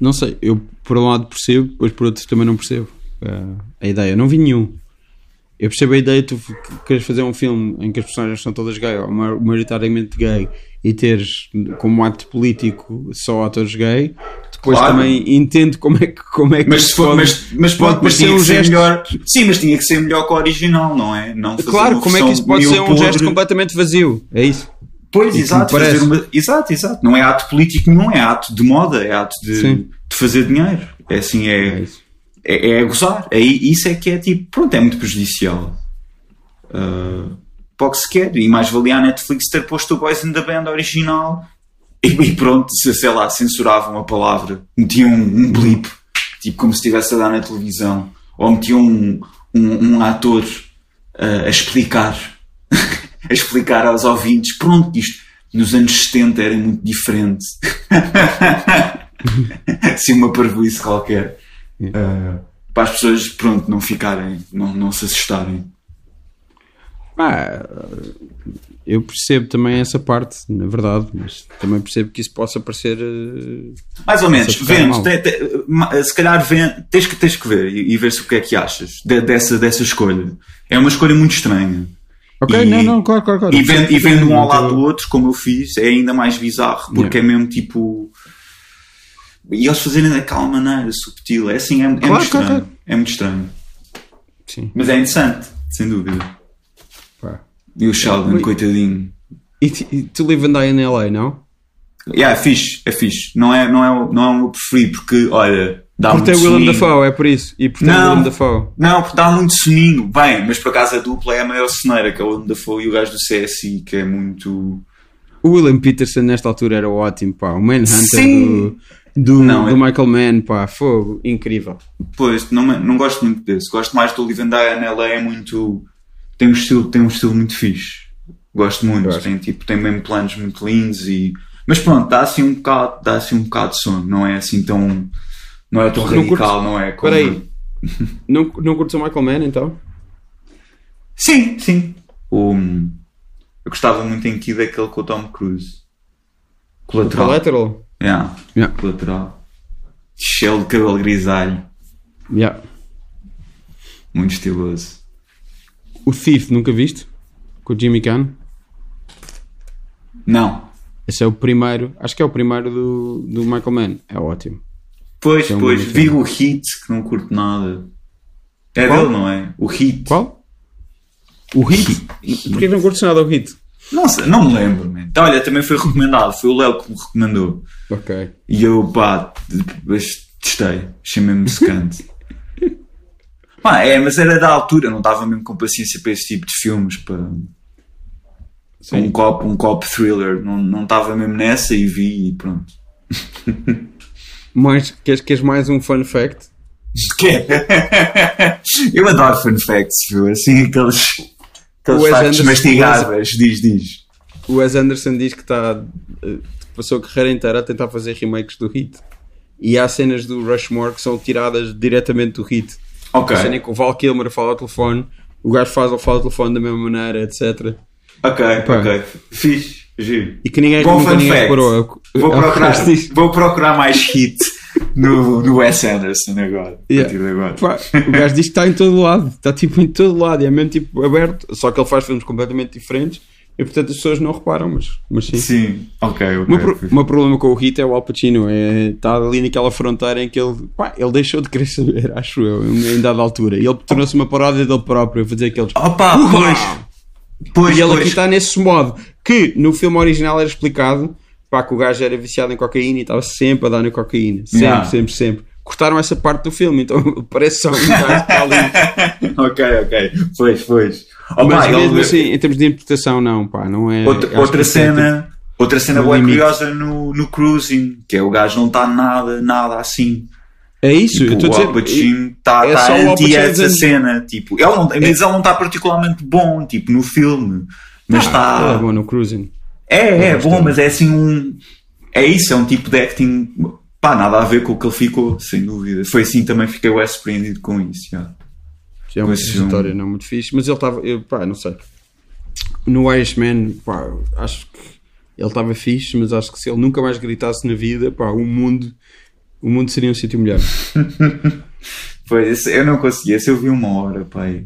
[SPEAKER 1] não sei. Eu, por um lado, percebo, depois, por outro, também não percebo eh, a ideia. Não vi nenhum. Eu percebo a ideia de tu f- queres fazer um filme em que as personagens são todas gay ou ma- maioritariamente gay e teres como ato político só atores gay. Depois
[SPEAKER 2] Claro.
[SPEAKER 1] também entendo como é que. Como é que
[SPEAKER 2] Mas, se for,
[SPEAKER 1] pode-
[SPEAKER 2] mas, mas
[SPEAKER 1] pode
[SPEAKER 2] pronto, mas
[SPEAKER 1] parecer
[SPEAKER 2] tinha
[SPEAKER 1] um
[SPEAKER 2] que ser
[SPEAKER 1] gesto-
[SPEAKER 2] melhor. Sim, mas tinha que ser melhor que o original, não é? Não fazer
[SPEAKER 1] Claro,
[SPEAKER 2] uma
[SPEAKER 1] como é
[SPEAKER 2] versão
[SPEAKER 1] que isso pode
[SPEAKER 2] meio
[SPEAKER 1] ser um gesto
[SPEAKER 2] podre.
[SPEAKER 1] completamente vazio? É isso?
[SPEAKER 2] Pois,
[SPEAKER 1] que me
[SPEAKER 2] exato, fazer
[SPEAKER 1] parece.
[SPEAKER 2] uma- exato, exato. Não é ato político nenhum, é ato de moda, é ato de,
[SPEAKER 1] Sim.
[SPEAKER 2] de fazer dinheiro. É assim,
[SPEAKER 1] É
[SPEAKER 2] é,
[SPEAKER 1] isso.
[SPEAKER 2] é, é gozar. É, isso é que é tipo, pronto, é muito prejudicial. Uh, para o que se quer. E mais valia a Netflix ter posto o Boys in the Band original e, e pronto, se, sei lá, censuravam a palavra, metiam um, um blip, tipo como se estivesse a dar na televisão, ou metiam um, um, um ator ah, a explicar, a explicar aos ouvintes, pronto, isto nos anos 70 era muito diferente. Assim, uma parvoíce qualquer. Ah, para as pessoas, pronto, não ficarem, não, não se assustarem.
[SPEAKER 1] Pá, eu percebo também essa parte, na verdade, mas também percebo que isso possa parecer. eh,
[SPEAKER 2] Mais ou menos,
[SPEAKER 1] Essa fica
[SPEAKER 2] vendo,
[SPEAKER 1] mal.
[SPEAKER 2] te- te- ma- se calhar vendo, tens que, tens que ver e, e ver se o que é que achas de- dessa, dessa escolha. É uma escolha muito estranha.
[SPEAKER 1] Ok,
[SPEAKER 2] E-
[SPEAKER 1] não, não, claro, claro. claro.
[SPEAKER 2] E vendo, e vendo um ao
[SPEAKER 1] Não tô-
[SPEAKER 2] lado do outro, como eu fiz, é ainda mais bizarro, porque é mesmo tipo. E eles fazerem daquela maneira subtil, é assim, é,
[SPEAKER 1] Claro,
[SPEAKER 2] é muito
[SPEAKER 1] claro,
[SPEAKER 2] estranho.
[SPEAKER 1] claro.
[SPEAKER 2] É muito estranho.
[SPEAKER 1] Sim.
[SPEAKER 2] Mas é interessante, sem dúvida.
[SPEAKER 1] Pá.
[SPEAKER 2] E o Sheldon,
[SPEAKER 1] Ui.
[SPEAKER 2] coitadinho.
[SPEAKER 1] E tu- e tu live and die in LA, não?
[SPEAKER 2] Yeah, é fixe, é fixe. Não é, não é, o- não é o meu preferido, porque, olha, dá
[SPEAKER 1] Porque tem
[SPEAKER 2] muito
[SPEAKER 1] o Willem
[SPEAKER 2] soninho.
[SPEAKER 1] Dafoe, é por isso. E porque tem o
[SPEAKER 2] Ah, Não.
[SPEAKER 1] Willem Dafoe.
[SPEAKER 2] Não, porque dá muito soninho, bem, mas por acaso a dupla é a maior ceneira, que é o Willem Dafoe e o gajo do CSI, que é muito...
[SPEAKER 1] O Willem Peterson nesta altura era ótimo, pá. O Manhunter
[SPEAKER 2] Sim.
[SPEAKER 1] do, do,
[SPEAKER 2] Não,
[SPEAKER 1] do
[SPEAKER 2] é-
[SPEAKER 1] Michael Mann, pá. Fogo, incrível.
[SPEAKER 2] Pois, não, me- não gosto muito desse, gosto mais do Live and Die, ela é muito... Tem um estilo, tem um estilo muito fixe, gosto muito,
[SPEAKER 1] Gosto.
[SPEAKER 2] Tem, tipo, tem mesmo planos muito lindos e... Mas pronto, dá assim um bocado, dá assim um bocado de sono, não é assim tão... Não é tão
[SPEAKER 1] Não curto-
[SPEAKER 2] radical, não é? como-
[SPEAKER 1] Peraí. Não, não curtes o Michael Mann, então?
[SPEAKER 2] Sim, sim. O, eu gostava muito em Kid daquele com o Tom Cruise. Colateral.
[SPEAKER 1] Collateral?
[SPEAKER 2] Yeah.
[SPEAKER 1] Yeah.
[SPEAKER 2] Colateral. Cheio de cabelo grisalho.
[SPEAKER 1] Yeah.
[SPEAKER 2] Muito estiloso.
[SPEAKER 1] O Thief, nunca viste? Com o Jimmy Caan?
[SPEAKER 2] Não.
[SPEAKER 1] Esse é o primeiro, acho que é o primeiro do, do Michael Mann. É ótimo.
[SPEAKER 2] Pois,
[SPEAKER 1] Tem um
[SPEAKER 2] pois.
[SPEAKER 1] bom
[SPEAKER 2] Vi o Hit, que não curto nada. É
[SPEAKER 1] Qual?
[SPEAKER 2] dele, não é? O Hit.
[SPEAKER 1] Qual? O Hit? Porquê que não curtes nada o Hit?
[SPEAKER 2] Não, sei, não me lembro, man. Então, olha, também foi recomendado. Foi o Léo que me recomendou.
[SPEAKER 1] Ok.
[SPEAKER 2] E eu, pá, mas testei. Achei mesmo secante. Pá, é, mas era da altura. Não estava mesmo com paciência para esse tipo de filmes, para Um copo, um copo thriller. Não não estava mesmo nessa e vi e pronto.
[SPEAKER 1] Mais, queres, queres mais um fun fact?
[SPEAKER 2] Que- Eu adoro fun facts, viu? Assim, aqueles, aqueles
[SPEAKER 1] O Wes
[SPEAKER 2] factos
[SPEAKER 1] Anderson-
[SPEAKER 2] mastigáveis. Diz, diz.
[SPEAKER 1] O Wes Anderson diz que está. eh, passou a carreira inteira a tentar fazer remakes do Hit. E há cenas do Rushmore que são tiradas diretamente do Hit.
[SPEAKER 2] Ok,
[SPEAKER 1] A cena em que o Val Kilmer fala ao telefone, o gajo faz, fala ao telefone da mesma maneira, etc.
[SPEAKER 2] ok,
[SPEAKER 1] Pá.
[SPEAKER 2] ok. Fiz, giro.
[SPEAKER 1] E que ninguém,
[SPEAKER 2] Bom
[SPEAKER 1] nunca
[SPEAKER 2] fun
[SPEAKER 1] ninguém
[SPEAKER 2] fact.
[SPEAKER 1] reparou.
[SPEAKER 2] Vou
[SPEAKER 1] É o que
[SPEAKER 2] procurar,
[SPEAKER 1] o gajo diz.
[SPEAKER 2] vou procurar mais hit no, no Wes Anderson agora. a
[SPEAKER 1] Yeah.
[SPEAKER 2] partir de agora.
[SPEAKER 1] Pá, o gajo diz que está em todo lado, está tipo em todo lado, e é mesmo tipo aberto, só que ele faz filmes completamente diferentes e portanto as pessoas não reparam, mas, mas sim.
[SPEAKER 2] Sim, É ok,
[SPEAKER 1] O
[SPEAKER 2] ok.
[SPEAKER 1] meu, pro- o meu problema com o Hit é o Al Pacino, é, está ali naquela fronteira em que ele, pá, ele deixou de querer saber, acho eu, em dada altura, e ele tornou-se uma paródia dele próprio a fazer aqueles.
[SPEAKER 2] Opa, pois. Pois,
[SPEAKER 1] E ele aqui
[SPEAKER 2] pois.
[SPEAKER 1] está nesse modo que no filme original era explicado pá, que o gajo era viciado em cocaína e estava sempre a dar na cocaína. Sempre,
[SPEAKER 2] Yeah.
[SPEAKER 1] sempre, sempre. Cortaram essa parte do filme, então parece só um gajo que está ali.
[SPEAKER 2] Ok, ok. Pois, pois. Opa,
[SPEAKER 1] tá- Mas
[SPEAKER 2] ele-
[SPEAKER 1] mesmo assim, em termos de interpretação, não, pá, não é. acho
[SPEAKER 2] Outra,
[SPEAKER 1] que
[SPEAKER 2] outra
[SPEAKER 1] é tipo-
[SPEAKER 2] cena, outra cena
[SPEAKER 1] no
[SPEAKER 2] bem
[SPEAKER 1] limite.
[SPEAKER 2] curiosa no, no Cruising, que é o gajo não está nada, nada assim.
[SPEAKER 1] É isso, eu
[SPEAKER 2] Tipo,
[SPEAKER 1] estou a
[SPEAKER 2] o Al
[SPEAKER 1] dizer.
[SPEAKER 2] Pacino está
[SPEAKER 1] é só o Al
[SPEAKER 2] tá, anti
[SPEAKER 1] Pacino
[SPEAKER 2] essa
[SPEAKER 1] dizendo-
[SPEAKER 2] cena. Tipo, ele não, mas ele não está particularmente bom, tipo, no filme. Mas
[SPEAKER 1] Ah,
[SPEAKER 2] está.
[SPEAKER 1] é bom no Cruising.
[SPEAKER 2] é, é
[SPEAKER 1] tá.
[SPEAKER 2] bom, mas é assim um. É isso, é um tipo de acting. Pá, nada a ver com o que ele ficou, sem dúvida. Foi assim também fiquei bem surpreendido com isso. já.
[SPEAKER 1] que é uma
[SPEAKER 2] Mas, um-
[SPEAKER 1] história não muito fixe, mas ele estava, eu, pá, não sei. No Irishman, pá, acho que ele estava fixe, mas acho que se ele nunca mais gritasse na vida, pá, o mundo, o mundo seria um sítio melhor.
[SPEAKER 2] Pois, esse- eu não consegui. Esse eu vi uma hora, pai.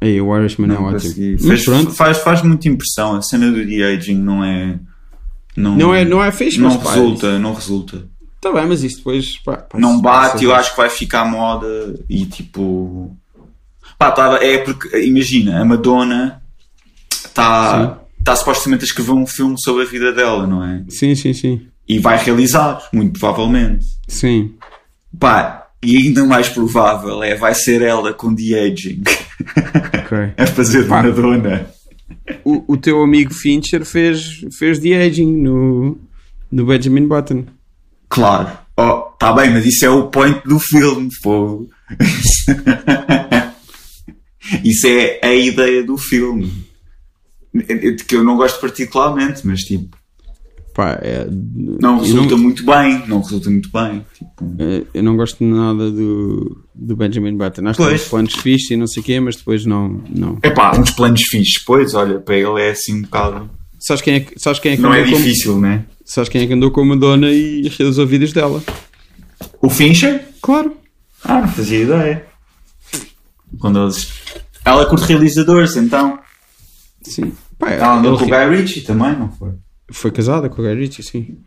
[SPEAKER 1] Aí, o Irishman é
[SPEAKER 2] Não consegui.
[SPEAKER 1] ótimo. Mas
[SPEAKER 2] Fez-
[SPEAKER 1] pronto,
[SPEAKER 2] faz, faz muita impressão. A cena do de-aging não é. Não,
[SPEAKER 1] não é, não é fixe,
[SPEAKER 2] não
[SPEAKER 1] mas pá,
[SPEAKER 2] resulta, não resulta.
[SPEAKER 1] Tá bem, mas isso depois, pá, pá,
[SPEAKER 2] não
[SPEAKER 1] isso-
[SPEAKER 2] bate,
[SPEAKER 1] isso-
[SPEAKER 2] eu acho que vai ficar moda e tipo. Pá, tá, é porque, imagina, a Madonna está tá supostamente a escrever um filme sobre a vida dela, não é?
[SPEAKER 1] Sim, sim, sim.
[SPEAKER 2] E vai realizar, muito provavelmente.
[SPEAKER 1] Sim.
[SPEAKER 2] Pá, e ainda mais provável é, vai ser ela com de-aging
[SPEAKER 1] Ok.
[SPEAKER 2] a fazer de
[SPEAKER 1] Pá.
[SPEAKER 2] Madonna.
[SPEAKER 1] O, o teu amigo Fincher fez, fez The Aging no, no Benjamin Button.
[SPEAKER 2] Claro. Oh, tá bem, mas isso é o point do filme, pô. isso é a ideia do filme. Eh, Que eu não gosto particularmente, mas tipo,
[SPEAKER 1] Pá, é,
[SPEAKER 2] não
[SPEAKER 1] eu
[SPEAKER 2] resulta muito bem. Não resulta muito bem. Tipo,
[SPEAKER 1] Eh, Eu não gosto nada do, do Benjamin Button. Acho que
[SPEAKER 2] Pois.
[SPEAKER 1] tem uns planos fixos e não sei o quê, mas depois não. não.
[SPEAKER 2] epá, uns planos fixos, pois, olha, para ele é assim um bocado.
[SPEAKER 1] Sabes quem é que, sabes quem é que
[SPEAKER 2] Não é
[SPEAKER 1] andou com,
[SPEAKER 2] difícil, né?
[SPEAKER 1] Sabes quem é que andou com a Madonna e realizou vídeos dela?
[SPEAKER 2] O Fincher?
[SPEAKER 1] Claro.
[SPEAKER 2] Ah, não fazia ideia. Quando eles. Ela curte realizadores, então.
[SPEAKER 1] Sim. Pá,
[SPEAKER 2] Ela andou
[SPEAKER 1] ele
[SPEAKER 2] com o
[SPEAKER 1] re-
[SPEAKER 2] Guy Ritchie também, não foi?
[SPEAKER 1] Foi casada com o Guy Ritchie, sim.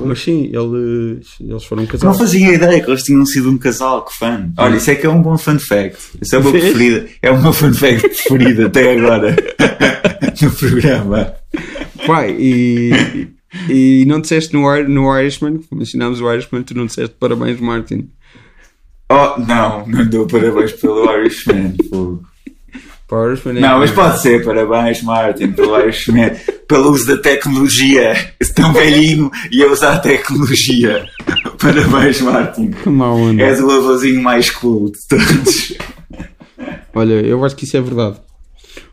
[SPEAKER 1] Mas sim, eles, eles foram
[SPEAKER 2] Não
[SPEAKER 1] casados.
[SPEAKER 2] fazia ideia que eles tinham sido um casal, que fã. Olha, isso é que é um bom fun fact. Isso é o meu
[SPEAKER 1] Vês?
[SPEAKER 2] preferido. É o meu fun fact preferido até agora. no programa.
[SPEAKER 1] Pai, e, e não disseste no, Ir- no Irishman, mencionámos o Irishman, tu não disseste parabéns, Martin.
[SPEAKER 2] Oh, não, não dou parabéns pelo Irishman. fogo.
[SPEAKER 1] Para o Irishman é-
[SPEAKER 2] Não, mas pode ser. Parabéns, Martin, pelo Irishman. Pelo uso da tecnologia. Esse Tão velhinho e a usar a tecnologia. Parabéns, Martin.
[SPEAKER 1] Que má onda.
[SPEAKER 2] És o avôzinho mais cool de todos.
[SPEAKER 1] Olha, eu acho que isso é verdade.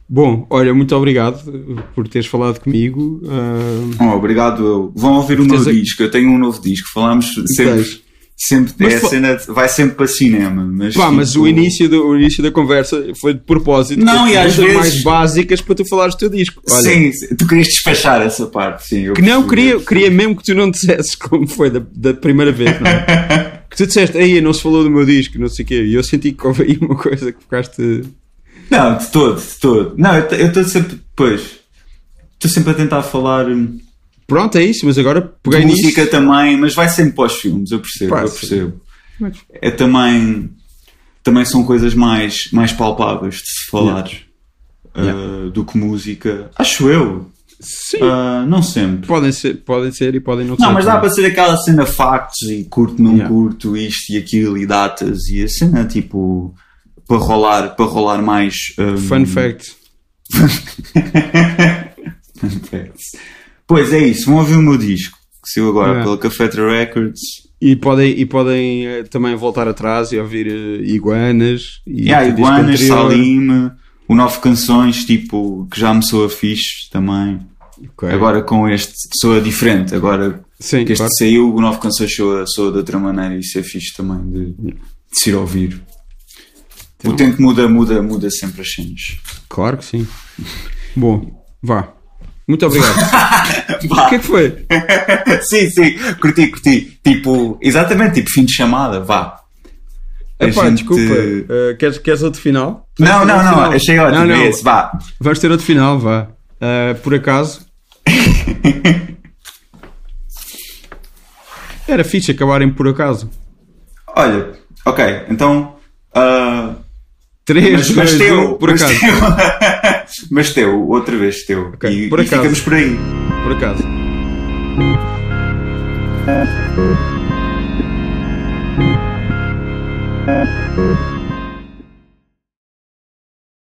[SPEAKER 1] Bom, olha, muito obrigado eh, por teres falado comigo. Ah,
[SPEAKER 2] Oh, obrigado eu. Vão ouvir o meu
[SPEAKER 1] Tens a-
[SPEAKER 2] disco, eu tenho um novo disco. Falámos sempre.
[SPEAKER 1] tens?
[SPEAKER 2] sempre
[SPEAKER 1] Mas
[SPEAKER 2] é a
[SPEAKER 1] fa-
[SPEAKER 2] cena de- vai sempre para cinema. Mas,
[SPEAKER 1] pá, mas
[SPEAKER 2] tipo,
[SPEAKER 1] o início, do, o início da conversa foi de propósito.
[SPEAKER 2] Não,
[SPEAKER 1] com
[SPEAKER 2] e às
[SPEAKER 1] perguntas
[SPEAKER 2] vezes-
[SPEAKER 1] mais básicas para tu falares do teu disco. Olha,
[SPEAKER 2] Sim, sim, tu querias despachar essa parte, sim. eu
[SPEAKER 1] Que não,
[SPEAKER 2] percebi.
[SPEAKER 1] queria, queria mesmo que tu não dissesses como foi da, da primeira vez, não é? Que tu disseste, aí não se falou do meu disco, não sei o quê. E eu senti que houve aí uma coisa que ficaste.
[SPEAKER 2] Não, de todo, de todo. Não, eu t- eu estou sempre. Pois. Estou sempre a tentar falar hum,
[SPEAKER 1] Pronto, é isso, mas agora peguei
[SPEAKER 2] de
[SPEAKER 1] nisso.
[SPEAKER 2] música também, mas vai sempre para os filmes, eu percebo,
[SPEAKER 1] Pá,
[SPEAKER 2] eu
[SPEAKER 1] sim.
[SPEAKER 2] percebo.
[SPEAKER 1] Mas-
[SPEAKER 2] É também. Também são coisas mais, mais palpáveis de se falar uh, do que música. Acho eu.
[SPEAKER 1] Sim,
[SPEAKER 2] Uh, não sempre.
[SPEAKER 1] podem, ser, podem ser e podem não, ser.
[SPEAKER 2] Não, mas dá
[SPEAKER 1] também.
[SPEAKER 2] para ser aquela cena factos e curto, não
[SPEAKER 1] Yeah.
[SPEAKER 2] curto, isto e aquilo e datas e a cena tipo para rolar, para rolar mais um,
[SPEAKER 1] Fun fact.
[SPEAKER 2] fun facts. Pois é isso, vão ouvir o meu disco que saiu agora
[SPEAKER 1] Yeah.
[SPEAKER 2] pela Cafetra Records.
[SPEAKER 1] E podem, e podem eh, também voltar atrás e ouvir eh, iguanas e
[SPEAKER 2] E há
[SPEAKER 1] o disco
[SPEAKER 2] Iguanas,
[SPEAKER 1] anterior.
[SPEAKER 2] Salim, o Nove Canções, tipo, que já me soa fixe também.
[SPEAKER 1] Ok.
[SPEAKER 2] Agora com este soa diferente, agora
[SPEAKER 1] Sim,
[SPEAKER 2] que este
[SPEAKER 1] claro.
[SPEAKER 2] saiu, o Nove Canções soa, soa de outra maneira, isso é fixe também de, de se ir ouvir.
[SPEAKER 1] Tá
[SPEAKER 2] o tempo muda, muda, muda sempre as cenas.
[SPEAKER 1] Claro que sim. Bom, vá. Muito obrigado. O que é que foi?
[SPEAKER 2] sim, sim, curti, curti. Tipo, exatamente, tipo fim de chamada, vá. A
[SPEAKER 1] Epá,
[SPEAKER 2] gente-
[SPEAKER 1] desculpa. eh, queres, queres outro final?
[SPEAKER 2] Não,
[SPEAKER 1] Vamos ter
[SPEAKER 2] não,
[SPEAKER 1] outro
[SPEAKER 2] não,
[SPEAKER 1] final.
[SPEAKER 2] achei ótimo,
[SPEAKER 1] Não, não.
[SPEAKER 2] é esse, vá.
[SPEAKER 1] Vamos ter outro final, vá. Eh, por acaso. Era fixe acabarem por acaso.
[SPEAKER 2] Olha, ok, então. ah,
[SPEAKER 1] 3,
[SPEAKER 2] mas, mas
[SPEAKER 1] 2, 1,
[SPEAKER 2] teu,
[SPEAKER 1] é por
[SPEAKER 2] mas
[SPEAKER 1] acaso.
[SPEAKER 2] teu. mas teu, outra vez teu.
[SPEAKER 1] Ok,
[SPEAKER 2] e
[SPEAKER 1] por
[SPEAKER 2] e
[SPEAKER 1] acaso.
[SPEAKER 2] ficamos por aí.
[SPEAKER 1] Por acaso.